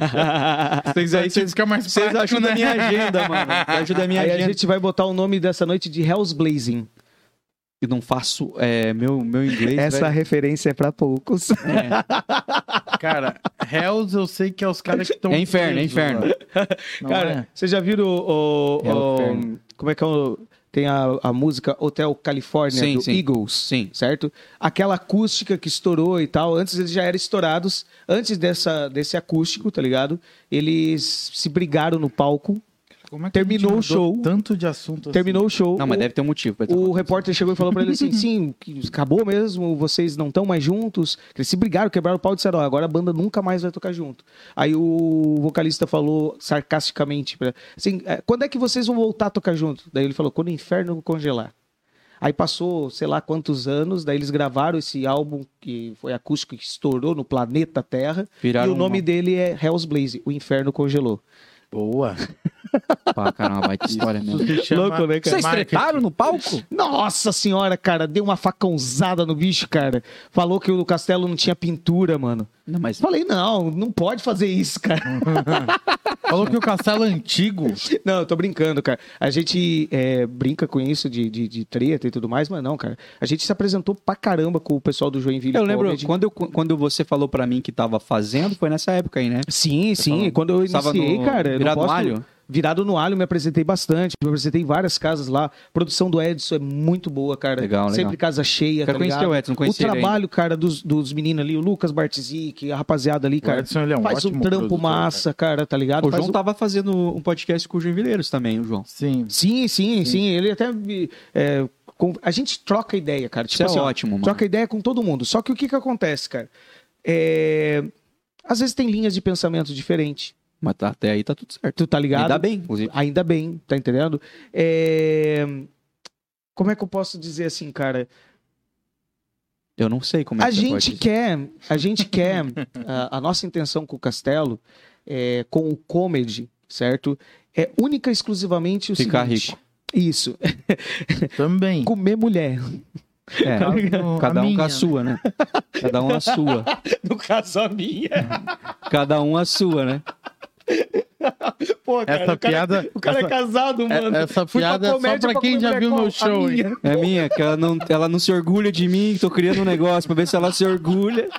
B: Vocês aí,
E: Isso
B: vocês
E: fica mais
B: vocês
E: prático,
B: ajudam
E: né?
B: a minha agenda, mano. Ajuda a minha
A: Aí
B: agenda.
A: a gente vai botar o nome dessa noite de Hell's Blazing.
B: Eu não faço é, meu, meu inglês.
A: Essa
B: velho.
A: referência é pra poucos.
E: Cara, Hells eu sei que é os caras que estão.
B: É inferno, é inferno.
A: cara, vocês já viram o, o-
B: É o
A: o-
B: Ferno.
A: Como é que é o... Tem a, a música Hotel California,
B: Sim,
A: do
B: sim.
A: Eagles.
B: Sim.
A: certo? Aquela acústica que estourou e tal, antes eles já eram estourados, antes dessa, desse acústico, tá ligado? Eles se brigaram no palco,
E: Como é que
A: Terminou
E: a gente
A: o
E: mudou
A: show.
E: Tanto de assunto assim?
A: terminou o show.
B: Não, mas deve ter um motivo. pra
A: o,
B: ter
A: o
B: acontecido.
A: repórter chegou e falou pra ele assim: sim, que acabou mesmo, vocês não estão mais juntos. Eles se brigaram, quebraram o pau e disseram: ó, agora a banda nunca mais vai tocar junto. Aí o vocalista falou sarcasticamente: pra, assim, "É, quando é que vocês vão voltar a tocar junto? Daí ele falou: quando o inferno congelar. Aí passou, sei lá quantos anos, daí eles gravaram esse álbum que foi acústico que estourou no planeta Terra.
B: Viraram
A: e o nome
B: uma-
A: dele é Hell's Blaze, O Inferno Congelou. [LAUGHS]
E: Boa.
B: Pá, cara, uma baita história mesmo.
A: Louco, né, cara?
B: Vocês tretaram no palco?
A: Nossa senhora, cara, deu uma facãozada no bicho, cara. Falou que o castelo não tinha pintura, mano.
B: Não, mas
A: Falei, não, não pode fazer isso,
B: Hum.
A: cara.
E: Falou que o castelo é antigo.
A: Não, eu tô brincando, cara. A gente é, brinca com isso de, de, de treta e tudo mais, mas não, cara. A gente se apresentou pra caramba com o pessoal do Joinville.
B: eu lembro,
A: Comedy.
B: quando, eu- quando você falou pra mim que tava fazendo, foi nessa época aí, né?
A: Sim, sim.
B: falando-
A: Quando eu
B: Tava
A: iniciei,
B: no-
A: cara, eu
B: virado
A: não
B: no
A: posso...
B: alho?
A: Virado no alho, me apresentei bastante. Me apresentei em várias casas lá. A produção do Edson é muito boa, cara.
B: Legal, legal.
A: Sempre casa cheia,
B: Quero
A: tá
B: conhecer
A: ligado?
B: o Edson, não
A: o
B: conheci ele ainda.
A: trabalho, cara, dos, dos meninos ali, o Lucas Bartzik, a rapaziada ali,
E: O
A: cara.
E: Edson, ele é um
A: faz um
E: ótimo
A: trampo
E: produtor,
A: massa, cara. tá ligado?
B: O
A: Faz
B: João
A: um-
B: tava fazendo um podcast com o João Vileiros também, o João.
E: Sim.
A: Sim, sim, sim, Ele até. me- é, com- A gente troca ideia, cara.
B: Isso
A: Tipo
B: é
A: assim, ó,
B: ótimo, mano.
A: Troca ideia com todo mundo. Só que o que que acontece, cara? É, Às vezes tem linhas de pensamento diferentes.
B: Mas tá- até aí tá tudo certo.
A: Tu tá
B: Me
A: ligado?
B: dá bem, inclusive.
A: Ainda bem, tá entendendo? É, Como é que eu posso dizer assim, cara?
B: Eu não sei como é
A: a
B: que você
A: gente
B: pode-
A: quer, a
B: [LAUGHS]
A: gente quer, a, a nossa intenção com o Castelo, é, com o comedy, certo? É única e exclusivamente o
B: Ficar
A: seguinte. Isso, é
E: Também.
A: comer mulher. [LAUGHS]
B: [LAUGHS] É, cada um com a sua, né? Cada um a [LAUGHS] sua.
A: No caso a minha.
B: Cada um a sua, né?
A: Pô, cara,
E: Essa
A: o cara,
E: piada.
A: o cara é casado, mano.
E: Essa
A: Fui pra
E: piada é só
A: comédia
E: pra quem
A: comer
E: já
A: mulher
E: viu
A: com
E: meu
A: a
E: show, hein?
A: minha.
B: É minha, que ela não, ela não se orgulha de mim, que tô criando um negócio pra ver se ela se orgulha.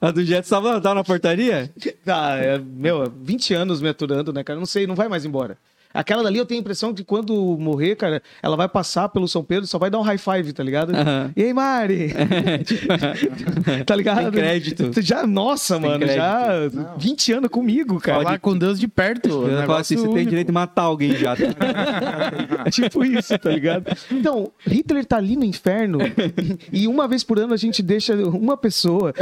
B: A do Jet tava, tava na portaria?
A: Ah, Tá, é, meu, 20 anos me aturando, né, cara? Não sei, não vai mais embora. Aquela dali eu tenho a impressão que quando morrer, cara, ela vai passar pelo São Pedro e só vai dar um high five, tá ligado?
B: Aham.
A: E aí,
B: [LAUGHS]
A: Mari? tá ligado?
B: Tem crédito.
A: Tu Já, nossa,
B: Tem
A: mano, já
E: Não.
A: 20 anos comigo, cara.
E: Falar com Deus de perto. né?
B: Eu falo assim, você tem direito de matar alguém já. [LAUGHS] tá? É
A: Tipo isso, tá
B: [LAUGHS]
A: ligado? Então, Hitler tá ali no inferno e uma vez por ano a gente deixa uma
B: [LAUGHS]
A: pessoa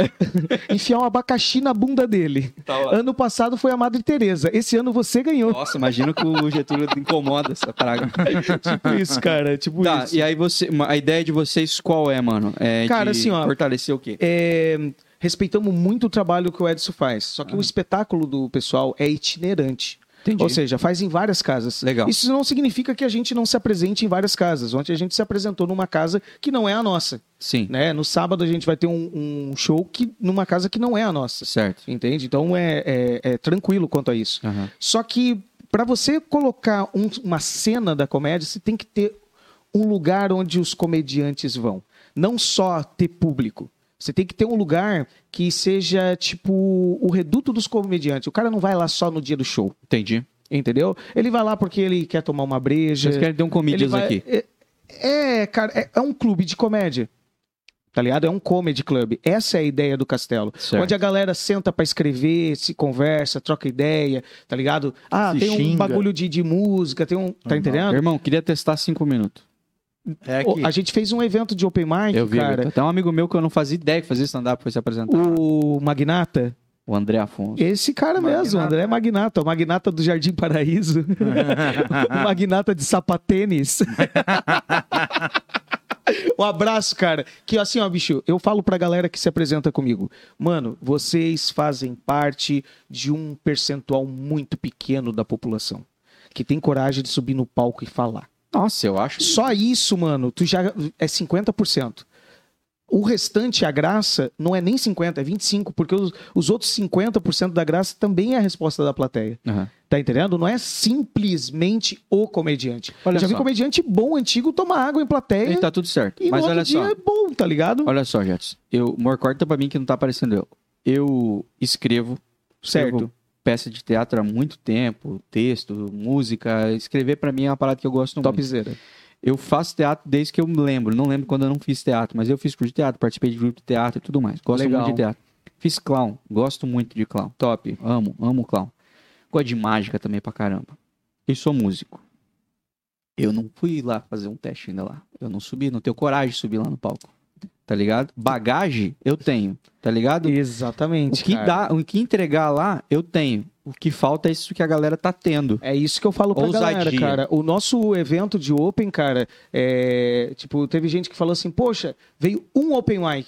A: enfiar um abacaxi na bunda dele.
B: Tá lá.
A: Ano passado foi a Madre Teresa. Esse ano você ganhou.
B: Nossa, imagina que o Getúlio incomoda essa praga.
A: [LAUGHS] Tipo isso, cara. Tipo
B: Tá,
A: isso.
B: e aí você. A ideia de vocês qual é, mano? É
A: Cara,
B: de
A: assim, ó,
B: Fortalecer o quê?
A: É, respeitamos muito o trabalho que o Edson faz. Só que o espetáculo do pessoal é itinerante.
B: Ah. Entendi.
A: Ou seja, faz em várias casas.
B: Legal.
A: Isso não significa que a gente não se apresente em várias casas. Ontem a gente se apresentou numa casa que não é a nossa.
B: Sim.
A: né? No sábado a gente vai ter um, um show que, numa casa que não é a nossa.
B: Certo.
A: Entende? Então é, é- é tranquilo quanto a isso.
B: Aham.
A: Só que para você colocar um- uma cena da comédia, você tem que ter um lugar onde os comediantes vão. Não só ter público. Você tem que ter um lugar que seja tipo o reduto dos comediantes. O cara não vai lá só no dia do show,
B: Entendi.
A: entendeu? Ele vai lá porque ele quer tomar uma breja.
B: Vocês querem ter um
A: Ele
B: comedians
A: vai-
B: aqui.
A: É, é, cara, é, é um clube de comédia. Tá ligado? É um comedy club. Essa é a ideia do castelo.
B: Certo.
A: Onde a galera senta pra escrever, se conversa, troca ideia, tá ligado? Ah,
E: Se
A: tem um
E: xinga.
A: bagulho de, de música, tem um. Tá
E: Normal.
A: entendendo?
B: Irmão, queria testar cinco minutos.
E: É
A: Pô,
E: aqui.
A: a gente fez um evento de open mic,
B: eu vi.
A: cara.
B: Até um amigo meu que eu não fazia ideia que fazia stand-up foi se apresentar.
A: O Magnata,
B: O André Afonso.
A: esse cara mesmo,
E: Magnata.
A: André Magnata, o Magnata do Jardim Paraíso, o Magnata de Sapatênis. Um abraço, cara. Que assim, ó, bicho, eu falo pra galera que se apresenta comigo. Mano, vocês fazem parte de um percentual muito pequeno da população que tem coragem de subir no palco e falar.
B: Nossa, eu acho.
A: Só isso, mano, tu já é 50%. O restante, a graça, não é nem 50%, é 25%, porque os, os outros 50% da graça também é a resposta da plateia.
B: Aham.
A: Tá entendendo? Não é simplesmente o comediante.
B: Olha
A: já vi
B: só.
A: comediante bom, antigo, tomar água em plateia
B: E tá tudo certo.
A: e
B: Mas
A: no outro
B: olha
A: dia
B: só.
A: é bom, tá ligado?
B: Olha só, Jets. Eu, Mor, corta pra mim que não tá aparecendo eu. Eu escrevo.
A: Certo.
B: escrevo peça de teatro há muito tempo, texto, música. Escrever pra mim é uma parada que eu gosto muito.
A: Topzera.
B: Eu faço teatro desde que eu me lembro. Não lembro quando eu não fiz teatro, mas eu fiz curso de teatro, participei de grupo de teatro e tudo mais. Gosto
A: Legal.
B: muito de teatro. Fiz clown, gosto muito de clown. Top, amo, amo clown. Gosto de mágica também pra caramba. E sou músico. Eu não fui lá fazer um teste ainda lá. Eu não subi, não tenho coragem de subir lá no palco. Tá ligado? Bagagem eu tenho, tá ligado? O
A: Exatamente.
B: que,
A: cara.
B: dá, o que entregar lá, eu tenho. O que falta é isso que a galera tá tendo.
A: É isso que eu falo pra galera,
B: Ousadia.
A: cara. O nosso evento de Open, cara, é... tipo, teve gente que falou assim, poxa, veio um Open Mic.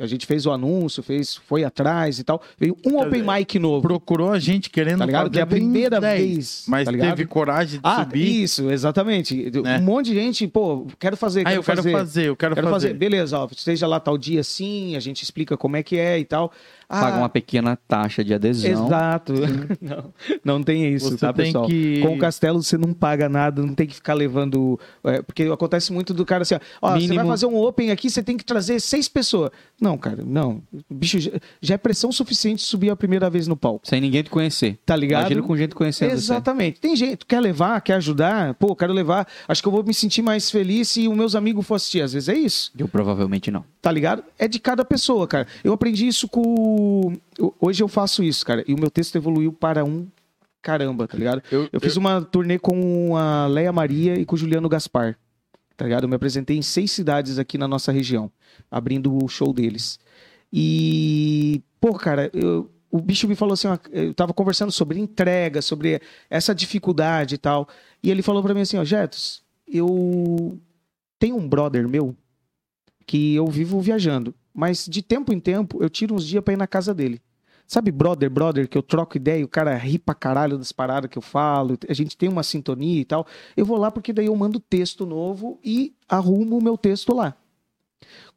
A: A gente fez o anúncio, fez, foi atrás e tal. Veio um Open Mic novo,
E: Procurou a gente querendo
A: tá ligado?
E: fazer
A: Que é a primeira
E: 10,
A: vez,
E: Mas
A: tá ligado?
E: teve coragem de
A: Ah,
E: subir.
A: isso, exatamente.
E: Né?
A: Um monte de gente, pô, quero fazer,
E: Ah,
A: quero
E: eu quero
A: fazer.
E: fazer, eu quero,
A: Quero fazer.
E: fazer.
A: Beleza, ó, esteja lá tal dia sim, a gente explica como é que é e tal. Ah,
B: Paga uma pequena taxa de adesão.
A: Exato. [LAUGHS] Não, não tem isso,
E: Você
A: tá,
E: tem
A: pessoal?
E: que-
A: Com o Castelo você não paga nada, não tem que ficar levando. é, porque acontece muito do cara assim, ó, ó, você vai
B: Mínimo.
A: fazer um open aqui, você tem que trazer seis pessoas. Não, cara, não. Bicho, já, já é pressão suficiente subir a primeira vez no palco,
B: Sem ninguém te conhecer.
A: tá ligado?
B: Imagina com gente
E: né,
B: conhecendo você.
A: Exatamente. Tem jeito, quer levar, quer ajudar? Pô, quero levar. Acho que eu vou me sentir mais feliz se os meus amigos for assistir. Às vezes é isso.
B: Eu provavelmente não.
A: Tá ligado? É de cada pessoa, cara. Eu aprendi isso com. eu- Hoje eu faço isso, cara. E o meu texto evoluiu para um caramba, tá ligado?
E: Eu,
A: Eu fiz uma turnê com a Leia Maria e com o Juliano Gaspar. Tá ligado? Eu me apresentei em seis cidades aqui na nossa região, abrindo o show deles. E, pô, cara, eu- o bicho me falou assim: ó, eu tava conversando sobre entrega, sobre essa dificuldade e tal. E ele falou pra mim assim: ó, Jetos, eu tenho um brother meu que eu vivo viajando, mas de tempo em tempo eu tiro uns dias pra ir na casa dele. Sabe, brother, brother, que eu troco ideia, e o cara ri pra caralho das paradas que eu falo, a gente tem uma sintonia e tal. Eu vou lá porque daí eu mando texto novo e arrumo o meu texto lá.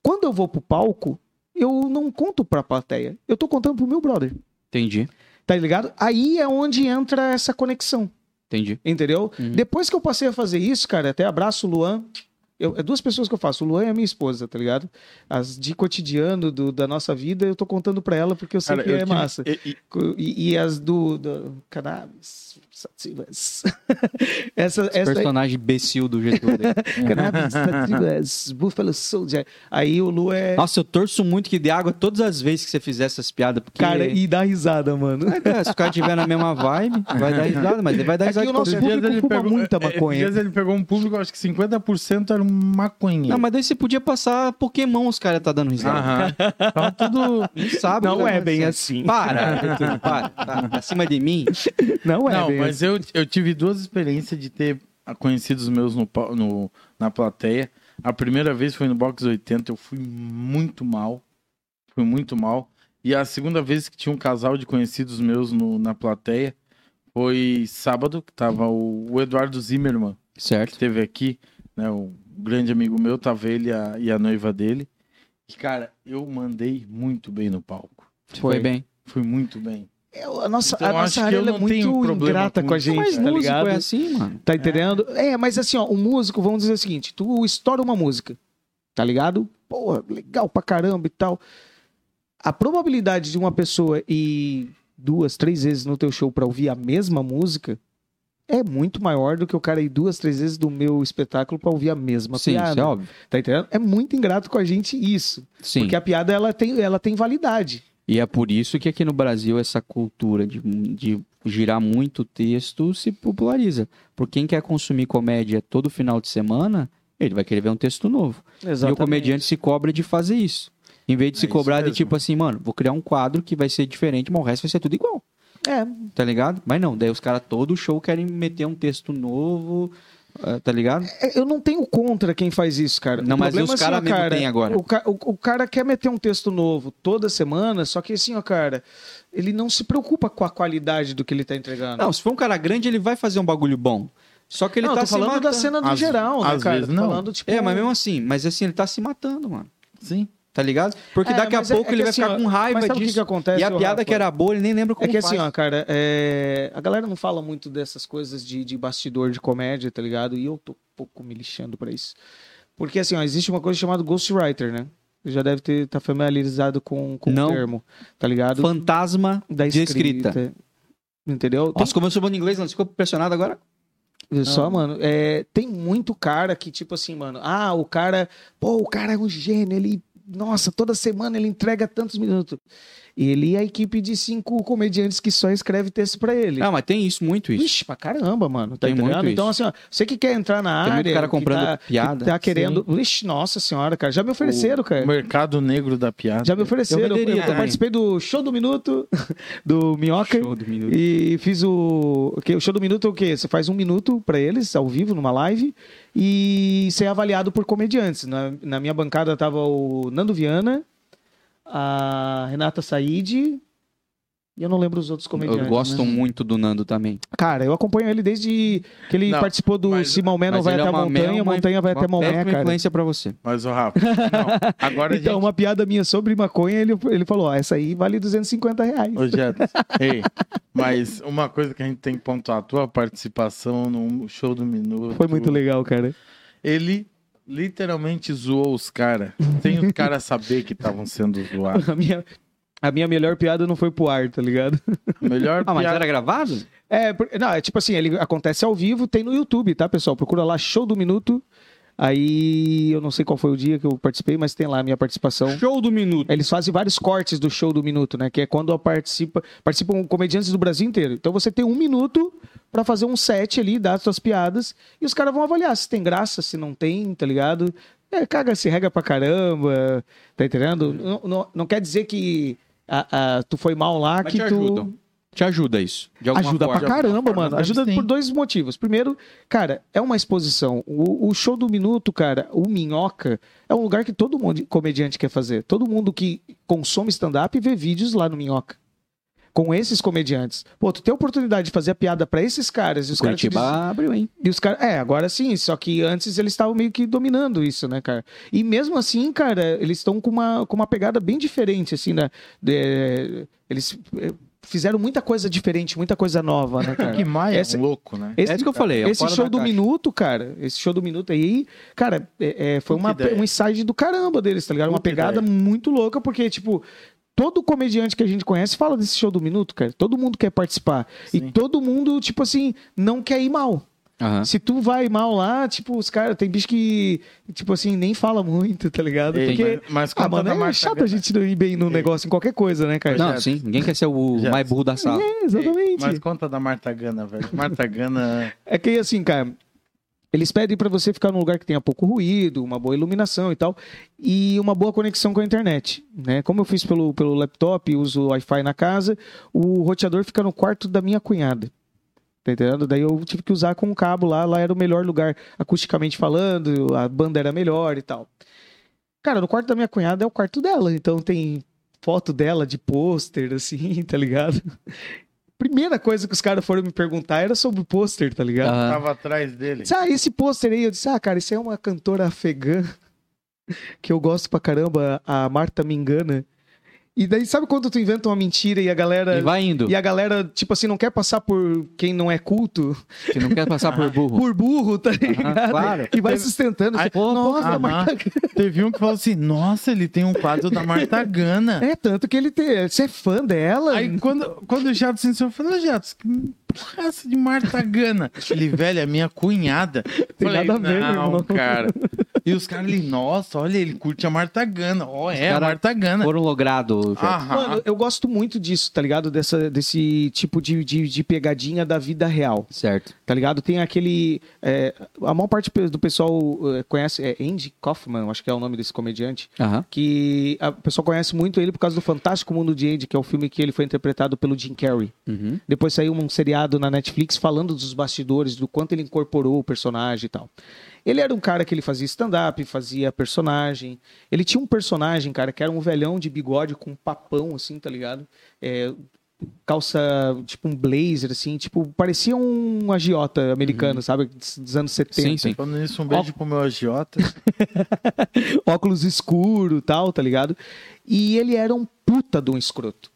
A: Quando eu vou pro palco, eu não conto pra plateia, eu tô contando pro meu brother.
B: Entendi,
A: Tá ligado? Aí é onde entra essa conexão.
B: entendi.
A: Entendeu?
B: Uhum.
A: Depois que eu passei a fazer isso, cara, até abraço o Luan, Eu, é duas pessoas que eu faço, o Luan e a minha esposa, tá ligado? As de cotidiano do- da nossa vida, eu tô contando pra ela porque eu sei
E: Cara,
A: que
E: eu
A: é
E: tive-
A: massa.
E: e- e-
A: Co- E, e as do, do cannabis, sativas. [LAUGHS] essa,
B: Esse
A: essa,
B: personagem imbecil do Getúlio.
E: [LAUGHS]
A: cannabis, sativas, Buffalo Soldier. Aí o Lu [LAUGHS] é.
B: Nossa, eu torço muito que dê água todas as vezes que você fizer essas piadas, porque...
A: Cara, e dá risada, mano.
B: É, cara, se o cara tiver na mesma vibe, vai dar risada, mas ele vai dar
A: É que o
B: risada de
A: nosso
B: qualquer
E: Esses
A: público
E: dias ele
A: fuma
E: pegou-
A: muita
E: é, esses
A: maconha.
E: dias ele pegou um público, acho que 50% era um maconheiro.
B: Não, mas daí você podia passar Pokémon, os caras tá dando risada.
E: Aham.
A: Tá
B: Então, tudo.
A: [LAUGHS]
B: Não sabe. o que
A: Não
B: tá
A: é bem
B: acontecendo.
A: assim.
B: Para, Getúlio, para. Tá, tá acima de mim.
A: Não é
E: Não,
A: bem
E: mas eu, eu tive duas experiências de ter conhecidos meus no, pa- no- na plateia. A primeira vez foi no Box 80, eu fui muito mal. Fui muito mal. E a segunda vez que tinha um casal de conhecidos meus no- na plateia foi sábado, que tava o, o Eduardo Zimmermann que
B: Certo.
E: teve aqui, né? Um grande amigo meu, tava ele e a, e a noiva dele. E, cara, eu mandei muito bem no palco.
B: Foi,
A: Foi.
B: bem.
E: Fui muito bem.
A: Eu- É, a nossa,
E: Então,
A: a
E: eu acho
A: nossa
E: que
A: área
E: eu
A: ela é
E: não tenho
A: muito
E: problema
A: ingrata
E: com
A: com a
E: isso.
A: gente,
B: mas
A: tá
B: músico
A: ligado?
B: é assim, mano.
A: Tá entendendo? É. mas assim, ó, o músico, vamos dizer o seguinte: tu estoura uma música, tá ligado? Porra, legal pra caramba e tal. A probabilidade de uma pessoa ir duas, três vezes no teu show pra ouvir a mesma música é muito maior do que o cara ir duas, três vezes do meu espetáculo pra ouvir a mesma
B: Sim, isso é
A: piada.
B: óbvio.
A: Tá entendendo? É muito ingrato com a gente isso.
B: Sim.
A: Porque a piada ela tem, ela tem validade.
B: E é por isso que aqui no Brasil essa cultura de, de girar muito texto se populariza. Por quem quer consumir comédia todo final de semana, ele vai querer ver um texto novo. E o comediante se cobra de fazer isso. Em vez de
E: É
B: se
E: isso
B: cobrar de
E: mesmo.
B: tipo assim, mano, vou criar um quadro que vai ser diferente, mas o resto vai ser tudo igual.
A: É,
B: Tá ligado? Mas não, daí os caras todo show querem meter um texto novo, ah, tá ligado?
A: É, Eu não tenho contra quem faz isso, cara.
B: Não, mas
A: problema
B: os
A: é assim,
B: cara
A: ó,
B: mesmo tem agora.
A: O, ca- o- o cara quer meter um texto novo toda semana, só que assim, ó, cara, ele não se preocupa com a qualidade do que ele tá entregando.
B: Não, se for um cara grande, ele vai fazer um bagulho bom. Só que ele
A: Não, eu
B: tá
A: tô
B: se
A: falando da
B: matando.
A: cena do
E: Às-
A: geral, né,
E: às
A: cara?
E: vezes
A: Tô
E: não.
A: falando, tipo,
B: É, mas mesmo assim, mas assim, ele tá se matando, mano.
E: Sim.
B: Tá ligado? Porque
A: É,
B: daqui a
A: mas é-
B: pouco
A: é
B: ele
A: que
B: vai
A: assim,
B: ficar
A: ó,
B: com raiva
A: mas sabe o que
B: disso.
A: que acontece,
B: e a
A: ô,
B: piada
A: Rafa?
B: que era boa, ele nem lembra como
A: É que
B: faz.
A: assim, ó, cara, é, a galera não fala muito dessas coisas de, de bastidor de comédia, tá ligado? E eu tô um pouco me lixando pra isso. Porque assim, ó, existe uma coisa chamada ghostwriter, né? Você já deve ter tá familiarizado com, com
B: Não.
A: o termo, tá ligado?
B: Fantasma
A: da
B: de
A: escrita.
B: escrita.
A: Entendeu? Tem-
B: Nossa, como eu sou bom em inglês, não ficou impressionado agora? Ah.
A: só, mano, é, tem muito cara que, tipo assim, mano, ah, o cara, pô, o cara é um gênio, ele, nossa, toda semana ele entrega tantos minutos. Ele e a equipe de cinco comediantes que só escreve texto pra ele.
B: Ah, mas tem isso, muito isso.
A: Vixe, pra caramba, mano. Tá
B: Tem muito
A: entendendo?
B: isso.
A: Então, assim, ó, você que quer entrar na
B: Tem muito
A: área.
B: cara
A: que
B: comprando
A: tá,
B: piada,
A: Que tá querendo. Vixe, nossa senhora, cara. Já me ofereceram,
E: O
A: cara.
E: mercado negro da piada.
A: Já me ofereceram. Eu,
B: venderia
A: eu
B: também.
A: participei do show do minuto [LAUGHS] do Minhoca.
B: Show do minuto.
A: E fiz o. o quê? O show do minuto é o quê? Você faz um minuto pra eles, ao vivo, numa live, e ser avaliado por comediantes. Na, na minha bancada tava o Nando Viana, a Renata Said, e eu não lembro os outros comediantes.
B: Eu gosto
A: né?
B: muito do Nando também.
A: Cara, eu acompanho ele desde que ele
E: Não,
A: participou do
E: mas-
A: Se Maomé não
B: Mas
A: vai
B: ele
A: até a
B: uma-
A: montanha,
B: é uma-
A: montanha vai até
B: uma
A: Maomé,
B: péssima
A: cara.
B: influência pra você.
E: Mas, o Rafa, não. Agora
A: Então, uma piada minha sobre maconha, ele, ele falou, ó, essa aí vale 250 reais.
E: a gente... Ô, Jets, ei, mas uma coisa que a gente tem que pontuar, a tua participação no show do Minuto.
A: Foi muito legal, cara.
E: Ele literalmente zoou os caras. Sem os caras saber que estavam sendo zoados.
A: [LAUGHS] A minha, a minha melhor piada não foi pro ar, tá ligado? [LAUGHS]
E: Melhor
B: Ah, mas
E: piada
B: era gravado?
A: É, por- não, é tipo assim, ele acontece ao vivo, tem no YouTube, tá, pessoal? Procura lá, show do minuto. Aí, eu não sei qual foi o dia que eu participei, mas tem lá a minha participação.
B: Show do minuto.
A: Eles fazem vários cortes do show do minuto, né? Que é quando participa, participam comediantes do Brasil inteiro. Então você tem um minuto pra fazer um set ali, dar suas piadas, e os caras vão avaliar se tem graça, se não tem, tá ligado? É, caga se rega pra caramba, tá entendendo? Não, não, não quer dizer que a- a- tu foi mal lá,
B: Mas
A: que
B: te
A: tu.
B: ajudam. Te ajuda isso. De alguma
A: Ajuda
B: forma.
A: pra caramba,
E: forma,
A: mano.
E: deve
A: Ajuda
E: sim.
A: por dois motivos. Primeiro, cara, é uma exposição. O, o show do minuto, cara, o Minhoca, é um lugar que todo mundo, comediante quer fazer. Todo mundo que consome stand-up vê vídeos lá no Minhoca. Com esses comediantes. Pô, tu tem a oportunidade de fazer a piada pra esses caras. E os caras te
B: Curitiba
A: dizem-
B: abriu, hein?
A: e os caras. É, agora sim, só que antes eles estavam meio que dominando isso, né, cara? E mesmo assim, cara, eles estão com uma, com uma pegada bem diferente, assim, né? De- eles eh, fizeram muita coisa diferente, muita coisa nova, né,
B: [LAUGHS]
A: cara?
E: Que Maia
A: Esse-
E: é um louco, né?
A: Esse,
B: É isso que eu falei. é o
A: esse
B: fora
A: show
B: da
A: do
B: caixa.
A: minuto, cara, esse show do minuto aí, cara, é- é, foi
E: Puta
A: uma,
E: ideia.
A: um insight do caramba deles, tá ligado? Uma
E: Puta
A: pegada muito louca, porque, tipo, todo comediante que a gente conhece fala desse show do minuto, cara. Todo mundo quer participar.
E: Sim.
A: E todo mundo, tipo assim, não quer ir mal.
B: Aham.
A: Se tu vai mal lá, tipo, os caras, tem bicho que, tipo assim, nem fala muito, tá ligado?
E: Ei,
A: porque.
E: mas, mas
A: Ah,
E: conta
A: mano,
E: da
A: é
E: Marta
A: chato a
E: Graham.
A: gente não ir bem no
E: Ei.
A: negócio, em qualquer coisa, né, cara?
E: Não,
B: Não, sim. Ninguém quer ser o
E: Já.
B: mais burro
A: [LAUGHS]
B: da sala.
A: É, exatamente.
E: Mas conta da Marta Gana, velho. Marta Gana.
A: É que assim, cara, eles pedem pra você ficar num lugar que tenha pouco ruído, uma boa iluminação e tal, e uma boa conexão com a internet, né? Como eu fiz pelo, pelo laptop, uso Wi-Fi na casa, o roteador fica no quarto da minha cunhada. Tá entendendo? Daí eu tive que usar com um cabo lá, lá era o melhor lugar, acusticamente falando, a banda era melhor e tal. Cara, no quarto da minha cunhada é o quarto dela, então tem foto dela de pôster, assim, [LAUGHS] tá ligado? Primeira coisa que os caras foram me perguntar era sobre o pôster, tá ligado?
B: Aham.
E: Tava atrás dele.
A: Disse, ah, esse pôster aí, eu disse, ah, cara, isso aí é uma cantora afegã [LAUGHS] que eu gosto pra caramba, a Marta me engana. E daí, sabe quando tu inventa uma mentira e a galera.
B: E vai indo.
A: E a galera, tipo assim, não quer passar por quem não é culto,
B: Que não quer passar por burro.
A: por burro, tá ligado?
B: claro.
A: E vai sustentando.
E: Ai,
A: assim, Nossa,
E: ah,
A: Marta
E: Teve um que falou assim: Nossa, ele tem um quadro da Marta Gana.
A: É, tanto que ele tem. Você é fã dela?
E: Aí quando, quando o Jato sentiu, eu falei, "Ô, Jatos, que porra é essa de Marta Gana? Ele, velho, é minha cunhada.
A: Tem
E: falei,
A: nada a ver, meu
E: não,
A: irmão."
E: cara. E os caras ali, nossa, olha, ele curte a Marta Gana. Ó, é a
B: caras
E: Marta Gana.
B: Foram logrado. Fred.
E: Aham.
A: Mano, eu gosto muito disso, tá ligado? Dessa, desse tipo de, de, de pegadinha da vida real.
B: Certo.
A: Tá ligado? Tem aquele. é, a maior parte do pessoal é, conhece. É Andy Kaufman, eu acho que é o nome desse comediante.
B: Aham.
A: Que a- o pessoal conhece muito ele por causa do Fantástico Mundo de Andy, que é o filme que ele foi interpretado pelo Jim Carrey.
B: Uhum.
A: Depois saiu um seriado na Netflix falando dos bastidores, do quanto ele incorporou o personagem e tal. Ele era um cara que ele fazia stand-up, fazia personagem. Ele tinha um personagem, cara, que era um velhão de bigode com um papão, assim, tá ligado? É, calça, tipo um blazer, assim, tipo, parecia um agiota americano, sabe? Dos dos anos 70.
B: Uhum. Sim, sim.
E: Falando nisso, um beijo pro meu agiota.
A: óculos escuro tal, tá ligado? E ele era um puta de um escroto.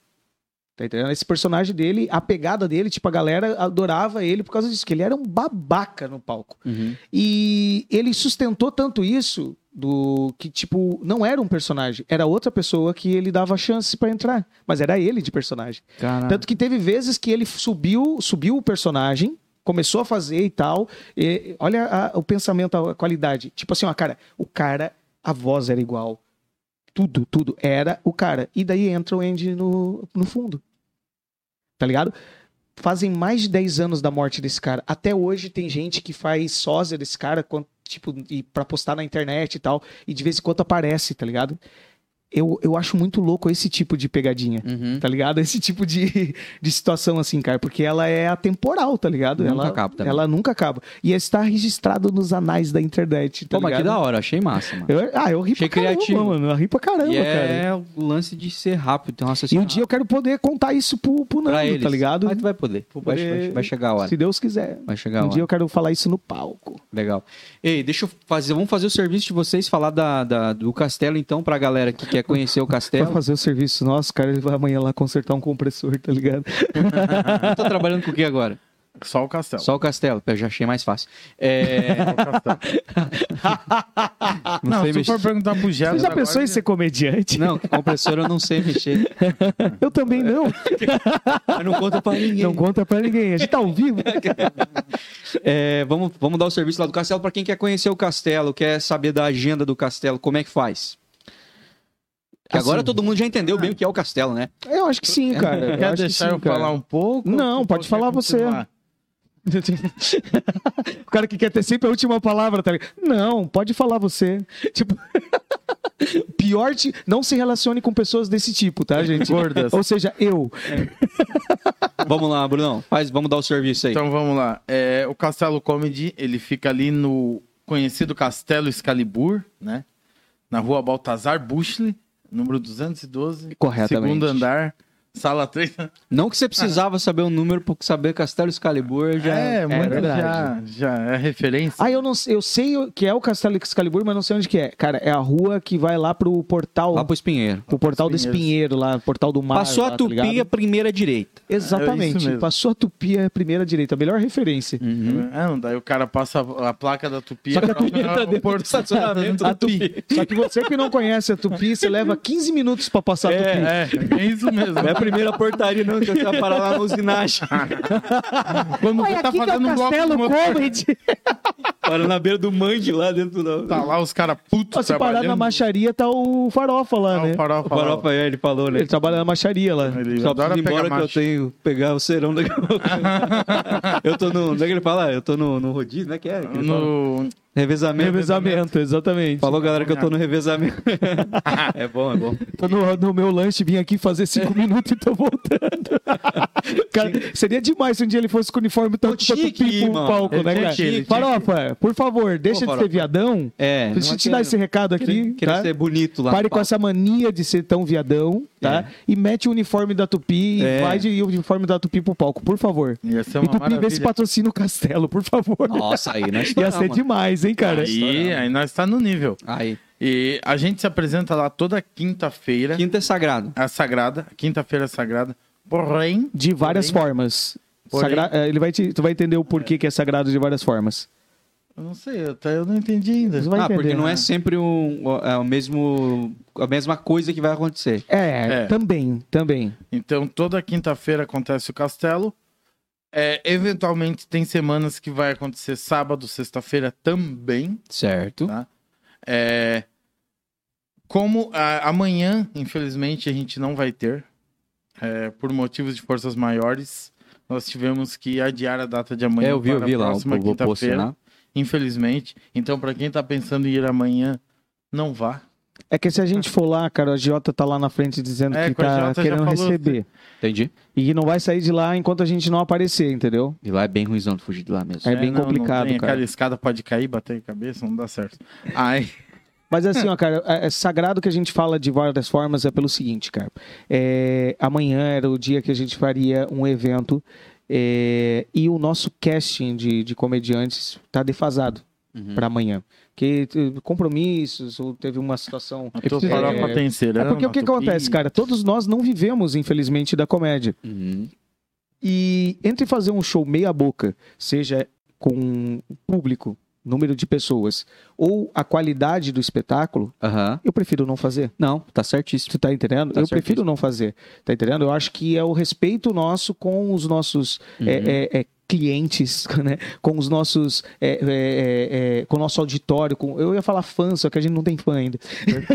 A: Tá entendendo? Esse personagem dele, a pegada dele, tipo, a galera adorava ele por causa disso, que ele era um babaca no palco.
B: Uhum.
A: E ele sustentou tanto isso do que, tipo, não era um personagem, era outra pessoa que ele dava chance pra entrar. Mas era ele de personagem.
E: né?
B: Caralho.
A: Tanto que teve vezes que ele subiu, subiu o personagem, começou a fazer e tal. E olha a- o pensamento, a qualidade. Tipo assim, ó, cara, o cara, a voz era igual. Tudo, tudo. Era o cara. E daí entra o Andy no, no fundo. Tá ligado? Fazem mais de 10 anos da morte desse cara. Até hoje tem gente que faz sósia desse cara, quan- tipo, e pra postar na internet e tal. E de vez em quando aparece, tá ligado? Eu, eu acho muito louco esse tipo de pegadinha
B: Uhum.
A: tá ligado? Esse tipo de, [LAUGHS] de situação, assim, cara, porque ela é atemporal, tá ligado?
B: Nunca
A: ela,
B: acaba também.
A: ela nunca acaba. E está registrado nos anais da internet, tá
B: Pô, mas que da
A: ligado?
B: hora. Achei massa, mano.
A: Eu- ah, eu ri
B: Achei
A: pra caramba,
B: criativo.
A: mano. Eu ri pra caramba,
B: E
A: cara.
B: é o lance de ser rápido, ter um
A: E
B: raciocínio
A: um dia eu quero poder contar isso pro, pro
B: rápido pra
A: Nando,
B: eles.
A: tá ligado?
B: Mas tu vai poder.
A: Vou
B: Vai-
A: poder-
B: vai- vai chegar a hora.
A: Se Deus quiser.
B: Vai chegar a
A: um
B: hora.
A: dia eu quero falar isso no palco.
B: Legal. Ei, deixa eu fazer. Vamos fazer o serviço de vocês, falar da, da- do castelo, então, pra galera que quer conhecer o
A: Vai [LAUGHS]
B: castelo.
A: fazer o serviço nosso, cara. Ele vai amanhã lá consertar um compressor, tá
B: [LAUGHS]
A: ligado?
B: tá trabalhando com o que agora?
E: Só o castelo.
B: Só o castelo. Eu já achei mais fácil. É,
E: Só o castelo.
B: não,
E: Não,
B: sei
E: se tu
B: mexer.
E: for perguntar pro Jato.
A: Você já pensou em ser comediante?
B: Não, compressor eu não sei mexer.
A: Eu também não.
B: Mas não conta pra ninguém.
A: Não conta pra ninguém. A gente tá ao [LAUGHS] vivo.
B: É, vamos, vamos dar o serviço lá do castelo. Pra quem quer conhecer o castelo, quer saber da agenda do castelo, como é que faz? Que agora
A: Assim.
B: todo mundo já entendeu bem o que é o castelo, né?
A: Eu acho que sim, cara.
E: É, Quer
A: acho que
E: deixar
A: sim,
E: eu
A: cara.
E: falar um pouco?
A: Não,
E: Ou
A: pode
E: quer
A: falar você.
E: continuar?
A: [LAUGHS] o cara que quer ter sempre a última palavra, tá ligado? Não, pode falar você. [LAUGHS] Tipo. Pior, ti- não se relacione com pessoas desse tipo, tá, gente?
E: Gordas.
A: Ou seja, eu.
B: Vamos lá, Brunão. Faz, vamos dar o serviço aí.
E: Então vamos lá. É, o Castelo Comedy, ele fica ali no conhecido Castelo Excalibur, né? Na rua Baltazar Bushle, número 212.
A: Corretamente. É
E: Segundo andar, Sala 3.
B: Não que você precisava saber o número, porque saber Castelo Excalibur já
E: é, muito já,
A: verdade.
E: já é referência.
A: Ah, eu não sei- eu sei o- que é o Castelo Excalibur, mas não sei onde que é. Cara, é a rua que vai lá pro portal,
B: lá pro Espinheiro.
A: pro portal do
E: Espinheiros.
A: Espinheiro lá, portal do mar.
B: Passou
A: lá,
B: a
A: tá
B: tupi,
A: ligado?
B: a primeira direita.
E: É isso
A: Exatamente.
E: mesmo.
A: Passou a tupi é a primeira direita, a melhor referência.
E: É, não, daí o cara passa a a placa da
A: Uhum.
E: tupi.
A: Só que a
E: pra-
A: tupi entra
E: o
A: dentro
E: porto-
A: do estacionamento
B: da
A: A tupi. Só que você que não conhece a tupi, você leva 15 minutos pra passar a tupi.
E: [LAUGHS] É, é isso mesmo.
B: Não é a primeira portaria, não, que eu ia parar lá na usinagem.
E: Quando você tá fazendo um bloco de moto,
A: Comedy.
B: Parando na beira do mangue lá dentro da.
E: tá lá os caras putos
A: Se parar na
E: trabalhando.
A: macharia, tá o farofa lá,
E: Ah,
A: né?
E: o farofa,
B: O Farofa, é, ele falou, né?
A: Ele trabalha na macharia lá.
E: Ele
B: Só
E: adora
B: preciso ir
E: pegar
B: embora que eu
E: macho.
B: tenho que pegar o serão daqui a pouco. eu tô no. Onde é que ele fala? Eu tô no, no rodízio, né? Que é? Que ele fala?
E: No...
A: é
B: Revezamento.
A: Revezamento, exatamente.
B: Falou, galera, que eu tô no revezamento. é bom, é bom.
A: Tô no, no meu lanche, vim aqui fazer [LAUGHS] cinco minutos e tô [LAUGHS] voltando. Cara, seria demais se um dia ele fosse com o uniforme tanto
B: tinha
A: quanto
B: que ir,
A: pico um
B: mano.
A: palco,
E: Ele
A: né,
E: tinha
A: cara?
E: que ir, ele tinha
A: Farofa, por favor, deixa de
B: farofa.
A: ser viadão.
B: É.
A: Deixa
B: não
A: eu te dar esse recado aqui,
B: Queria, queria
A: tá?
B: ser bonito lá.
A: Pare com essa mania de ser tão viadão, tá?
E: É.
A: E mete o uniforme da Tupi
B: É.
A: e vai de o uniforme da Tupi pro palco, por favor.
E: Ia ser
A: E
E: é uma
A: Tupi, vê se
E: maravilha.
A: patrocina o Castelo, por favor.
B: Nossa, aí, né?
A: Ia ser demais, hein, cara?
E: Aí, aí nós tá no nível.
B: Aí.
E: E a gente se apresenta lá toda quinta-feira.
B: Quinta é sagrado.
E: A Sagrada. Quinta-feira Sagrada. Porém,
A: De várias
E: Porém-
A: formas.
E: porém-
A: Sagra- eh, Ele vai te... Tu vai entender o porquê que é sagrado de várias formas.
E: eu não sei, eu, tá- eu não entendi ainda.
A: Você vai
B: ah,
A: entender.
B: porque não é sempre um, o- é o mesmo, a mesma coisa que vai acontecer.
A: É,
E: É.
A: também, também.
E: Então, toda quinta-feira acontece o castelo. É, eventualmente, tem semanas que vai acontecer sábado, sexta-feira também.
B: Certo.
E: Tá. É, como a- amanhã, infelizmente, a gente não vai ter, é, por motivos de forças maiores, nós tivemos que adiar a data de amanhã
B: É, eu vi, eu
E: para
B: vi
E: a
B: lá.
E: próxima
B: Eu vou
E: quinta-feira.
B: postar.
E: Infelizmente. Então, para quem tá pensando em ir amanhã, não vá.
A: É que se a gente for lá, cara, o Jota tá lá na frente dizendo
E: É,
A: que
E: que o
A: tá
E: agiota já
A: querendo
E: falou.
A: receber.
B: Entendi.
A: E que não vai sair de lá enquanto a gente não aparecer, entendeu?
B: E lá é bem ruimzão de fugir de lá mesmo.
A: É bem
E: não- não
A: complicado,
E: tem,
A: cara.
E: Aquela escada pode cair, bater a cabeça, não dá certo.
A: [LAUGHS]
E: Aí,
A: Mas assim, ó, cara, é é sagrado que a gente fala de várias formas é pelo seguinte, cara. É, amanhã era o dia que a gente faria um evento é, e o nosso casting de, de comediantes tá defasado
B: Uhum.
A: pra amanhã. Porque teve compromissos, ou teve uma situação.
E: eu tô
A: preciso-
E: falando
A: é-
E: pra tencerão,
A: É porque o que
E: Tupi.
A: acontece, cara? Todos nós não vivemos, infelizmente, da comédia.
B: Uhum.
A: E entre fazer um show meia boca, seja com um público, número de pessoas, ou a qualidade do espetáculo,
B: Aham.
A: eu prefiro não fazer.
B: Não, tá certíssimo.
A: Tu tá entendendo?
B: Tá
A: eu
B: certíssimo.
A: prefiro não fazer. Tá entendendo? Eu acho que é o respeito nosso com os nossos
B: Uhum.
A: é, é, é, clientes, [LAUGHS] né? Com os nossos. é, é, é, é, com o nosso auditório. Com... Eu ia falar fã, só que a gente não tem fã ainda.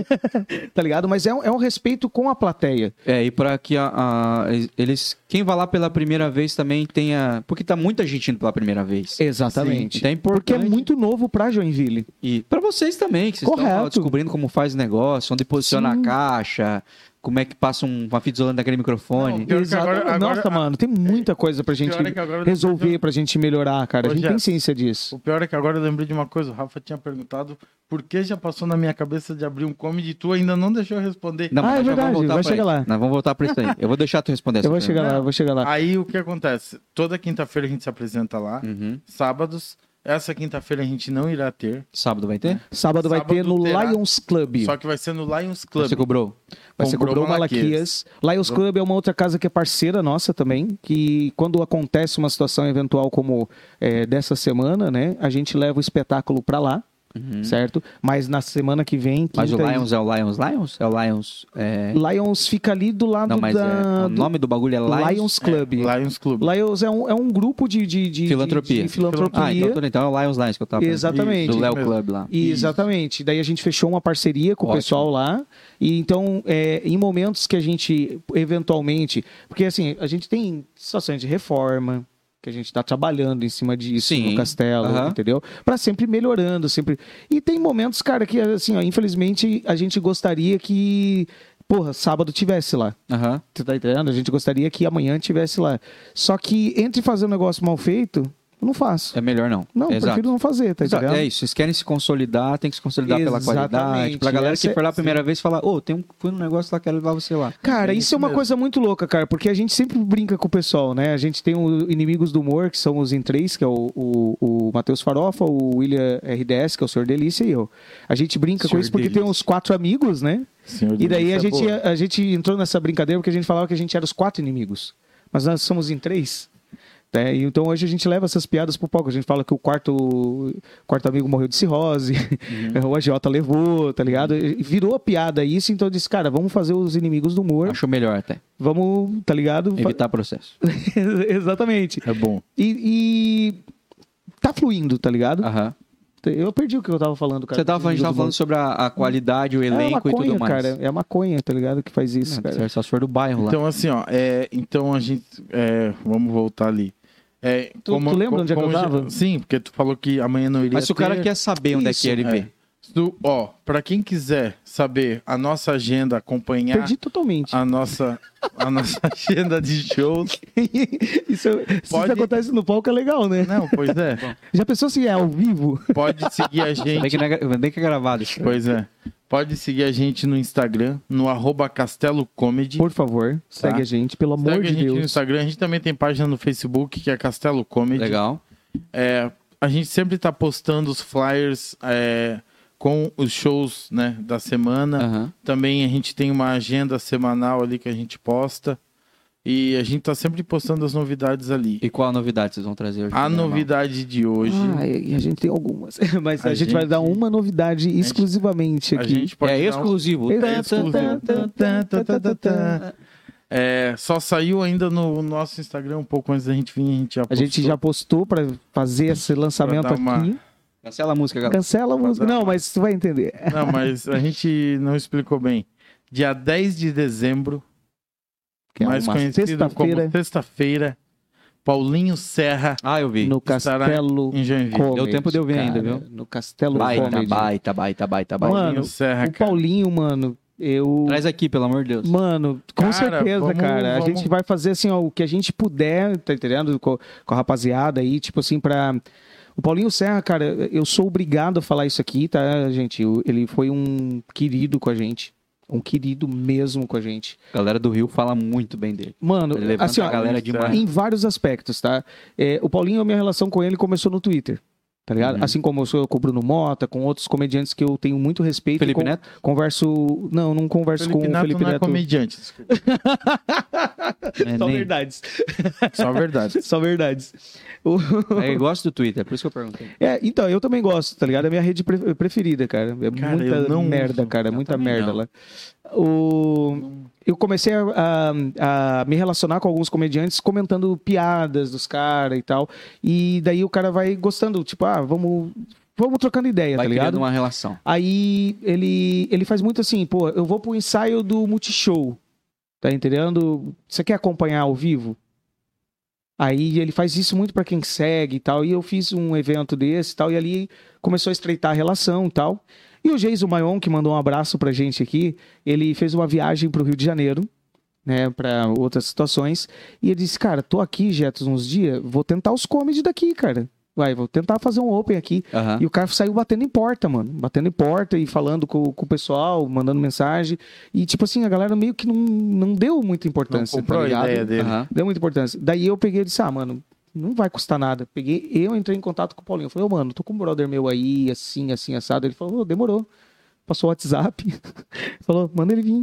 A: [LAUGHS] tá ligado? Mas é um, é um respeito com a plateia.
B: É, e pra que a, a- eles. Quem vai lá pela primeira vez também tenha. Porque tá muita gente indo pela primeira vez.
A: Exatamente.
B: Então é importante.
A: Porque é muito novo pra Joinville.
B: E pra vocês também, que vocês estão lá
A: Correto.
B: descobrindo como faz o negócio, onde posiciona
A: Sim.
B: a caixa, como é que passa um- uma fita isolante naquele microfone.
E: Não, Pior que
A: Exatamente.
E: agora- agora-
A: Nossa, mano, tem muita coisa pra gente
E: Pior é que agora eu
A: resolver,
E: lembrei
A: pra gente melhorar, cara. A
E: Ô,
A: gente tem
E: Jess.
A: ciência
E: de-
A: disso.
E: O pior é que agora eu lembrei de uma coisa. O Rafa tinha perguntado por que já passou na minha cabeça de abrir um comedy e tu ainda não deixou eu responder.
B: Não, mas
A: Ah, é
B: nós já vamos
A: verdade,
B: voltar
A: vai
B: pra
A: chegar
B: isso.
A: lá.
B: Nós vamos voltar pra
A: [LAUGHS]
B: isso aí. Eu vou deixar tu responder essa é
A: Eu vou
B: pergunta.
A: chegar lá, eu vou chegar lá.
E: Aí o que acontece? Toda quinta-feira a gente se apresenta lá,
B: Uhum.
E: sábados. Essa quinta-feira a gente não irá ter,
B: Sábado vai ter?
A: Sábado vai
E: sábado
A: ter no
E: terá-
A: Lions Club.
E: só que vai ser no Lions Club.
B: Você cobrou?
A: Vai ser
E: Comprou
A: Cobrou Malaquias. Lions Club é uma outra casa que é parceira nossa também, que quando acontece uma situação eventual como é, dessa semana, né, a gente leva o espetáculo pra lá, certo? Mas na semana que vem,
B: Uhum. Mas o
A: quinta-
B: Lions é o Lions Lions? É o Lions. É...
A: Lions fica ali do lado
B: Não, mas
A: da...
B: é... o
A: do
B: nome do bagulho é Lions.
A: Lions Club.
E: Lions Club.
A: Lions é um, é um grupo de, de, de-
B: Filantropia.
A: de filantropia.
B: Ah, então, tudo, então é o Lions Lions que eu tava pensando.
A: Exatamente.
B: Do Léo
E: Isso mesmo.
B: Club lá.
A: E, Exatamente. Daí a gente fechou uma parceria com
B: Ótimo.
A: o pessoal lá. E então, é, em momentos que a gente eventualmente. Porque assim, a gente tem situações de reforma. Que a gente está trabalhando em cima disso
B: Sim.
A: no castelo,
B: Aham.
A: entendeu? Para sempre melhorando, sempre. E tem momentos, cara, que assim, ó, infelizmente a gente gostaria que, porra, sábado tivesse lá.
B: Aham.
A: Tu tá entendendo? A gente gostaria que amanhã tivesse lá. Só que entre fazer um negócio mal feito, Eu não faço.
B: É melhor não.
A: Não,
B: Exato.
A: prefiro não fazer, tá
B: Exato.
A: ligado?
B: É isso, vocês querem se consolidar, tem que se consolidar pela
A: Exatamente.
B: qualidade. Pra galera que
A: Essa é-
B: foi lá a primeira vez falar, ô, tem um, foi um negócio lá, quero levar você lá.
A: Cara,
E: É
A: isso,
E: isso
A: é uma
E: mesmo.
A: coisa muito louca, cara, porque a gente sempre brinca com o pessoal, né? A gente tem o Inimigos do Humor, que são os em três, que é o, o, o Matheus Farofa, o William RDS, que é o Senhor Delícia, e eu. A gente brinca com
B: Senhor
A: isso porque tem
B: Delícia.
A: uns quatro amigos, né?
E: Senhor
A: E daí
E: Deus,
A: a
E: essa é
A: gente,
E: boa.
A: a, gente entrou nessa brincadeira porque a gente falava que a gente era os quatro inimigos. Mas nós somos em três. né? E Então hoje a gente leva essas piadas pro palco. A gente fala que o quarto, o quarto amigo morreu de cirrose, [LAUGHS]
B: Uhum.
A: o agiota levou, tá ligado? E Virou piada isso, então eu disse, cara, vamos fazer os inimigos do humor.
B: Achou melhor até.
A: Vamos, tá ligado?
B: Evitar processo.
A: [LAUGHS] Exatamente.
E: É bom.
A: E, e tá fluindo, tá ligado?
B: Aham.
A: Eu perdi o que eu tava falando, cara.
B: Ah. Você tava, a gente tava falando sobre a, a qualidade, o
A: é
B: elenco
A: maconha,
B: e tudo mais.
A: cara. É a maconha, tá ligado? Que faz isso,
B: Não,
A: cara.
B: você é só se for do bairro lá.
E: Então, assim, ó, é, então a gente. é, vamos voltar ali. É,
A: Tu- tu lembra onde é que eu
E: já-
A: tava?
E: Sim, porque tu falou que amanhã não iria.
B: Mas se o cara
E: ter.
B: quer saber onde
A: Isso,
B: é que ele
E: é.
B: vê.
E: Tu- ó, pra quem quiser saber a nossa agenda, acompanhar
A: Perdi totalmente.
E: a nossa, a nossa [LAUGHS] agenda de shows.
A: [LAUGHS] isso, se
E: Pode-
A: isso acontece no palco é legal, né?
E: Não, pois é.
A: Já pensou se é ao vivo?
E: Pode seguir a
B: Bem
E: gente.
B: que, não é gra- bem que é gravado isso.
E: Pois é. Pode seguir a gente no Instagram, no arroba Castelo Comedy.
A: Por favor, segue
E: Tá.
A: a gente, pelo amor
E: Segue a
A: de
E: gente no
A: Deus.
E: Instagram. A gente também tem página no Facebook, que é Castelo Comedy.
B: Legal.
E: É, a gente sempre tá postando os flyers é, com os shows né, da semana.
B: Aham.
E: Também a gente tem uma agenda semanal ali que a gente posta. E a gente tá sempre postando as novidades ali.
B: E qual a novidade vocês vão trazer hoje?
E: A
B: Normal.
E: novidade de hoje,
A: é Ah, e a gente tem algumas. [LAUGHS] Mas a,
E: A
A: gente, vai
E: gente-
A: dar uma novidade exclusivamente
E: a
A: aqui.
E: gente pode
B: É
E: dar um-
B: exclusivo.
A: É
B: Tan,
A: exclusivo.
B: tan, tan, tan, tan, tan, tan, tan.
E: É, só saiu ainda no nosso Instagram um pouco antes da gente vir, a gente já
A: A gente já postou pra fazer esse lançamento
E: dar uma-
A: aqui.
B: Cancela a música, galera.
A: Cancela a
E: pra
A: música.
E: dar
A: Não,
E: uma-
A: mas tu vai entender.
E: Não, mas a gente não explicou bem. Dia 10 de dezembro,
B: Que é
E: mais
B: uma-
E: conhecido
A: sexta-feira.
E: como sexta-feira, Paulinho Serra
B: Ah, eu vi.
A: No
E: estará
A: Castelo
E: em Joinville.
A: Comedy.
B: Deu tempo de eu ver
A: cara.
B: ainda, viu?
A: No Castelo
B: Baita,
A: Comedy.
B: baita, baita, baita, baita.
A: Mano,
E: Paulinho Serra,
A: O Paulinho, mano, eu...
B: Traz aqui, pelo amor de Deus.
A: Mano, com
E: Cara,
A: certeza,
E: vamos-
A: cara. A
E: vamos-
A: gente vai fazer assim, ó, o que a gente puder, tá entendendo? Com, com a rapaziada aí, tipo assim, pra. O Paulinho Serra, cara, eu sou obrigado a falar isso aqui, tá, gente? O- Ele foi um querido com a gente. Um querido mesmo com a gente.
B: A galera do Rio fala muito bem dele.
A: Mano,
B: Ele levanta
A: assim,
B: a
A: ó,
B: galera
E: isso é-
B: demais.
A: em vários aspectos, tá? É, o Paulinho, a minha relação com ele começou no Twitter. Tá ligado?
B: Uhum.
A: Assim como eu sou com o Bruno Mota, com outros comediantes que eu tenho muito respeito.
B: Felipe
A: con-
B: Neto?
A: Converso. Não, não converso
E: Felipe
A: com o
E: Neto
A: Felipe
E: não é
A: Neto.
E: comediante, desculpa.
B: [LAUGHS] É,
A: Só
B: nem-
A: verdades.
E: Só a
A: [LAUGHS] [LAUGHS]
E: verdade.
A: Só verdades. O-
B: É, [LAUGHS] eu gosto do Twitter, por isso que eu perguntei.
A: É, então, eu também gosto, tá ligado? É a minha rede pre- preferida, cara. É
E: Cara,
A: muita
E: eu não
A: merda,
E: uso.
A: cara.
B: Eu
A: Muita
B: também
A: merda
B: não.
A: lá. O... Eu comecei a, a- a me relacionar com alguns comediantes comentando piadas dos caras e tal. E daí o cara vai gostando, tipo, ah, vamos, vamos trocando ideia,
B: Vai
A: tá
B: criando um
A: ligado?
B: uma relação.
A: Aí ele, ele faz muito assim, pô, eu vou pro ensaio do Multishow. Tá entendendo? Você quer acompanhar ao vivo? Aí ele faz isso muito pra quem segue e tal. E eu fiz um evento desse e tal, e ali começou a estreitar a relação e tal. E o Geiso Maion, que mandou um abraço pra gente aqui, ele fez uma viagem pro Rio de Janeiro, né, pra outras situações. E ele disse, cara, tô aqui, Jetos, uns dias, vou tentar os comedy daqui, cara. Vai, vou tentar fazer um open aqui.
B: Aham.
A: E o cara saiu batendo em porta, mano. Batendo em porta e falando com, com o pessoal, mandando mensagem. E, tipo assim, a galera meio que não, não deu muita
E: Não
A: importância,
E: comprou
A: tá
E: a
A: ligado?
E: ideia dele.
B: Aham.
A: Deu muita importância. Daí eu peguei e disse, ah, mano, não vai custar nada. Peguei, eu entrei em contato com o Paulinho. Eu falei, ô, mano, tô com um brother meu aí, assim, assim, assado. Ele falou, ô, demorou. Passou o WhatsApp. [LAUGHS] falou, manda ele vir.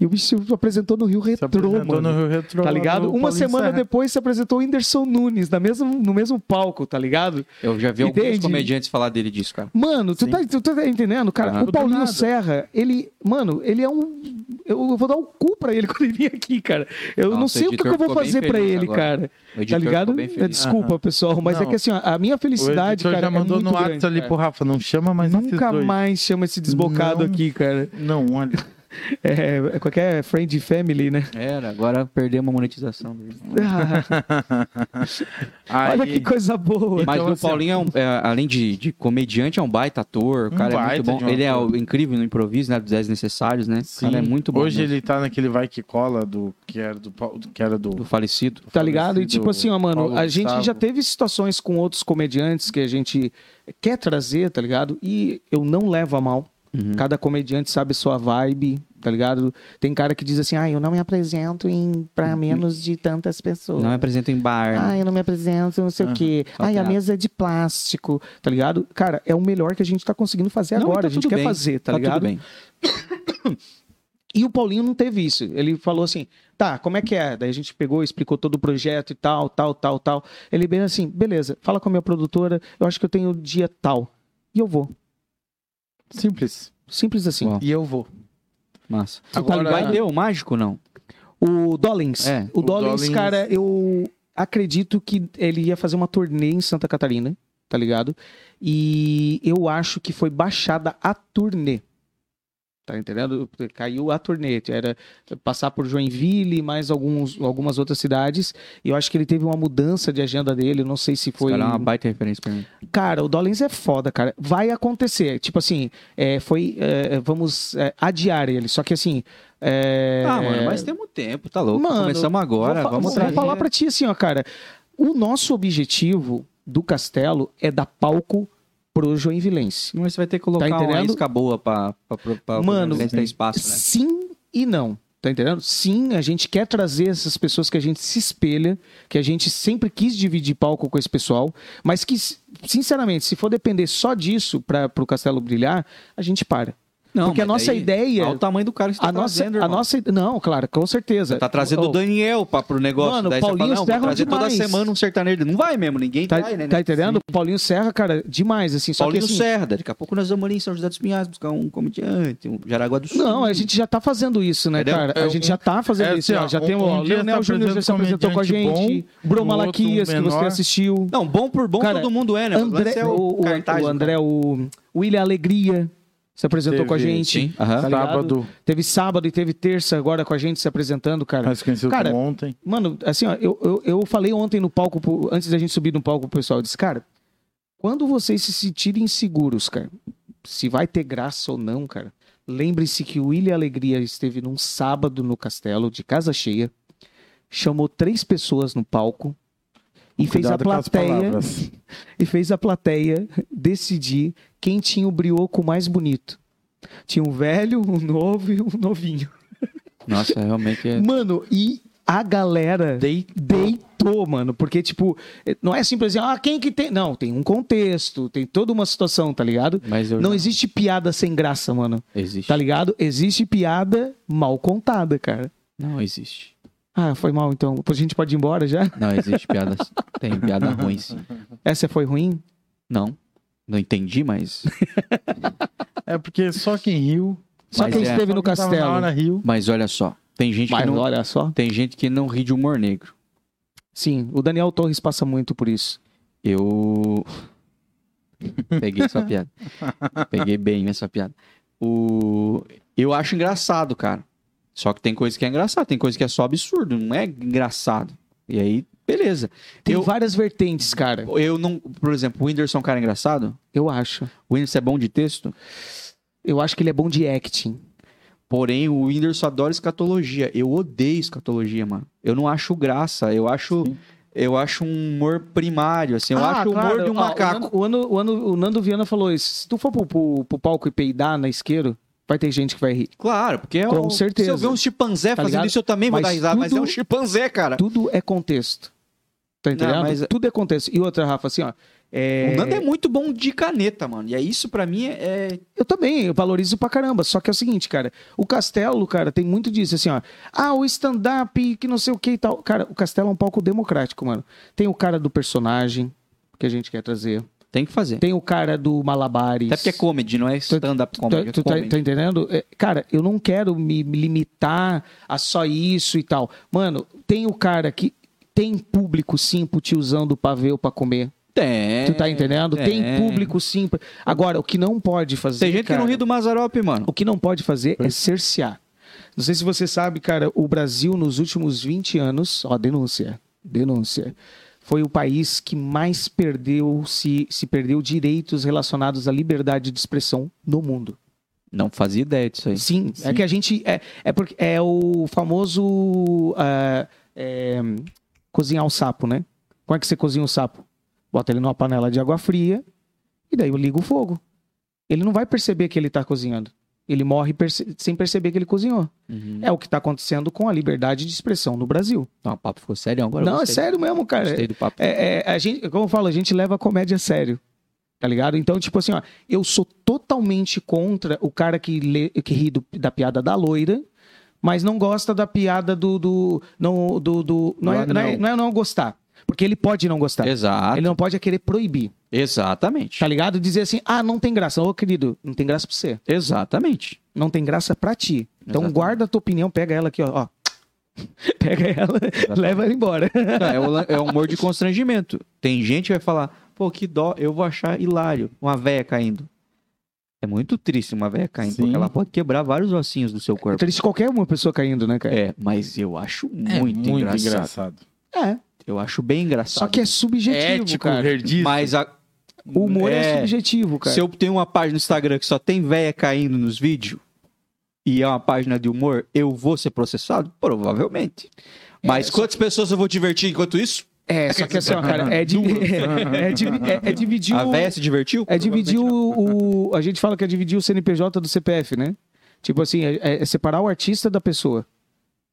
A: E o bicho se apresentou no Rio
E: Se
A: Retrô,
E: apresentou
A: mano.
E: no Rio Retrô.
A: Tá
E: lá
A: ligado?
E: é do
A: Uma
E: Paulinho
A: semana
E: Serra.
A: depois se apresentou o Whindersson Nunes na mesmo, no mesmo palco, tá ligado?
B: Eu já vi alguns
A: Entende?
B: comediantes falar dele disso, cara.
A: Mano, tu
E: Sim.
A: tá, tu tá entendendo, cara?
B: Aham.
A: O
E: Do
A: Paulinho
E: nada.
A: Serra, ele, mano, ele é um. Eu vou dar o cu pra ele [LAUGHS] quando ele vir aqui, cara. Eu não
B: Nossa,
A: sei o que,
B: editor
A: que eu vou
B: ficou bem
A: fazer pra
B: feliz
A: ele,
B: agora.
A: cara.
B: O editor
A: Tá ligado?
B: ficou bem
A: É,
B: feliz.
A: Desculpa, pessoal, mas é
E: Não.
A: que assim, ó, a minha
E: O
A: felicidade,
E: editor
A: cara.
E: já
A: é
E: mandou
A: muito
E: no WhatsApp
A: grande,
E: ali
A: cara.
E: pro Rafa, não chama mais esses
A: Nunca
E: dois.
A: mais chama esse desbocado
E: Não.
A: aqui, cara.
E: Não, olha.
A: É, é qualquer friend family,
B: [LAUGHS]
A: né?
B: Era, agora perdemos a monetização. dele.
A: Ah, olha que
E: Aí,
A: coisa boa.
B: Mas
E: Então,
B: o
E: assim,
B: Paulinho, é um- é, além de, de comediante, é um baita ator. O
E: Um
B: cara é
E: baita
B: muito bom.
E: de um
B: Ele é
E: ator.
B: o- incrível no improviso, né? Dos 10 necessários, né? O
E: sim,
B: cara é muito bom.
E: Hoje
B: né?
E: ele tá naquele vai que cola do que era do Paulo- que era do
B: Do falecido.
A: Tá ligado? E
E: falecido
A: tipo assim, ó, mano,
E: Paulo
A: a gente já
E: Gustavo.
A: teve situações com outros comediantes que a gente quer trazer, tá ligado? E eu não levo a mal.
B: Uhum.
A: Cada comediante sabe sua vibe, tá ligado? Tem cara que diz assim, ah, eu não me apresento em pra menos de tantas pessoas.
B: Não me apresenta em bar.
A: Ah, eu não me apresento, não sei o quê.
B: É. só
A: Ai, a
B: piada.
A: mesa é de plástico, tá ligado? Cara, é o melhor que a gente tá conseguindo fazer
B: Não,
A: agora.
B: tá
A: a gente
B: tudo
A: quer
B: bem,
A: fazer, tá,
B: tá
A: ligado?
B: tudo bem.
A: E o Paulinho não teve isso. Ele falou assim: tá, como é que é? Daí a gente pegou, explicou todo o projeto e tal, tal, tal, tal. Ele bem assim: beleza, fala com a minha produtora, eu acho que eu tenho dia tal. E eu vou.
E: simples.
A: Simples assim.
B: Uau.
E: E eu vou.
B: Massa.
E: Você tá
B: Agora...
E: ligado?
B: Vai ter o mágico, não?
A: O Dollins.
B: É,
A: o
E: o
A: Dollins,
E: Dollins-
A: cara, eu acredito que ele ia fazer uma turnê em Santa Catarina, tá ligado? E eu acho que foi baixada a turnê. Tá entendendo? Caiu a turnê. Era passar por Joinville e mais alguns, algumas outras cidades. E eu acho que ele teve uma mudança de agenda dele. eu Não sei se foi.
B: Foi cara é uma baita referência pra mim.
A: Cara, o Dollins é foda, cara. Vai acontecer. Tipo assim, é, foi. é, vamos é, adiar ele. Só que assim. é,
B: Ah, mano, mas temos tempo, tá louco.
A: Mano,
B: Começamos agora,
A: vou, fa-
B: vamos
A: vou
B: trazer.
A: falar pra ti assim, ó, cara. O nosso objetivo do Castelo é dar palco pro Joinvilense.
B: Mas você vai ter que colocar
A: Tá
B: uma
A: entendendo?
B: isca boa pra, pra, pra, pra
A: Mano,
B: pra ter espaço, né?
A: Sim e não. Tá entendendo? Sim, a gente quer trazer essas pessoas que a gente se espelha, que a gente sempre quis dividir palco com esse pessoal, mas que, sinceramente, se for depender só disso para o Castelo brilhar, a gente para.
B: Não,
A: Porque a
B: mas
A: nossa
B: daí,
A: ideia-
B: olha o tamanho do cara que você
A: A
B: tá
A: nossa,
B: trazendo,
A: a
B: irmão.
A: nossa. Não, claro, com certeza.
B: Você tá trazendo
A: Oh,
B: o Daniel pra, pro negócio.
A: Mano,
B: daí você
A: Paulinho
B: fala, não, vou
A: Serra
B: trazer toda
A: demais.
B: semana um sertanejo. Não vai mesmo, ninguém
A: Tá,
B: vai, né?
A: tá entendendo? Paulinho Serra, cara, demais, assim. Só
B: Paulinho
A: que, assim,
B: Serra, daqui a pouco nós vamos ali em São José dos Pinhais buscar um comediante, um Jaraguá do Sul.
A: Não, a gente já tá fazendo isso, né,
B: Entendeu?
A: cara?
E: É,
A: A gente
E: um-
A: já tá fazendo
E: é
A: isso.
E: assim,
A: ó.
E: ó,
A: já
E: um-
A: tem o
E: um dia
A: Leonel
E: tá
A: Júnior já se apresentou
E: apresentando
A: com a
E: comediante
A: gente.
E: bom,
A: Bro
E: um outro
A: Malaquias, que você
E: menor.
A: assistiu.
B: Não, bom por bom
A: Cara,
B: todo mundo é, né? O
A: André,
B: lance é
A: o, o-
B: cartaz
A: o
B: do
A: André, o William Alegria se apresentou
E: Teve,
A: com a
B: sim.
A: gente.
B: Aham.
A: tá ligado?
E: Sábado,
A: Teve sábado e teve terça agora com a gente se apresentando, cara.
E: nós conhecemos
A: Cara,
E: ontem.
A: Mano, assim, ó, eu, eu, eu falei ontem no palco, pro- antes da gente subir no palco, pro pessoal, eu disse, cara, quando vocês se sentirem seguros, cara, se vai ter graça ou não, cara, lembre-se que o William Alegria esteve num sábado no castelo, de casa cheia, chamou três pessoas no palco e fez a
E: Cuidado com as
A: plateia
E: palavras.
A: e fez a plateia decidir quem tinha o brioco mais bonito. Tinha um velho, um novo e um novinho.
B: Nossa, realmente é.
A: Mano, e a galera
B: Dei...
A: deitou, mano. Porque, tipo, não é simples assim, ah, quem que tem. Não, tem um contexto, tem toda uma situação, tá ligado?
B: Mas eu
A: Não existe piada sem graça, mano.
B: Existe.
A: Tá ligado? Existe piada mal contada, cara.
B: Não existe.
A: Ah, foi mal então. A gente pode ir embora já?
B: Não existe piada. assim. Tem piada ruim, sim.
A: Essa foi ruim?
B: Não. Não entendi, mas.
E: É porque só quem riu,
A: Só
B: Mas
A: quem
B: é.
A: esteve
E: só
A: no
E: quem tava na
A: castelo.
E: hora riu.
B: Mas olha só. Tem gente, que
A: Mas
B: não...
A: olha só.
B: tem gente que não ri de humor negro.
A: Sim, o Daniel Torres passa muito por isso. [LAUGHS]
B: Eu. Peguei sua piada. Peguei bem essa piada. O... Eu acho engraçado, cara. Só que tem coisa que é engraçado, tem coisa que é só absurdo, não é engraçado. E aí, beleza.
A: Tem
B: eu,
A: várias vertentes, cara.
B: eu não. Por exemplo, o Whindersson é um cara engraçado?
A: Eu acho.
B: O Whindersson é bom de texto?
A: Eu acho que ele é bom de acting.
B: Porém, o Whindersson adora escatologia. Eu odeio escatologia, mano. Eu não acho graça. Eu acho. Eu acho um humor primário, assim. Eu
A: Ah,
B: acho o humor
A: claro.
B: de um
A: Ah,
B: macaco.
A: o, Nando, o, Nando, o Nando- o Nando Viana falou isso. Se tu for pro, pro- pro palco e peidar na isqueiro, vai ter gente que vai rir.
B: Claro, porque é
A: Com
B: o-
A: certeza.
B: se eu ver um chimpanzé
A: Tá
B: fazendo
A: ligado?
B: isso, eu também vou
A: Mas
B: dar risada, mas é
A: tudo-
B: um chimpanzé, cara.
A: Tudo é contexto. Tá entendendo?
B: mas-
A: Tudo é contexto. E outra, Rafa, assim, ó. é-
B: O Nando é muito bom de caneta, mano. E é isso pra mim é. é-
A: Eu também, eu valorizo pra caramba. Só que é o seguinte, cara, o Castelo, cara, tem muito disso, assim, ó. Ah, o stand-up, que não sei o que e tal. Cara, o Castelo é um palco democrático, mano. Tem o cara do personagem, que a gente quer trazer.
B: Tem que fazer.
A: Tem o cara do Malabares.
B: Até porque é comedy, não é stand-up comedy.
A: Tu, tu
B: é
A: tá,
B: comedy.
A: tá entendendo? É, Cara, eu não quero me me limitar a só isso e tal. Mano, tem o cara que tem público sim pro tiozão do pavê pra comer.
B: Tem.
A: tu tá entendendo? Tem
B: é.
A: público sim. pra- Agora, o que não pode fazer.
B: Tem gente que não
A: cara,
B: ri do Mazarope, mano.
A: O que não pode fazer é cercear. Não sei se você sabe, cara, o Brasil nos últimos 20 anos, ó, denúncia, denúncia, foi o país que mais perdeu, se, se perdeu direitos relacionados à liberdade de expressão no mundo.
B: Não fazia ideia disso aí.
A: Sim, é
E: Sim.
A: que a gente. É, é, porque, é o famoso. ah, é, cozinhar o sapo, né? Como é que você cozinha o sapo? Bota ele numa panela de água fria e daí eu ligo o fogo. Ele não vai perceber que ele tá cozinhando. Ele morre perce- sem perceber que ele cozinhou.
B: Uhum.
A: É o que tá acontecendo com a liberdade de expressão no Brasil.
B: Não, o papo ficou sério agora. eu
A: não, é
B: gostei.
A: sério mesmo, cara.
B: Gostei do papo.
A: É, é, a gente, como eu falo, a gente leva a comédia a sério. Tá ligado? Então, tipo assim, ó, eu sou totalmente contra o cara que, lê, que ri do- da piada da loira, mas não gosta da piada do. do, não, do, do- não, é,
B: Do
A: não, é,
B: anão.
A: não é não gostar. Porque ele pode não gostar.
B: Exato.
A: Ele não pode é querer proibir.
B: tá. Exatamente.
A: Tá ligado? Dizer assim, ah, não tem graça. Ô, querido, não tem graça pra você.
B: Exatamente.
A: Não tem graça pra ti. Então
B: Exatamente.
A: guarda a tua opinião, pega ela aqui, ó. ó. [LAUGHS] Pega ela, leva ela embora.
B: Não, é, o lan- é humor de constrangimento. Tem gente que vai falar, pô, que dó, eu vou achar hilário. Uma véia caindo. É muito triste uma véia caindo,
E: Sim.
B: porque ela pode quebrar vários ossinhos do seu
A: É
B: corpo.
A: triste qualquer uma pessoa caindo, né, cara?
B: É, mas eu acho
E: É
B: muito, engraçado.
E: Tipo,
A: é.
B: Eu acho bem engraçado.
A: Só que é subjetivo,
E: Ético, é.
A: cara.
E: verdice.
B: Mas a...
A: O humor é,
B: É.
A: subjetivo, cara.
B: se eu tenho uma página no Instagram que só tem véia caindo nos vídeos e é uma página de humor, eu vou ser processado? Provavelmente. Mas quantas pessoas eu vou divertir enquanto isso?
A: É, só que assim, ó, cara, é, di- [LAUGHS] é, divi- é- é dividir
B: A
A: o...
B: véia se divertiu?
A: É dividir o, o- A gente fala que é dividir o CNPJ do CPF, né? Tipo assim, é, é- é separar o artista da pessoa.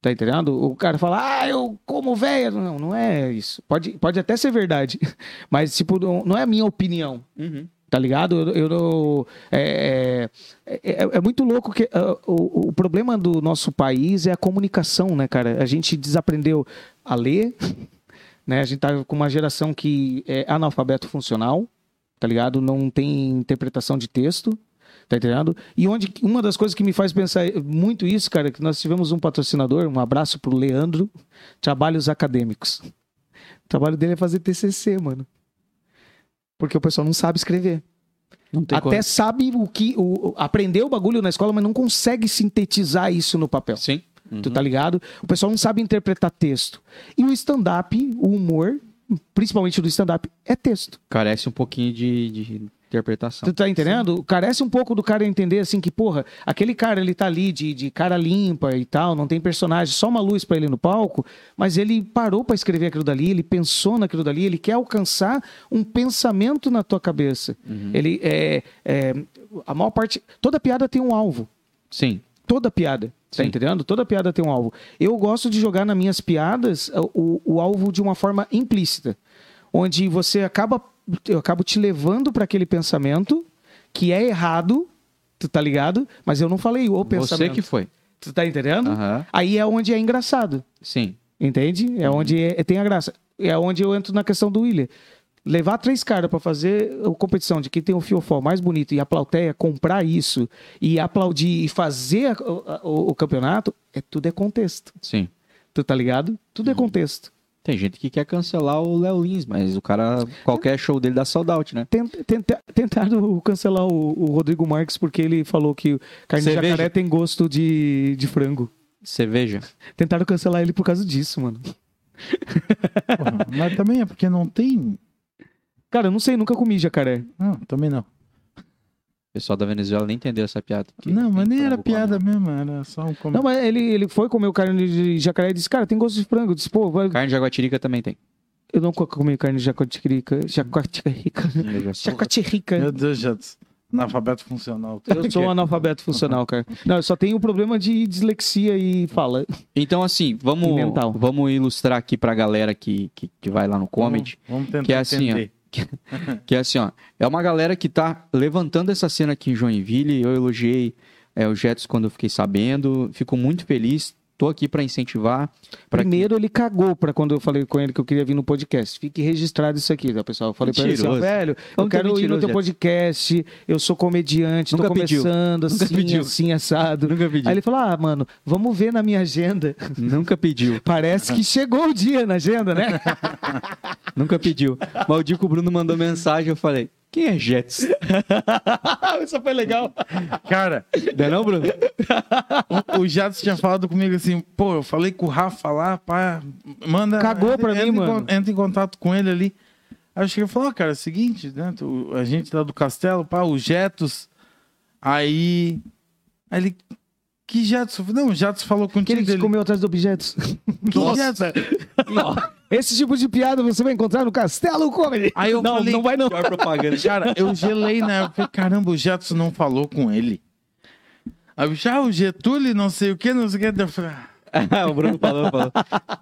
A: Tá entendendo? O cara fala, ah, eu como velho. Não, não é isso. Pode, pode até ser verdade. [LAUGHS] Mas, tipo, não, não é a minha opinião.
B: Uhum.
A: Tá ligado? Eu, eu não. É, é, é- é muito louco que ah, o, o problema do nosso país é a comunicação, né, cara? A gente desaprendeu a ler, [LAUGHS] né? A gente tá com uma geração que é analfabeto funcional, tá ligado? Não tem interpretação de texto, tá entendendo? E onde uma das coisas que me faz pensar muito isso, cara, é que nós tivemos um patrocinador, um abraço pro Leandro, trabalhos acadêmicos. O trabalho dele é fazer TCC, mano. Porque o pessoal não sabe escrever.
B: Não tem
A: Até sabe o que. O, o- aprendeu o bagulho na escola, mas não consegue sintetizar isso no papel.
B: Sim.
A: Tu tá ligado? O pessoal não sabe interpretar texto. E o stand-up, o humor, principalmente do stand-up, é texto.
B: Carece um pouquinho de, de interpretação.
A: Tu tá entendendo? Carece um pouco do cara entender assim que, porra, aquele cara ele tá ali de, de cara limpa e tal, não tem personagem, só uma luz pra ele no palco, mas ele parou pra escrever aquilo dali, ele pensou naquilo dali, ele quer alcançar um pensamento na tua cabeça. Ele é, é, a maior parte, toda piada tem um alvo.
B: Sim.
A: Toda piada. Tá
B: Sim.
A: entendendo? Toda piada tem um alvo. Eu gosto de jogar nas minhas piadas o, o alvo de uma forma implícita. Onde você acaba. Eu acabo te levando para aquele pensamento que é errado, tu tá ligado? Mas eu não falei o
B: Você
A: pensamento.
B: que foi.
A: Tu tá entendendo?
B: Aham.
A: Aí é onde é engraçado.
B: Sim.
A: Entende? É onde é- tem a graça. É onde eu entro na questão do Willian. Levar três caras pra fazer a competição de quem tem o fiofó mais bonito e a plateia comprar isso e aplaudir e fazer a- o, a- o- o campeonato, é tudo é contexto.
B: Sim.
A: Tu tá ligado? Tudo é contexto.
B: Tem gente que quer cancelar o Léo Lins, mas o cara, qualquer show dele dá sold out, né?
A: Tent- tenta- tentaram cancelar o, o Rodrigo Marques porque ele falou que carne de
B: Cerveja.
A: jacaré tem gosto de, de frango.
B: Cerveja.
A: Tentaram cancelar ele por causa disso, mano.
E: Porra, mas também é porque não tem.
A: Cara, eu não sei, nunca comi jacaré.
E: Não, também não.
B: O pessoal da Venezuela nem entendeu essa piada. Que
E: não, mas
B: tem
E: nem era
B: frango com a
E: piada mesmo, era só um
A: Não,
E: comentário.
A: mas ele, ele foi comer o carne de jacaré e disse, cara, tem gosto de frango. Eu disse, pô, vai,
B: Carne de aguatirica também tem.
A: Eu não comi carne de jacaré-rica.
B: [LAUGHS]
A: Jacaré-rica.
E: Meu
A: Jacaré-rica.
E: Deus, Jets. Analfabeto funcional.
A: Eu sou um analfabeto funcional, cara. Não, eu só tenho um problema de dislexia e fala.
B: Então, assim, vamos,
A: E mental.
B: vamos ilustrar aqui pra galera que, que, que vai lá no comedy.
E: Vamos tentar
B: Que é assim, ó.
E: entender.
B: Que é assim, ó. É uma galera que tá levantando essa cena aqui em Joinville. Eu elogiei é, o Jetson quando eu fiquei sabendo. Fico muito feliz. Tô aqui pra incentivar. Pra que-
A: Primeiro, ele cagou pra quando eu falei com ele que eu queria vir no podcast. Fique registrado isso aqui, tá, pessoal? Eu falei pra ele assim, ó,
B: Mentiroso.
A: velho, eu
B: Como que é
A: quero ir no
B: mentiroso,
A: teu
B: Jets?
A: podcast, eu sou comediante, tô
B: Nunca pediu.
A: começando
B: Nunca
A: assim,
B: pediu.
A: assim, assado.
B: Nunca
A: Aí
B: pediu.
A: ele falou, ah, mano, vamos ver na minha agenda. [LAUGHS]
B: Nunca pediu.
A: Parece que chegou o dia na agenda, né?
B: Nunca pediu. Mas o dia que o Bruno mandou mensagem, eu falei: Quem é Jets? Isso foi legal.
E: Cara,
B: Não é não, Bruno?
E: o, o Jatos tinha falado comigo assim, pô, eu falei com o Rafa lá, pá, manda...
A: Cagou pra mim,
E: em con-
A: mano.
E: Entra em contato com ele ali. Aí eu cheguei e falei, ó, cara, é o seguinte, né, tu- a gente lá do Castelo, pá, o Jetos, aí... Aí ele... Que Jatos? Eu falei, Não, o Jatos falou contigo.
A: Aquele que
E: dele.
A: comeu atrás dos objetos.
E: Que
B: Nossa.
E: Jatos?
A: Esse tipo de piada você vai encontrar no Castelo Comedy.
E: Aí eu
A: não,
E: falei-
A: não vai não.
B: Pior [LAUGHS] propaganda.
E: Cara, eu gelei na época. Falei, Caramba, o Jetson não falou com ele. Aí, eu, ah, o Getúlio, não sei o que, não sei o que. Eu falei, ah,
B: o Bruno falou, falou.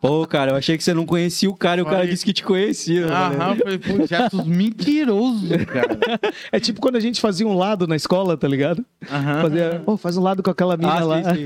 B: Pô, cara, eu achei que você não conhecia o cara e o cara
E: Falei.
B: disse que te conhecia. né?
E: aham,
B: Aham.
E: Eu falei, pô, Jetson mentiroso, cara.
A: É tipo quando a gente fazia um lado na escola, tá ligado?
E: Aham.
A: Fazia, "Pô, faz um lado com aquela mina lá. [LAUGHS]
B: Ah, sim,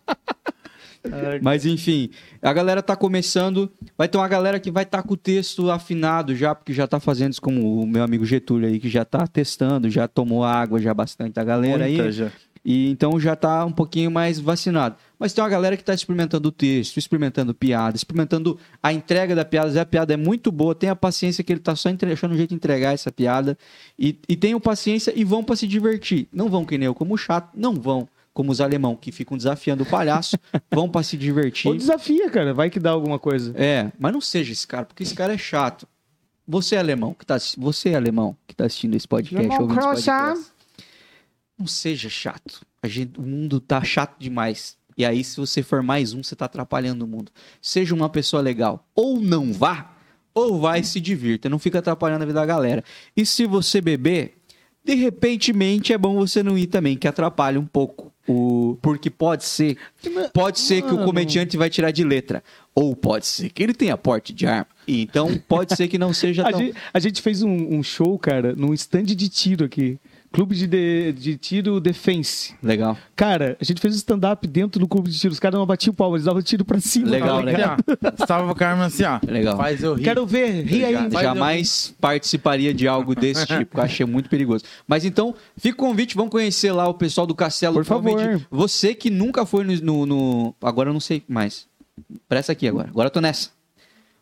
B: [LAUGHS] sim. Mas enfim, a galera tá começando. Vai ter uma galera que vai estar com o texto afinado já, porque já tá fazendo isso como o meu amigo Getúlio aí, que já tá testando, já tomou água já bastante da galera aí.
E: Muita já.
B: E então já tá um pouquinho mais vacinado. Mas tem uma galera que tá experimentando o texto, experimentando piada, experimentando a entrega da piada. Se a piada é muito boa, tenha paciência que ele tá só entre- achando um jeito de entregar essa piada. E, e tenham paciência e vão para se divertir. Não vão que nem eu como o chato, não vão como os alemão que ficam desafiando o palhaço, vão para se divertir.
A: Ou desafia, cara. Vai que dá alguma coisa.
B: É, mas não seja esse cara, porque esse cara é chato. Você é alemão que tá, assi- você é alemão que tá assistindo esse podcast,
A: Alemão ah.
B: ouvindo esse
A: crochê.
B: podcast. Não seja chato. A gente- o mundo tá chato demais. E aí, se você for mais um, você tá atrapalhando o mundo. Seja uma pessoa legal. Ou não vá, ou vai e se divirta. Não fica atrapalhando a vida da galera. E se você beber, de repentemente é bom você não ir também, que atrapalha um pouco. O... Porque pode ser Pode ser que o
A: Mano.
B: comediante vai tirar de letra. Ou pode ser que ele tenha porte de arma. E Então pode ser que não
A: [LAUGHS]
B: seja
A: A
B: tão...
A: gente, a gente fez um, um show, cara, num stand de tiro aqui. Clube de, de, de tiro Defense.
B: Legal.
A: Cara, a gente fez um stand-up dentro do clube de tiro. Os caras não batiam palma, eles davam tiro pra cima.
B: Legal,
A: Tava
B: né? legal.
E: Estava com a arma assim, ó.
B: Legal.
E: Faz eu rir.
A: Quero ver, ri aí.
B: Já-
E: Vai
B: jamais participaria de
A: [LAUGHS]
B: algo desse tipo. Eu achei muito perigoso. Mas então, fica o convite, vamos conhecer lá o pessoal do Castelo
A: Por favor.
B: Comedy. Você que nunca foi no, no- no- Agora eu não sei mais. Presta aqui agora. Agora eu tô nessa.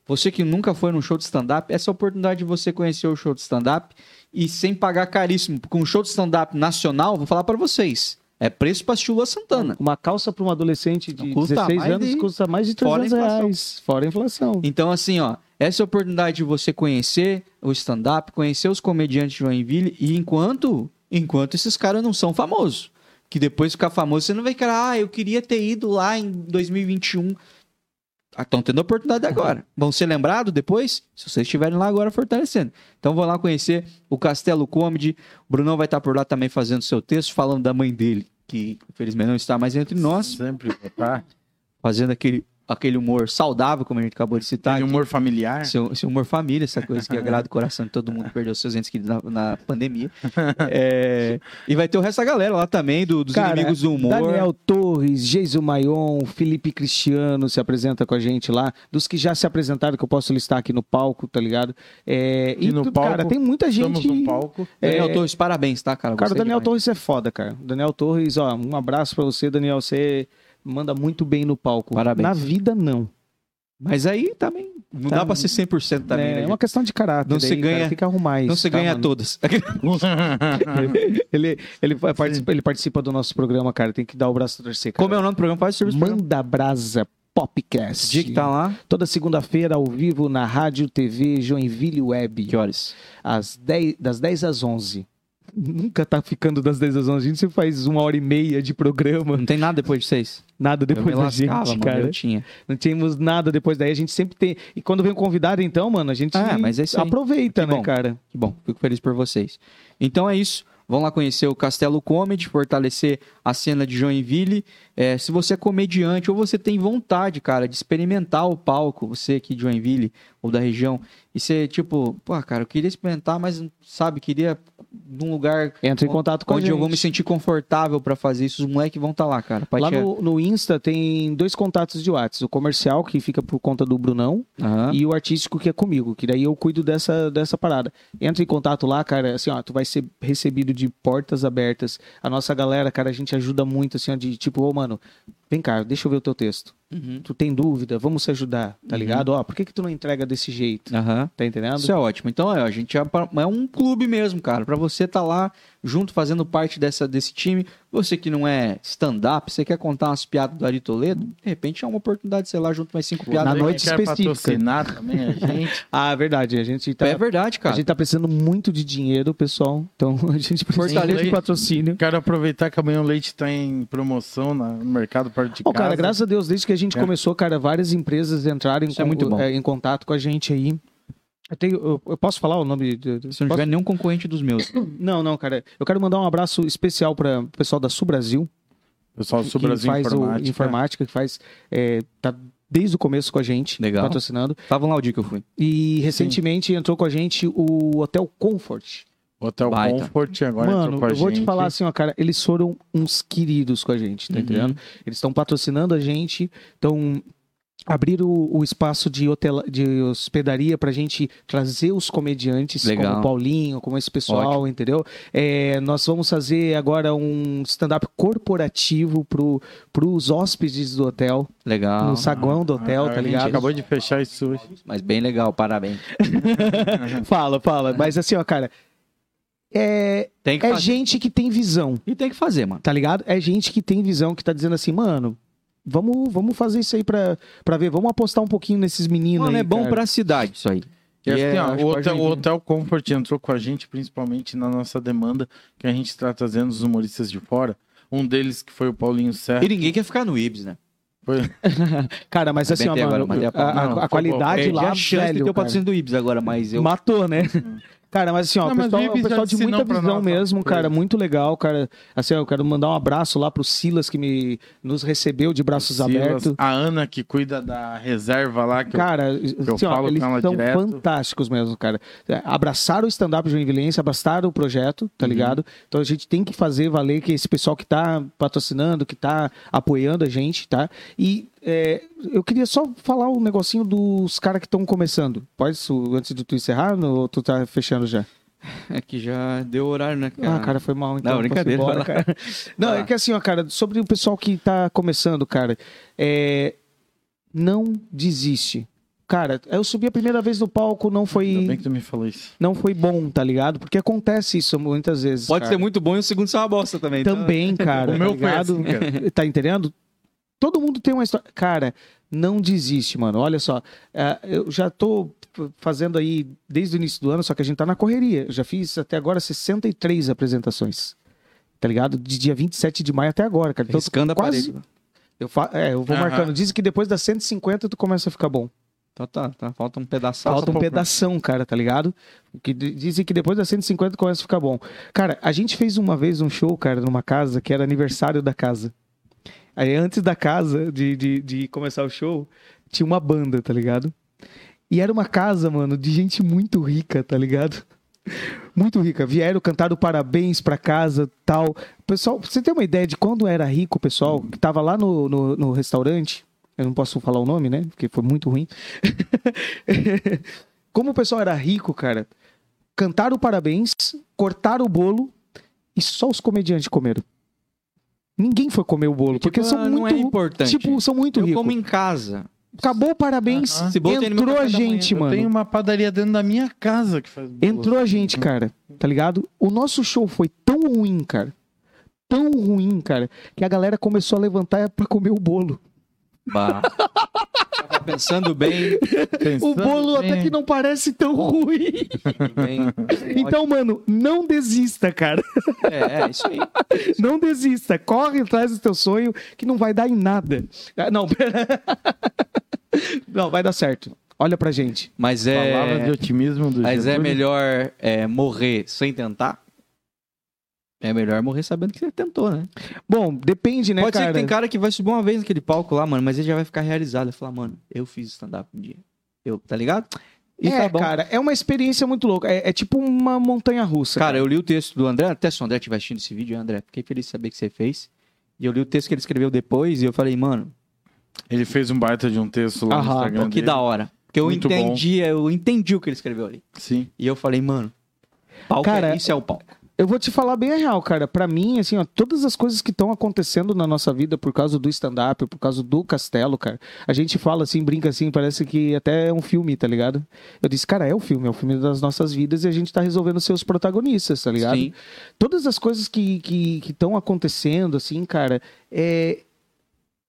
B: Você que nunca foi num show de stand-up, essa é a oportunidade de você conhecer o show de stand-up e sem pagar caríssimo. Porque um show de stand-up nacional, vou falar pra vocês, é preço pra assistir o Lua Santana.
A: Uma calça pra uma adolescente de
B: Não custa
A: 16
B: mais
A: anos
B: de-
A: custa mais de
B: Fora a
A: 300
B: inflação.
A: reais. Fora a inflação.
B: Então, assim, ó, essa é a oportunidade de você conhecer o stand-up, conhecer os comediantes de Joinville, e enquanto, enquanto esses caras não são famosos. Que depois ficar famoso, você não vai querer, ah, eu queria ter ido lá em 2021. Estão um." Ah, tendo a oportunidade agora. Vão ser lembrados depois? Se vocês estiverem lá agora fortalecendo. Então vão lá conhecer o Castelo Comedy. O Brunão vai estar por lá também fazendo seu texto, falando da mãe dele, que infelizmente não está mais entre nós,
E: Sempre botar.
B: fazendo aquele, aquele humor saudável, como a gente acabou Ah, de citar.
E: Tem humor familiar.
B: Seu, seu humor família, essa coisa que agrada o coração de todo mundo, perdeu seus entes queridos na, na pandemia. É, e vai ter o resto da galera lá também, do- dos
A: Cara,
B: inimigos do humor.
A: Daniel Torres, Geiso Maion, Felipe Cristiano se apresenta com a gente lá. Dos que já se apresentaram, que eu posso listar aqui no palco, tá ligado? É,
E: E no
A: tudo,
E: palco,
A: cara, tem muita
E: Estamos
A: gente.
E: no [LAUGHS] palco.
B: Daniel
A: é-
B: Torres, parabéns, tá, cara?
A: Cara, o
B: Você
A: Daniel
B: demais.
A: Torres é foda, cara. Daniel Torres, ó, um abraço pra você, Daniel. Você manda muito bem no palco.
B: Parabéns.
A: Na vida, não.
B: Mas aí também, não
A: Tá-
B: dá pra ser 100% também,
A: é
B: né?
A: uma questão de caráter.
B: Não se
A: daí, cara.
B: ganha-
A: Tem que arrumar isso.
B: Não se
A: tá,
B: ganha
A: mano? [LAUGHS]
B: todas. [LAUGHS]
A: Ele, ele, vai participa, ele participa do nosso programa, cara. Tem que dar o braço a torcer, cara.
B: Como é o nome do programa? Faz o serviço do programa.
A: Manda Brasa Popcast.
B: Esse dia que tá lá,
A: Toda segunda-feira, ao vivo, na Rádio TV Joinville Web.
B: que horas?
A: Às 10, das 10 às 11. Nunca tá ficando das 10 às 11. A gente sempre faz uma hora e meia de programa.
B: Não tem nada depois de seis.
A: Nada
B: Eu me
A: depois da gente,
B: lascava, mano,
A: cara.
B: eu tinha.
A: Não tínhamos nada depois daí. A gente sempre tem. E quando vem um convidado, então, mano, a gente
B: Ah, mas é isso aí.
A: aproveita,
B: Que
A: né,
B: bom.
A: cara?
B: Que bom, fico feliz por vocês. Então é isso. Vão lá conhecer o Castelo Comedy, fortalecer a cena de Joinville. É, se você é comediante ou você tem vontade, cara, de experimentar o palco, você aqui de Joinville ou da região, e você, tipo, pô, cara, eu queria experimentar, mas, sabe, queria num lugar
A: Entra em contato com a
B: onde eu
A: gente.
B: vou me sentir confortável pra fazer isso, os moleques vão estar lá, cara. Pai
A: Lá
B: Tchê.
A: no, no Insta tem dois contatos de WhatsApp. O comercial, que fica por conta do Brunão,
B: Aham.
A: e o artístico, que é comigo, que daí eu cuido dessa, dessa parada. Entra em contato lá, cara, assim, ó, tu vai ser recebido de portas abertas. A nossa galera, cara, a gente ajuda muito, assim, ó, de tipo, ô, mano, vem cá, deixa eu ver o teu texto.
B: Uhum.
A: Tu tem dúvida? Vamos se ajudar, tá
B: Uhum.
A: ligado? Ó, por que que tu não entrega desse jeito?
B: Aham.
A: Tá entendendo?
B: Isso é ótimo. Então, é, a gente é, pra- é um clube mesmo, cara. Pra você estar lá junto, fazendo parte dessa, desse time. Você que não é stand-up, você quer contar umas piadas do Ari Toledo, de repente é uma oportunidade, sei lá, junto mais cinco piadas.
E: Você
A: na noite
E: que quer
A: específica.
E: patrocinar também a gente.
A: Ah, é verdade. A gente tá.
B: É verdade,
A: a
B: cara.
A: gente tá precisando muito de dinheiro, pessoal. Então [LAUGHS] a gente precisa
B: Fortaleza-
A: de patrocínio.
E: [LAUGHS] Quero aproveitar que amanhã o leite tá em promoção na- no mercado perto de
A: Bom,
E: casa.
A: cara, graças a Deus, desde que a gente
E: É.
A: começou, cara, várias empresas entraram em,
B: Isso é
A: con-
B: muito bom.
A: eh, em contato com a gente aí. Eu, tenho- eu- eu posso falar o nome? de- de-
B: Se não
A: posso-
B: tiver nenhum concorrente dos meus.
A: Não, não, cara. Eu quero mandar um abraço especial para o pessoal da Sul Brasil,
E: Pessoal, do Sul
A: que
E: Brasil
A: faz o-
E: Informática.
A: informática, que faz eh, tá desde o começo com a gente,
B: Legal.
A: patrocinando.
B: Estavam lá o dia que eu fui.
A: E recentemente entrou com a gente o Hotel Comfort.
E: Hotel
B: Baita.
E: Comfort agora entrou
A: Mano,
E: com a
A: eu vou te
E: gente.
A: falar assim, ó, cara, eles foram uns queridos com a gente, tá
B: Uhum.
A: entendendo? Eles estão patrocinando a gente, estão abriram o, o espaço de, hotel, de hospedaria pra gente trazer os comediantes,
B: Legal.
A: como o Paulinho, como esse pessoal,
B: Ótimo.
A: entendeu? É, nós vamos fazer agora um stand-up corporativo pro, pros hóspedes do hotel,
B: Legal.
A: no saguão do hotel,
E: Ah,
A: tá
E: a gente
A: ligado?
E: acabou de fechar isso hoje.
B: Mas bem legal, parabéns.
A: Fala, fala. Mas assim, ó, cara, é,
B: Tem que
A: é
B: fazer.
A: gente que tem visão.
B: E tem que fazer, mano.
A: Tá ligado? É gente que tem visão, que tá dizendo assim, mano, vamos, vamos fazer isso aí pra, pra ver, vamos apostar um pouquinho nesses meninos
B: Mano,
A: aí,
B: é bom
A: cara.
B: pra cidade isso aí.
E: E
B: E
E: assim,
B: é,
E: ó,
B: acho
E: o,
B: que
E: hotel,
B: pode-
E: o Hotel Comfort entrou com a gente, principalmente na nossa demanda, que a gente está trazendo os humoristas de fora. Um deles, que foi o Paulinho Serra.
B: E ninguém quer ficar no Ibs, né?
E: Foi...
A: Cara, mas assim, ó,
B: Arrebentei agora,
A: mano,
B: matei a
A: a, a-
E: Não,
A: a
E: foi
A: qualidade
B: Perdi
A: lá,
B: a chance Ah, de
A: velho,
B: ter o
A: cara,
B: patrocínio do Ibs agora, mas eu...
A: matou, né? [LAUGHS] Cara, mas assim, ó,
E: Não,
A: o
E: mas
A: pessoal,
E: o Ibis
A: o pessoal
E: já
A: de muita
E: ensinou pra
A: visão
E: nós, tá? ó,
A: mesmo,
E: pra
A: cara,
E: ele.
A: muito legal, cara. Assim, ó, eu quero mandar um abraço lá pro Silas, que me, nos recebeu de braços
E: Silas,
A: abertos.
E: A Ana, que cuida da reserva lá, que eu-
A: Cara,
E: eu
A: assim, ó,
E: falo
A: eles
E: com ela
A: são
E: direto.
A: fantásticos mesmo, cara. É, Abraçaram o stand-up Joinvilense, abraçaram o projeto,
E: Uhum.
A: tá ligado? Então a gente tem que fazer valer que esse pessoal que tá patrocinando, que tá apoiando a gente, tá? E é, eu queria só falar um negocinho dos caras que estão começando. Pode, Su, antes de tu encerrar, no- ou tu tá fechando já?
B: [LAUGHS] É que já deu horário, né, cara?
A: Ah, cara, foi mal. Então
B: Não,
A: eu posso ir
B: brincadeira,
A: embora,
B: vai lá.
A: cara. Não,
B: Vai
A: é
B: lá.
A: que assim, ó, cara, sobre o pessoal que tá começando, cara, é... não desiste. Cara, eu subi a primeira vez no palco, não
E: Ainda bem
A: foi,
E: que tu me falou isso.
A: não foi bom, tá ligado? Porque acontece isso muitas vezes.
B: Pode
A: cara.
B: ser muito bom e o segundo ser uma bosta também. então-
A: Também, cara.
E: [LAUGHS] o meu
A: tá ligado?
E: foi assim, cara.
A: [LAUGHS] Tá entendendo? Todo mundo tem uma história. Cara, não desiste, mano. Olha só, é, eu já tô f- fazendo aí desde o início do ano, só que a gente tá na correria. Eu já fiz até agora 63 apresentações. Tá ligado? De dia 27 de maio até agora, cara. Então,
B: Riscando a
A: quase-
B: parede.
A: Eu, fa... é, eu vou
E: Aham.
A: marcando. Dizem que depois das 150 tu começa a ficar bom.
B: Então tá, tá, falta um pedaço.
A: Falta um
E: pouco.
A: pedação, cara, tá ligado? Que d- dizem que depois das 150 começa a ficar bom. Cara, a gente fez uma vez um show, cara, numa casa que era aniversário da casa. Aí antes da casa, de, de, de começar o show, tinha uma banda, tá ligado? E era uma casa, mano, de gente muito rica, tá ligado? [LAUGHS] Muito rica. Vieram cantar o parabéns pra casa, tal. Pessoal, pra você ter uma ideia de quando era rico, o pessoal, que tava lá no, no, no restaurante, eu não posso falar o nome, né? Porque foi muito ruim. [LAUGHS] Como o pessoal era rico, cara, cantaram parabéns, cortaram o bolo e só os comediantes comeram. Ninguém foi comer o bolo,
B: Tipo,
A: porque são
B: ah, não
A: muito
B: é importante.
A: Tipo, são muito
B: Eu
A: ricos.
B: como em casa.
A: Acabou o parabéns,
E: Aham.
B: Se botei no meu
A: entrou a
B: café da manhã, um
A: gente,
E: eu
A: mano.
E: tenho uma padaria dentro da minha casa que faz. bolo.
A: Entrou a gente, cara, tá ligado? O nosso show foi tão ruim, cara. Tão ruim, cara, que a galera começou a levantar pra comer o bolo.
B: Bah. Tava pensando bem,
E: Pensando
A: O bolo
E: bem,
A: até que não parece tão ruim.
B: bem.
A: Então, mano, não desista, cara.
B: É, é isso aí.
A: Não desista. Corre atrás do teu sonho que não vai dar em nada. Ah, Não, [LAUGHS] pera. Não, vai dar certo. Olha pra gente.
B: Mas
E: Palavras de
B: é,
E: otimismo do
B: mas é
E: Getúlio.
B: melhor é, morrer sem tentar. É melhor morrer sabendo que você tentou, né?
A: Bom, depende, né,
B: Pode
A: cara?
B: ser que tem cara que vai subir uma vez naquele palco lá, mano, mas ele já vai ficar realizado. Ele vai falar, mano, eu fiz stand-up um dia. Eu, tá ligado? e
A: é,
B: tá bom.
A: cara, é uma experiência muito louca. É, é tipo uma montanha russa.
E: tá-
B: Cara, eu li o texto do André, até se o André estiver assistindo esse vídeo, André, fiquei feliz de saber que você fez. E eu li o texto que ele escreveu depois e eu falei, mano,
E: Ele fez um baita de um texto lá no
B: aham,
E: Instagram.
B: que
E: dele.
B: da hora. Porque eu
E: Muito bom.
B: entendi, é, eu entendi o que ele escreveu ali.
E: Sim.
B: E eu falei, mano, palco
A: Cara,
B: é, isso é o palco.
A: Eu vou te falar bem a real, cara. Pra mim, assim, ó, todas as coisas que estão acontecendo na nossa vida por causa do stand-up, por causa do castelo, cara. A gente fala assim, brinca assim, parece que até é um filme, tá ligado? Eu disse, cara, é o filme, é o filme das nossas vidas e a gente tá resolvendo ser os protagonistas, tá ligado?
B: Sim.
A: Todas as coisas que que estão acontecendo, assim, cara, é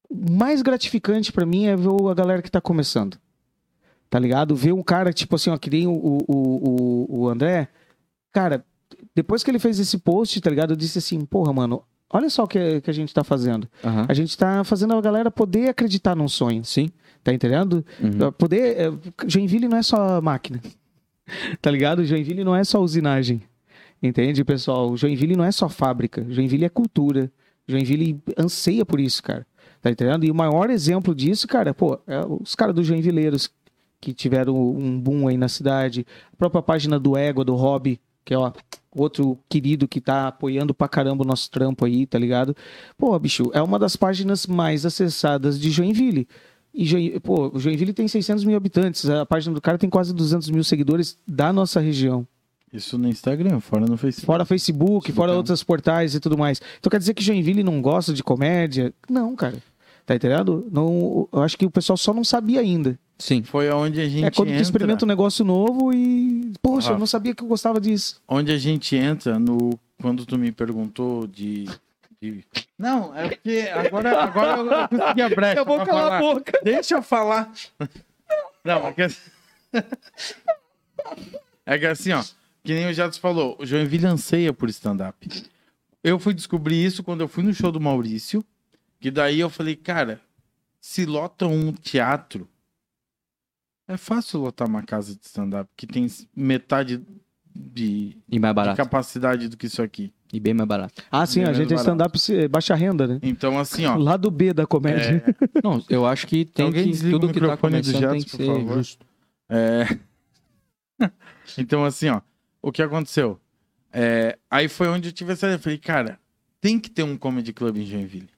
A: o mais gratificante pra mim é ver a galera que tá começando. Tá ligado? Ver um cara, tipo assim, ó, que nem o, o, o, o André. Cara, depois que ele fez esse post, tá ligado? Eu disse assim, porra, mano, olha só o que, que a gente tá fazendo.
B: Aham.
A: A gente tá fazendo a galera poder acreditar num sonho,
B: Sim.
A: tá entendendo?
B: Uhum.
A: Poder. é, Joinville não é só máquina. [LAUGHS] tá ligado? Joinville não é só usinagem. Entende, pessoal? Joinville não é só fábrica. Joinville é cultura. Joinville anseia por isso, cara. Tá entendendo? E o maior exemplo disso, cara, pô, é os caras dos Joinvileiros que tiveram um boom aí na cidade. A própria página do Égua, do Hobby, que é, ó, outro querido que tá apoiando pra caramba o nosso trampo aí, tá ligado? Pô, bicho, é uma das páginas mais acessadas de Joinville. E Joinville, pô, Joinville tem 600 mil habitantes, a página do cara tem quase 200 mil seguidores da nossa região.
E: Isso no Instagram, fora no Facebook.
A: Fora Facebook, fora
E: Então.
A: outros portais e tudo mais. Então quer dizer que Joinville não gosta de comédia? Não, cara. Tá entendendo? Não, eu acho que o pessoal só não sabia ainda.
B: Sim.
E: Foi aonde a gente
A: É quando tu
E: entra.
A: experimenta um negócio novo e. Poxa, eu
E: Rafa.
A: não sabia que eu gostava disso.
E: Onde a gente entra no. Quando tu me perguntou de. de- Não, é porque agora, agora eu- eu consegui a brecha. pra falar.
A: boca.
E: Deixa eu falar. Não, é que... [LAUGHS] é que assim, ó. Que nem o Jatos falou, o Joinville anseia por stand-up. Eu fui descobrir isso quando eu fui no show do Maurício. Que daí eu falei, cara, se lota um teatro, é fácil lotar uma casa de stand-up que tem metade de, de
B: E mais barato.
E: capacidade do que isso aqui.
B: E bem mais barato.
A: Ah, sim, a gente é stand-up eh, baixa renda, né?
E: Então, assim, ó.
A: Lado B da comédia.
E: É,
B: Não, eu acho que tem
E: Alguém
B: que
E: desliga o
B: tudo que tá
E: microfone do
B: começando
E: Jatos,
B: tem que
E: por
B: ser
E: favor.
B: justo.
E: é, [LAUGHS] Então, assim, ó, o que aconteceu? É, aí foi onde eu tive essa ideia. Eu Falei, cara, tem que ter um comedy club em Joinville.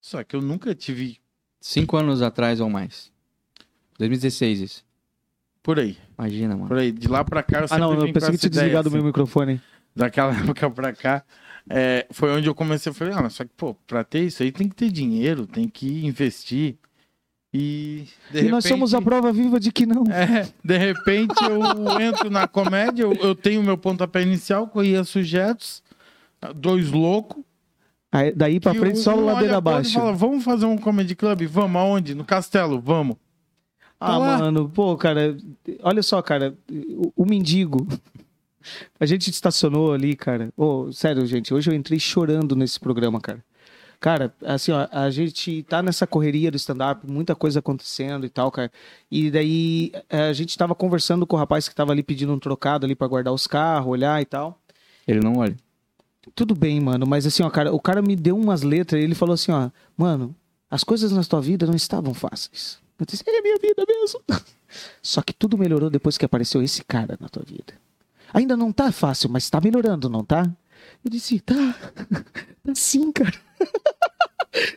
E: Só que eu nunca tive
B: Cinco anos atrás ou mais. 2016 isso.
E: por aí.
B: Imagina, mano.
E: Por aí, de lá pra cá eu
A: Ah,
E: sempre
A: não,
E: vim
A: eu
E: com
A: pensei que
E: essa
A: tinha
E: ideia,
A: desligado o
E: assim.
A: meu microfone.
E: daquela [LAUGHS] época pra cá, é, foi onde eu comecei a falar, ah, mas só que, pô, pra ter isso aí tem que ter dinheiro, tem que investir. E, de
A: e nós somos a prova viva de que não.
E: É, de repente eu entro na comédia, eu, eu tenho meu pontapé inicial, corria sujeitos, dois loucos.
A: Aí, daí pra
E: que
A: frente, só
E: um olha
A: ladeira
E: pra outro e
A: abaixo.
E: Fala, vamos fazer um comedy club? Vamos, aonde? No castelo, vamos.
A: Ah,
E: "Tá lá.
A: mano, pô, cara, olha só, cara, o, o mendigo. [LAUGHS] A gente estacionou ali, cara. Ô, sério, gente, hoje eu entrei chorando nesse programa, cara. Cara, assim, ó, a gente tá nessa correria do stand-up, muita coisa acontecendo e tal, cara. E daí eh, a gente tava conversando com o rapaz que tava ali pedindo um trocado ali pra guardar os carros, olhar e tal.
B: Ele não olha.
A: Tudo bem, mano, mas assim, ó, cara, o cara me deu umas letras e ele falou assim, ó, mano, as coisas na tua vida não estavam fáceis. Eu disse, é minha vida mesmo. Só que tudo melhorou depois que apareceu esse cara na tua vida. Ainda não tá fácil, mas tá melhorando, não tá? Eu disse, tá. [LAUGHS] Tá sim, cara. [LAUGHS]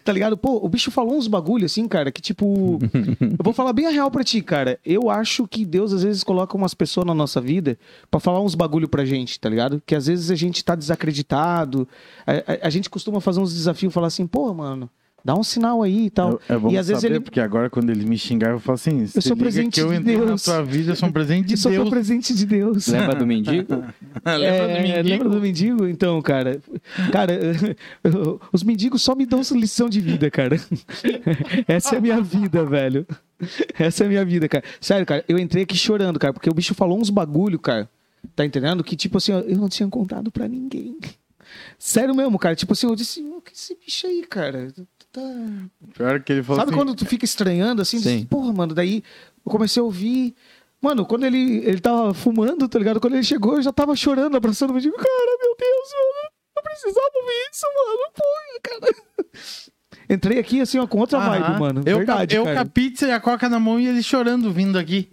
A: tá ligado? Pô, o bicho falou uns bagulho assim, cara, que
E: [LAUGHS]
A: tipo. eu vou falar bem a real pra ti, cara. Eu acho que Deus às vezes coloca umas pessoas na nossa vida pra falar uns bagulho pra gente, tá ligado? Que às vezes a gente tá desacreditado. A, a- a gente costuma fazer uns desafios falar assim, pô, mano, dá um sinal aí e tal.
E: é bom
A: e às vezes
E: saber,
A: ele-
E: porque agora quando ele me xingar, eu falo assim,
A: sou presente
E: que eu
A: de
E: entrei na
A: Deus.
E: tua vida, eu sou um presente de
A: Isso foi
E: Deus.
A: um presente de Deus.
B: Lembra do mendigo?
E: [LAUGHS] Lembra
A: É,
E: do mendigo?
A: lembra do mendigo? Então, cara. Cara, [LAUGHS] os mendigos só me dão lição de vida, cara. [LAUGHS] Essa é a minha vida, velho. Essa é a minha vida, cara. Sério, cara, eu entrei aqui chorando, cara, porque o bicho falou uns bagulho, cara. Tá entendendo? Que tipo assim, ó, eu não tinha contado pra ninguém. Sério mesmo, cara. Tipo assim, eu disse, o que é esse bicho aí, cara? Tá...
E: Pior que ele falou
A: Sabe
E: assim,
A: quando tu fica estranhando assim?
B: Sim.
A: diz, Porra, mano, daí eu comecei a ouvir. Mano, quando ele, ele tava fumando, tá ligado? Quando ele chegou, eu já tava chorando, abraçando o mendigo. Cara, meu Deus, mano, eu precisava ouvir isso, mano. Porra, cara. [LAUGHS] Entrei aqui assim, ó, com outra
E: Aham.
A: vibe, mano.
E: Eu,
A: Verdade,
E: com- eu
A: cara.
E: com a pizza e a coca na mão e ele chorando vindo aqui.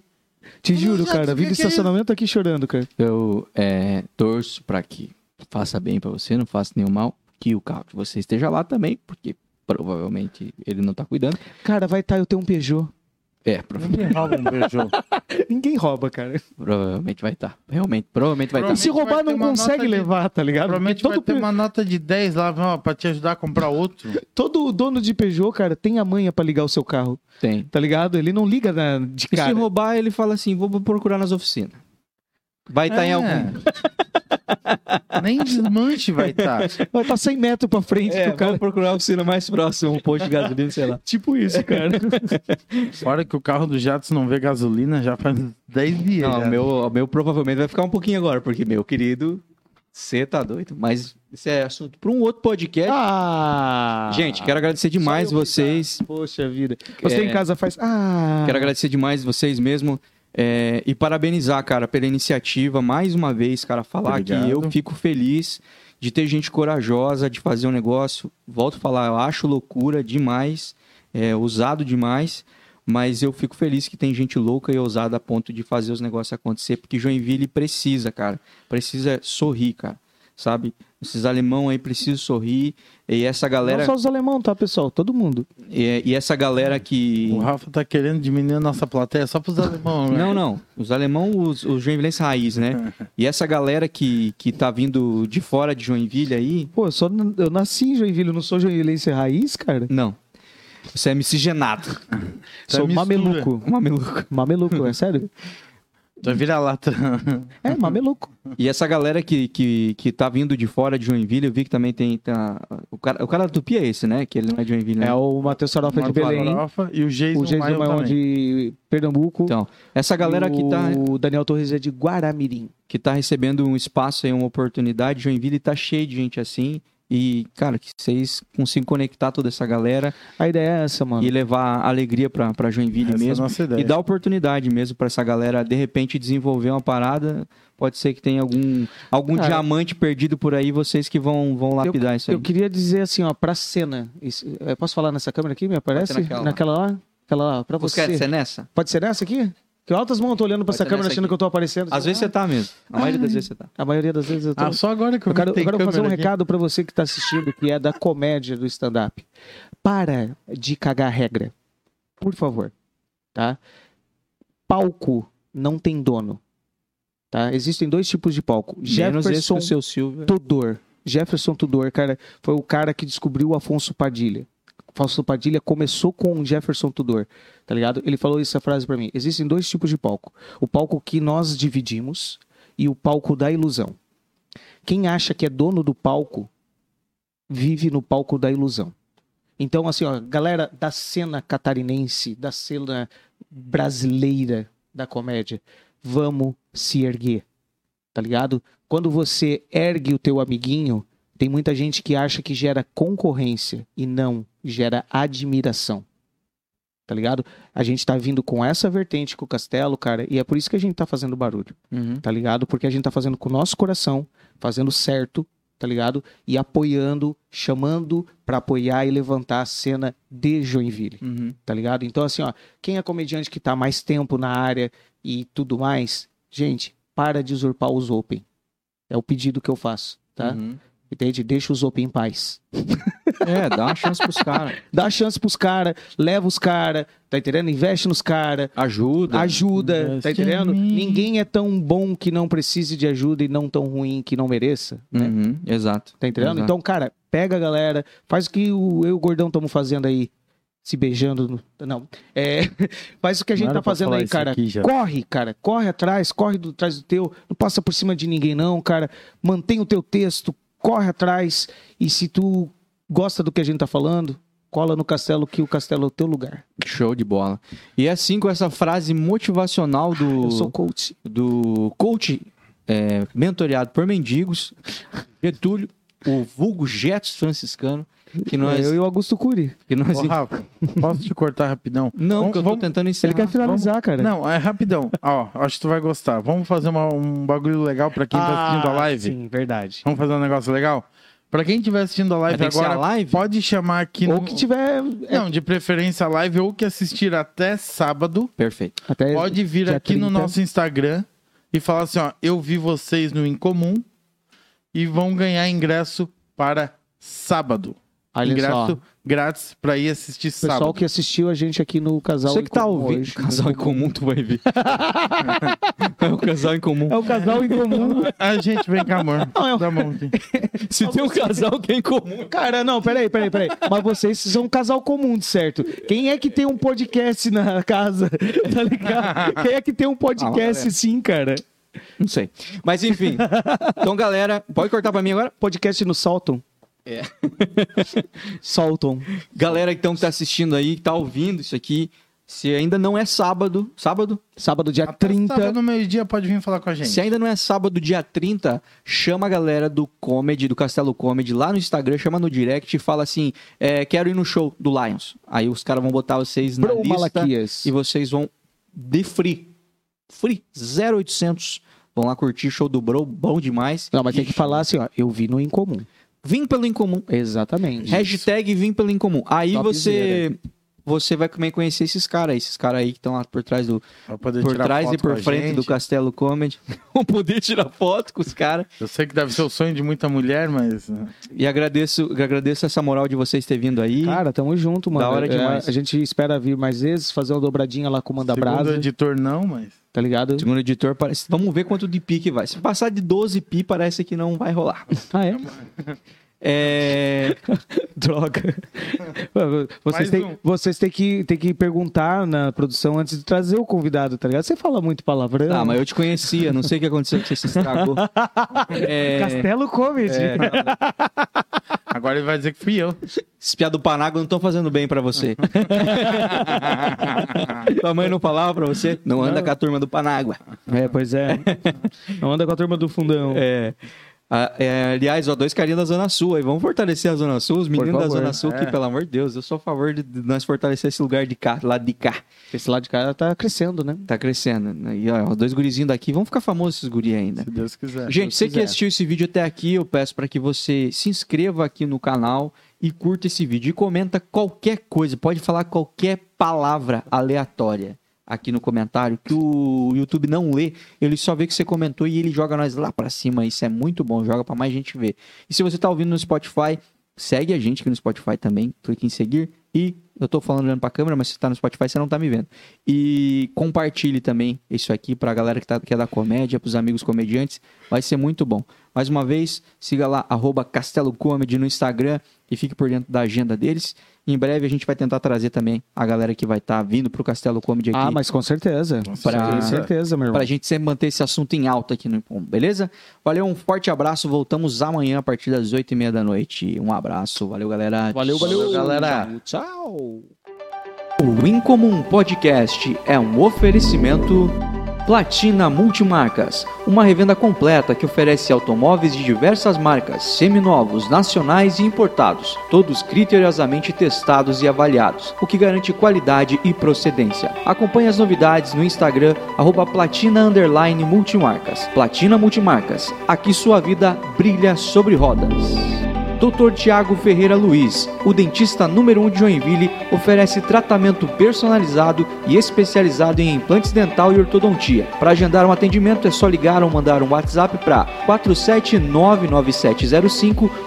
A: Te
E: Não,
A: juro,
E: já
A: cara.
E: devia
A: Vim do
E: que-
A: estacionamento aqui chorando, cara.
B: Eu é, torço para que faça bem para você, não faça nenhum mal, que o carro de você esteja lá também, porque provavelmente ele não tá cuidando.
A: Cara, vai estar, eu tenho um Peugeot.
B: É, prova-
E: Ninguém rouba um Peugeot.
A: Ninguém rouba, cara.
B: provavelmente vai estar. Realmente, provavelmente vai tá. estar.
A: E se
E: Provavelmente
A: roubar,
E: vai ter
A: não
E: uma
A: consegue
E: nota de-
A: levar, tá ligado?
E: Provavelmente
A: Porque
E: vai
A: todo,
E: ter
A: Pe-
E: uma nota de 10 lá ó, pra te ajudar a comprar outro.
A: todo dono de Peugeot, cara, tem a manha pra ligar o seu carro,
B: Tem.
A: tá ligado? Ele não liga na- de
B: E se
A: cara.
B: roubar, ele fala assim: vou procurar nas oficinas. Vai
A: tá
B: estar em algum.
E: É. [LAUGHS] Nem desmanche vai tá. estar.
A: Vai estar 100 metros pra frente
B: É,
A: do cara.
B: vou procurar a oficina mais próxima, um posto de gasolina, sei lá.
A: [LAUGHS] Tipo isso,
B: [LAUGHS]
A: cara.
E: Fora que o carro do Jatos não vê gasolina já faz 10 dias.
B: Não,
E: já.
B: o meu, o meu provavelmente vai ficar um pouquinho agora, porque, meu querido, você tá doido. Mas isso é assunto para um outro podcast.
A: ah!
B: Gente, quero agradecer demais
A: Só eu
B: vocês.
A: pensar. Poxa vida. Você em casa faz. Ah!
B: Quero agradecer demais vocês mesmo. é, e parabenizar, cara, pela iniciativa. Mais uma vez, cara, falar
E: Obrigado.
B: que eu fico feliz de ter gente corajosa, de fazer um negócio. Volto a falar, eu acho loucura demais, é, ousado demais. Mas eu fico feliz que tem gente louca e ousada a ponto de fazer os negócios acontecer, porque Joinville precisa, cara. Precisa sorrir, cara. Sabe? Esses alemão aí precisam sorrir. E essa galera.
A: Não só os alemão, tá, pessoal? Todo mundo.
B: E, e essa galera que.
E: O Rafa tá querendo diminuir a nossa plateia só pros alemão, né?
B: Não, não. Os alemão, os, os joinvilenses raiz, [LAUGHS] né? E essa galera que, que tá vindo de fora de Joinville aí...
A: Pô, eu, só, eu nasci em Joinville, eu não sou joinvilense raiz, cara.
B: Não. Você é miscigenado.
E: Isso é
A: sou
E: mistura.
A: mameluco.
B: Mameluco.
A: Mameluco, é sério?
E: Já Então vira lata.
B: Uhum.
A: É, mameluco.
B: E essa galera que, que, que tá vindo de fora de Joinville, eu vi que também tem... Tá, o, cara, o cara do Tupi é esse, né? Que ele não é de Joinville, né?
A: É o Matheus Sarofa de Belém,
E: Farofa E o Jason,
A: o Jason
E: Maio
A: Maion
E: também.
A: de Pernambuco.
B: Então, essa galera que tá,
A: O Daniel Torres é de Guaramirim.
B: que tá recebendo um espaço aí, uma oportunidade, Joinville tá cheio de gente assim... E, cara, que vocês consigam conectar toda essa galera
A: A ideia é essa, mano.
B: e levar alegria pra, pra
E: Essa
B: Joinville
E: é a
B: mesmo.
E: nossa ideia.
B: E dá oportunidade mesmo pra essa galera, de repente, desenvolver uma parada. Pode ser que tenha algum, algum
A: Cara,
B: diamante perdido por aí, vocês que vão, vão lapidar isso aí.
A: Eu queria dizer assim, ó, pra cena. isso- é, posso falar nessa câmera aqui? Me aparece?
B: naquela lá.
A: lá? Aquela lá, pra
B: Você
A: você.
B: quer ser nessa?
A: Pode ser nessa aqui? Que altas mãos eu tô olhando pra
B: Pode
A: essa
B: ser
A: câmera
B: nessa
A: achando
B: aqui.
A: que eu tô aparecendo.
B: Às vezes você tá mesmo. A maioria
A: Ah,
B: das vezes você tá.
A: A maioria das vezes eu tô.
E: Ah, só agora que eu,
A: Eu quero,
E: vi que tem
A: eu quero fazer um
E: câmera aqui.
A: recado pra você que tá assistindo, que é da comédia do stand-up. Para de cagar regra. Por favor. Tá? Palco não tem dono. Tá? Existem dois tipos de palco.
B: Menos esse que
A: Jefferson
B: o seu Silvio.
A: Tudor. Jefferson Tudor, cara, foi o cara que descobriu o Afonso Padilha. Afonso Padilha começou com o Jefferson Tudor, tá ligado? Ele falou essa frase pra mim. Existem dois tipos de palco. O palco que nós dividimos e o palco da ilusão. Quem acha que é dono do palco vive no palco da ilusão. Então, assim, ó, galera da cena catarinense, da cena brasileira da comédia, vamos se erguer, tá ligado? Quando você ergue o teu amiguinho, tem muita gente que acha que gera concorrência e não gera admiração. Tá ligado? A gente tá vindo com essa vertente com o Castelo, cara, e é por isso que a gente tá fazendo barulho,
B: Uhum.
A: tá ligado? Porque a gente tá fazendo com o nosso coração, fazendo certo, tá ligado? E apoiando, chamando pra apoiar e levantar a cena de Joinville
B: Uhum.
A: tá ligado? Então, assim, ó, quem é comediante que tá mais tempo na área e tudo mais, gente, para de usurpar os open. É o pedido que eu faço, tá?
B: Uhum.
A: Entende? Deixa os open em paz.
B: É, dá uma chance pros caras.
A: Dá chance pros caras, leva os caras, tá entendendo? Investe nos caras,
B: [LAUGHS] Ajuda.
A: ajuda,
E: Investe
A: tá entendendo?
E: em mim.
A: Ninguém é tão bom que não precise de ajuda e não tão ruim que não mereça, né?
B: Uhum. Exato.
A: Tá entendendo?
B: Exato.
A: Então, cara, pega a galera, faz o que o, eu e o Gordão estamos fazendo aí, se beijando. no- Não. É, [LAUGHS] faz o que a gente
E: Não era
A: tá
E: pra
A: fazendo
E: falar
A: aí,
E: isso
A: cara.
E: aqui já.
A: corre, cara. Corre atrás, corre do, atrás do teu. Não passa por cima de ninguém, não, cara. Mantém o teu texto, corre atrás. E se tu gosta do que a gente tá falando, cola no castelo, que o castelo é o teu lugar.
B: Show de bola. E assim, com essa frase motivacional do...
A: Eu sou coach.
B: do coach é, mentoreado por mendigos, [LAUGHS] Getúlio, o vulgo Jetos franciscano, que nós...
A: É, Eu e o Augusto Cury.
B: Que nós...
E: Ô, Rafa, posso te cortar rapidão?
A: [LAUGHS]
B: Não,
E: Vamos-
B: porque eu tô
E: vamos-
B: tentando
A: Ele
B: encerrar.
A: quer finalizar, cara.
E: Não, é rapidão. Ó, acho que tu vai gostar.
A: Ah,
E: Vamos fazer uma- um bagulho legal pra quem tá assistindo a live?
A: Sim, verdade.
E: Vamos fazer um negócio legal? Pra quem estiver assistindo a
B: Mas
E: live
B: tem que ser a
E: agora,
B: live?
E: pode chamar aqui
A: Ou
E: no-
A: que tiver. é,
E: Não, de preferência a live ou que assistir até sábado.
B: Perfeito.
A: até
E: Pode vir
A: É, dia
E: aqui no
A: 30.
E: nosso Instagram e falar assim, ó, eu vi vocês no Incomum e vão ganhar ingresso para sábado.
B: Olha
E: ingresso
B: só.
E: grátis para ir assistir
A: O pessoal
E: sábado.
A: que assistiu a gente aqui no casal.
B: Você que tá
A: Incomum
B: ouvindo.
A: hoje.
B: Casal em comum, tu vai
A: [LAUGHS]
B: ver. é [LAUGHS] o casal em comum.
A: É o casal em [LAUGHS] comum.
E: A gente vem cá, amor.
A: [LAUGHS]
E: tá
A: Não, é eu-
E: Dá a mão aqui.
B: Se tem um casal que é em comum.
A: Tá Cara, não, peraí, peraí, peraí. Mas vocês são um casal comum, de certo? Quem é que tem um podcast na casa? [LAUGHS] Tá ligado? Quem é que tem um podcast, sim, cara?
B: Não sei. Mas enfim. Então, galera, pode cortar pra mim agora?
A: Podcast no Salton.
B: É.
A: [LAUGHS] Salton.
B: Galera então que tá assistindo aí, que tá ouvindo isso aqui, se ainda não é sábado, sábado?
A: Sábado, dia 30.
E: Sábado, meio-dia, pode vir falar com a gente.
B: Se ainda não é sábado, dia 30, chama a galera do Comedy, do Castelo Comedy, lá no Instagram, chama no direct e fala assim, é, quero ir no show do Lions. Aí os caras vão botar vocês na
A: Bro
B: lista
A: Malaquias.
B: e vocês vão de free. Free, 0800. Vão lá curtir show do Bro, bom demais.
A: Não, mas tem que falar assim, ó. Eu vi no É Incomum.
B: Vim pelo Incomum.
A: Exatamente.
B: Hashtag vim pelo incomum. Aí
A: Topzera. né?
B: você você vai também conhecer esses caras aí, esses caras aí que estão lá por trás do
E: Pra poder
B: por
E: tirar
B: trás e
E: foto com
B: por
E: a
B: frente
E: gente.
B: do Castelo Comedy, [LAUGHS] vão poder tirar foto com os caras.
E: Eu sei que deve ser o sonho de muita mulher, mas... né,
A: Tá
B: E agradeço, agradeço essa moral de vocês ter vindo aí.
A: Cara, tamo junto, mano.
B: Da hora
A: É,
B: demais.
A: a gente espera vir mais vezes, fazer uma dobradinha lá com o Manda
E: Segundo o
A: Brasa,
E: editor, não, mas...
A: tá ligado?
B: Segundo editor, parece, vamos ver quanto de pi que vai. Se passar de 12 pi, parece que não vai rolar.
A: Ah, é?
B: É,
A: [LAUGHS] Droga. Vocês
E: Mais
A: têm,
E: um.
A: vocês têm que, têm que perguntar na produção antes de trazer o convidado, tá ligado? Você fala muito palavrão.
B: ah, mas eu te conhecia, não sei o que aconteceu que você se estragou. É,
A: Castelo Comedy.
B: é,
E: Agora ele vai dizer que fui eu.
B: esses piá do Panágua não estão fazendo bem
A: [LAUGHS]
B: pra você. Tua mãe não falava pra você? Não anda com a turma do Panágua.
A: [LAUGHS] É, pois
B: [LAUGHS]
A: é. Não anda com a turma do fundão.
B: É. Ah, é, aliás, ó, dois carinhas da Zona Sul aí. Vamos fortalecer a Zona Sul, os meninos da
A: favor.
B: Zona Sul, que,
E: É.
B: pelo amor de Deus, eu sou a favor de, de nós fortalecer esse lugar de cá, lá de cá.
A: Esse lado de cá tá crescendo, né?
B: Tá crescendo. né? E ó, os dois gurizinhos daqui, vão ficar famosos esses guri ainda.
E: Se Deus quiser.
B: Gente, você que
E: é.
A: quiser.
B: assistiu esse vídeo até aqui, eu peço para que você se inscreva aqui no canal e curta esse vídeo. E comenta qualquer coisa, pode falar qualquer palavra aleatória aqui no comentário, que o YouTube não lê, ele só vê que você comentou e ele joga nós lá para cima. Isso é muito bom, joga para mais gente ver. E se você tá ouvindo no Spotify, segue a gente aqui no Spotify também, clique em seguir e eu tô falando olhando pra câmera, mas se tá no Spotify, você não tá me vendo. E compartilhe também isso aqui pra galera que, tá, que é da comédia, pros amigos comediantes. Vai ser muito bom. Mais uma vez, siga lá, arroba Castelo Comedy no Instagram e fique por dentro da agenda deles. Em breve a gente vai tentar trazer também a galera que vai estar vindo pro Castelo Comedy aqui.
A: Ah, mas com certeza.
E: Com
A: Com
B: certeza.
A: certeza, meu irmão.
B: Pra gente sempre manter esse assunto em alta aqui no Impom, beleza? Valeu, um forte abraço. Voltamos amanhã a partir das oito e meia da noite. Um abraço, valeu, galera.
A: Valeu, valeu.
E: galera.
B: Tchau. O Incomum Podcast é um oferecimento Platina Multimarcas, uma revenda completa que oferece automóveis de diversas marcas, seminovos, nacionais e importados, todos criteriosamente testados e avaliados, o que garante qualidade e procedência. Acompanhe as novidades no Instagram arroba Platina underline Multimarcas. Platina Multimarcas, aqui sua vida brilha sobre rodas. Dr. Tiago Ferreira Luiz, o dentista número 1 um de Joinville, oferece tratamento personalizado e especializado em implantes dental e ortodontia. Para agendar um atendimento é só ligar ou mandar um WhatsApp para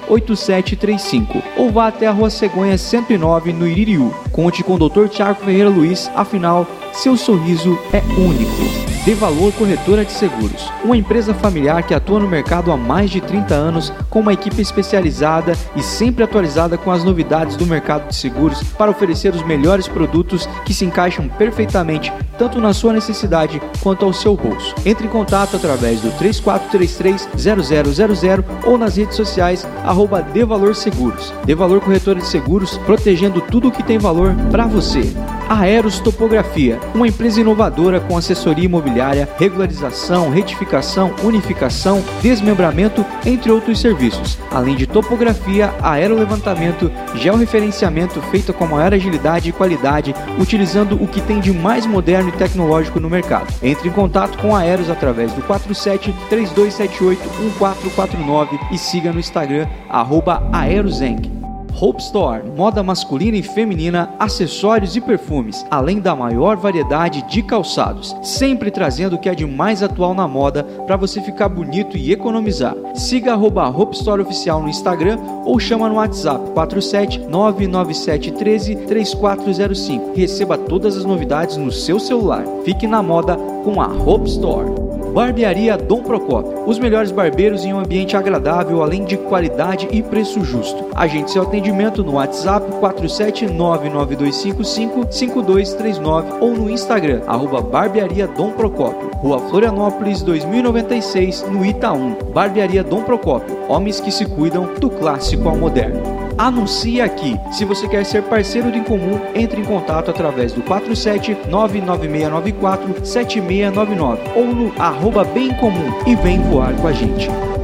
B: 47997058735 ou vá até a Rua Cegonha 109 no Iririú. Conte com o Dr. Tiago Ferreira Luiz, afinal, seu sorriso é único. De Valor Corretora de Seguros, uma empresa familiar que atua no mercado há mais de 30 anos com uma equipe especializada e sempre atualizada com as novidades do mercado de seguros para oferecer os melhores produtos que se encaixam perfeitamente tanto na sua necessidade quanto ao seu bolso. Entre em contato através do 3433-0000 ou nas redes sociais arroba De Valor Seguros. De Valor Corretora de Seguros, protegendo tudo o que tem valor para você. Aeros Topografia, uma empresa inovadora com assessoria imobiliária, regularização, retificação, unificação, desmembramento, entre outros serviços, além de topografia, aerolevantamento, georreferenciamento feito com maior agilidade e qualidade, utilizando o que tem de mais moderno e tecnológico no mercado. Entre em contato com a Aeros através do 47 3278 1449 e siga no Instagram arroba aerosenc. Hope Store, moda masculina e feminina, acessórios e perfumes, além da maior variedade de calçados, sempre trazendo o que é de mais atual na moda para você ficar bonito e economizar. Siga arroba Hope Store Oficial no Instagram ou chama no WhatsApp 47 99713 3405. Receba todas as novidades no seu celular. Fique na moda com a Hope Store. Barbearia Dom Procópio. Os melhores barbeiros em um ambiente agradável, além de qualidade e preço justo. Agende seu atendimento no WhatsApp 47992555239 ou no Instagram, arroba Barbearia Dom Procópio. Rua Florianópolis 2096, no Itaú. Barbearia Dom Procópio. Homens que se cuidam do clássico ao moderno. Anuncie aqui. Se você quer ser parceiro do Incomum, entre em contato através do 47 99694 7699 ou no arroba bem comum e vem voar com a gente.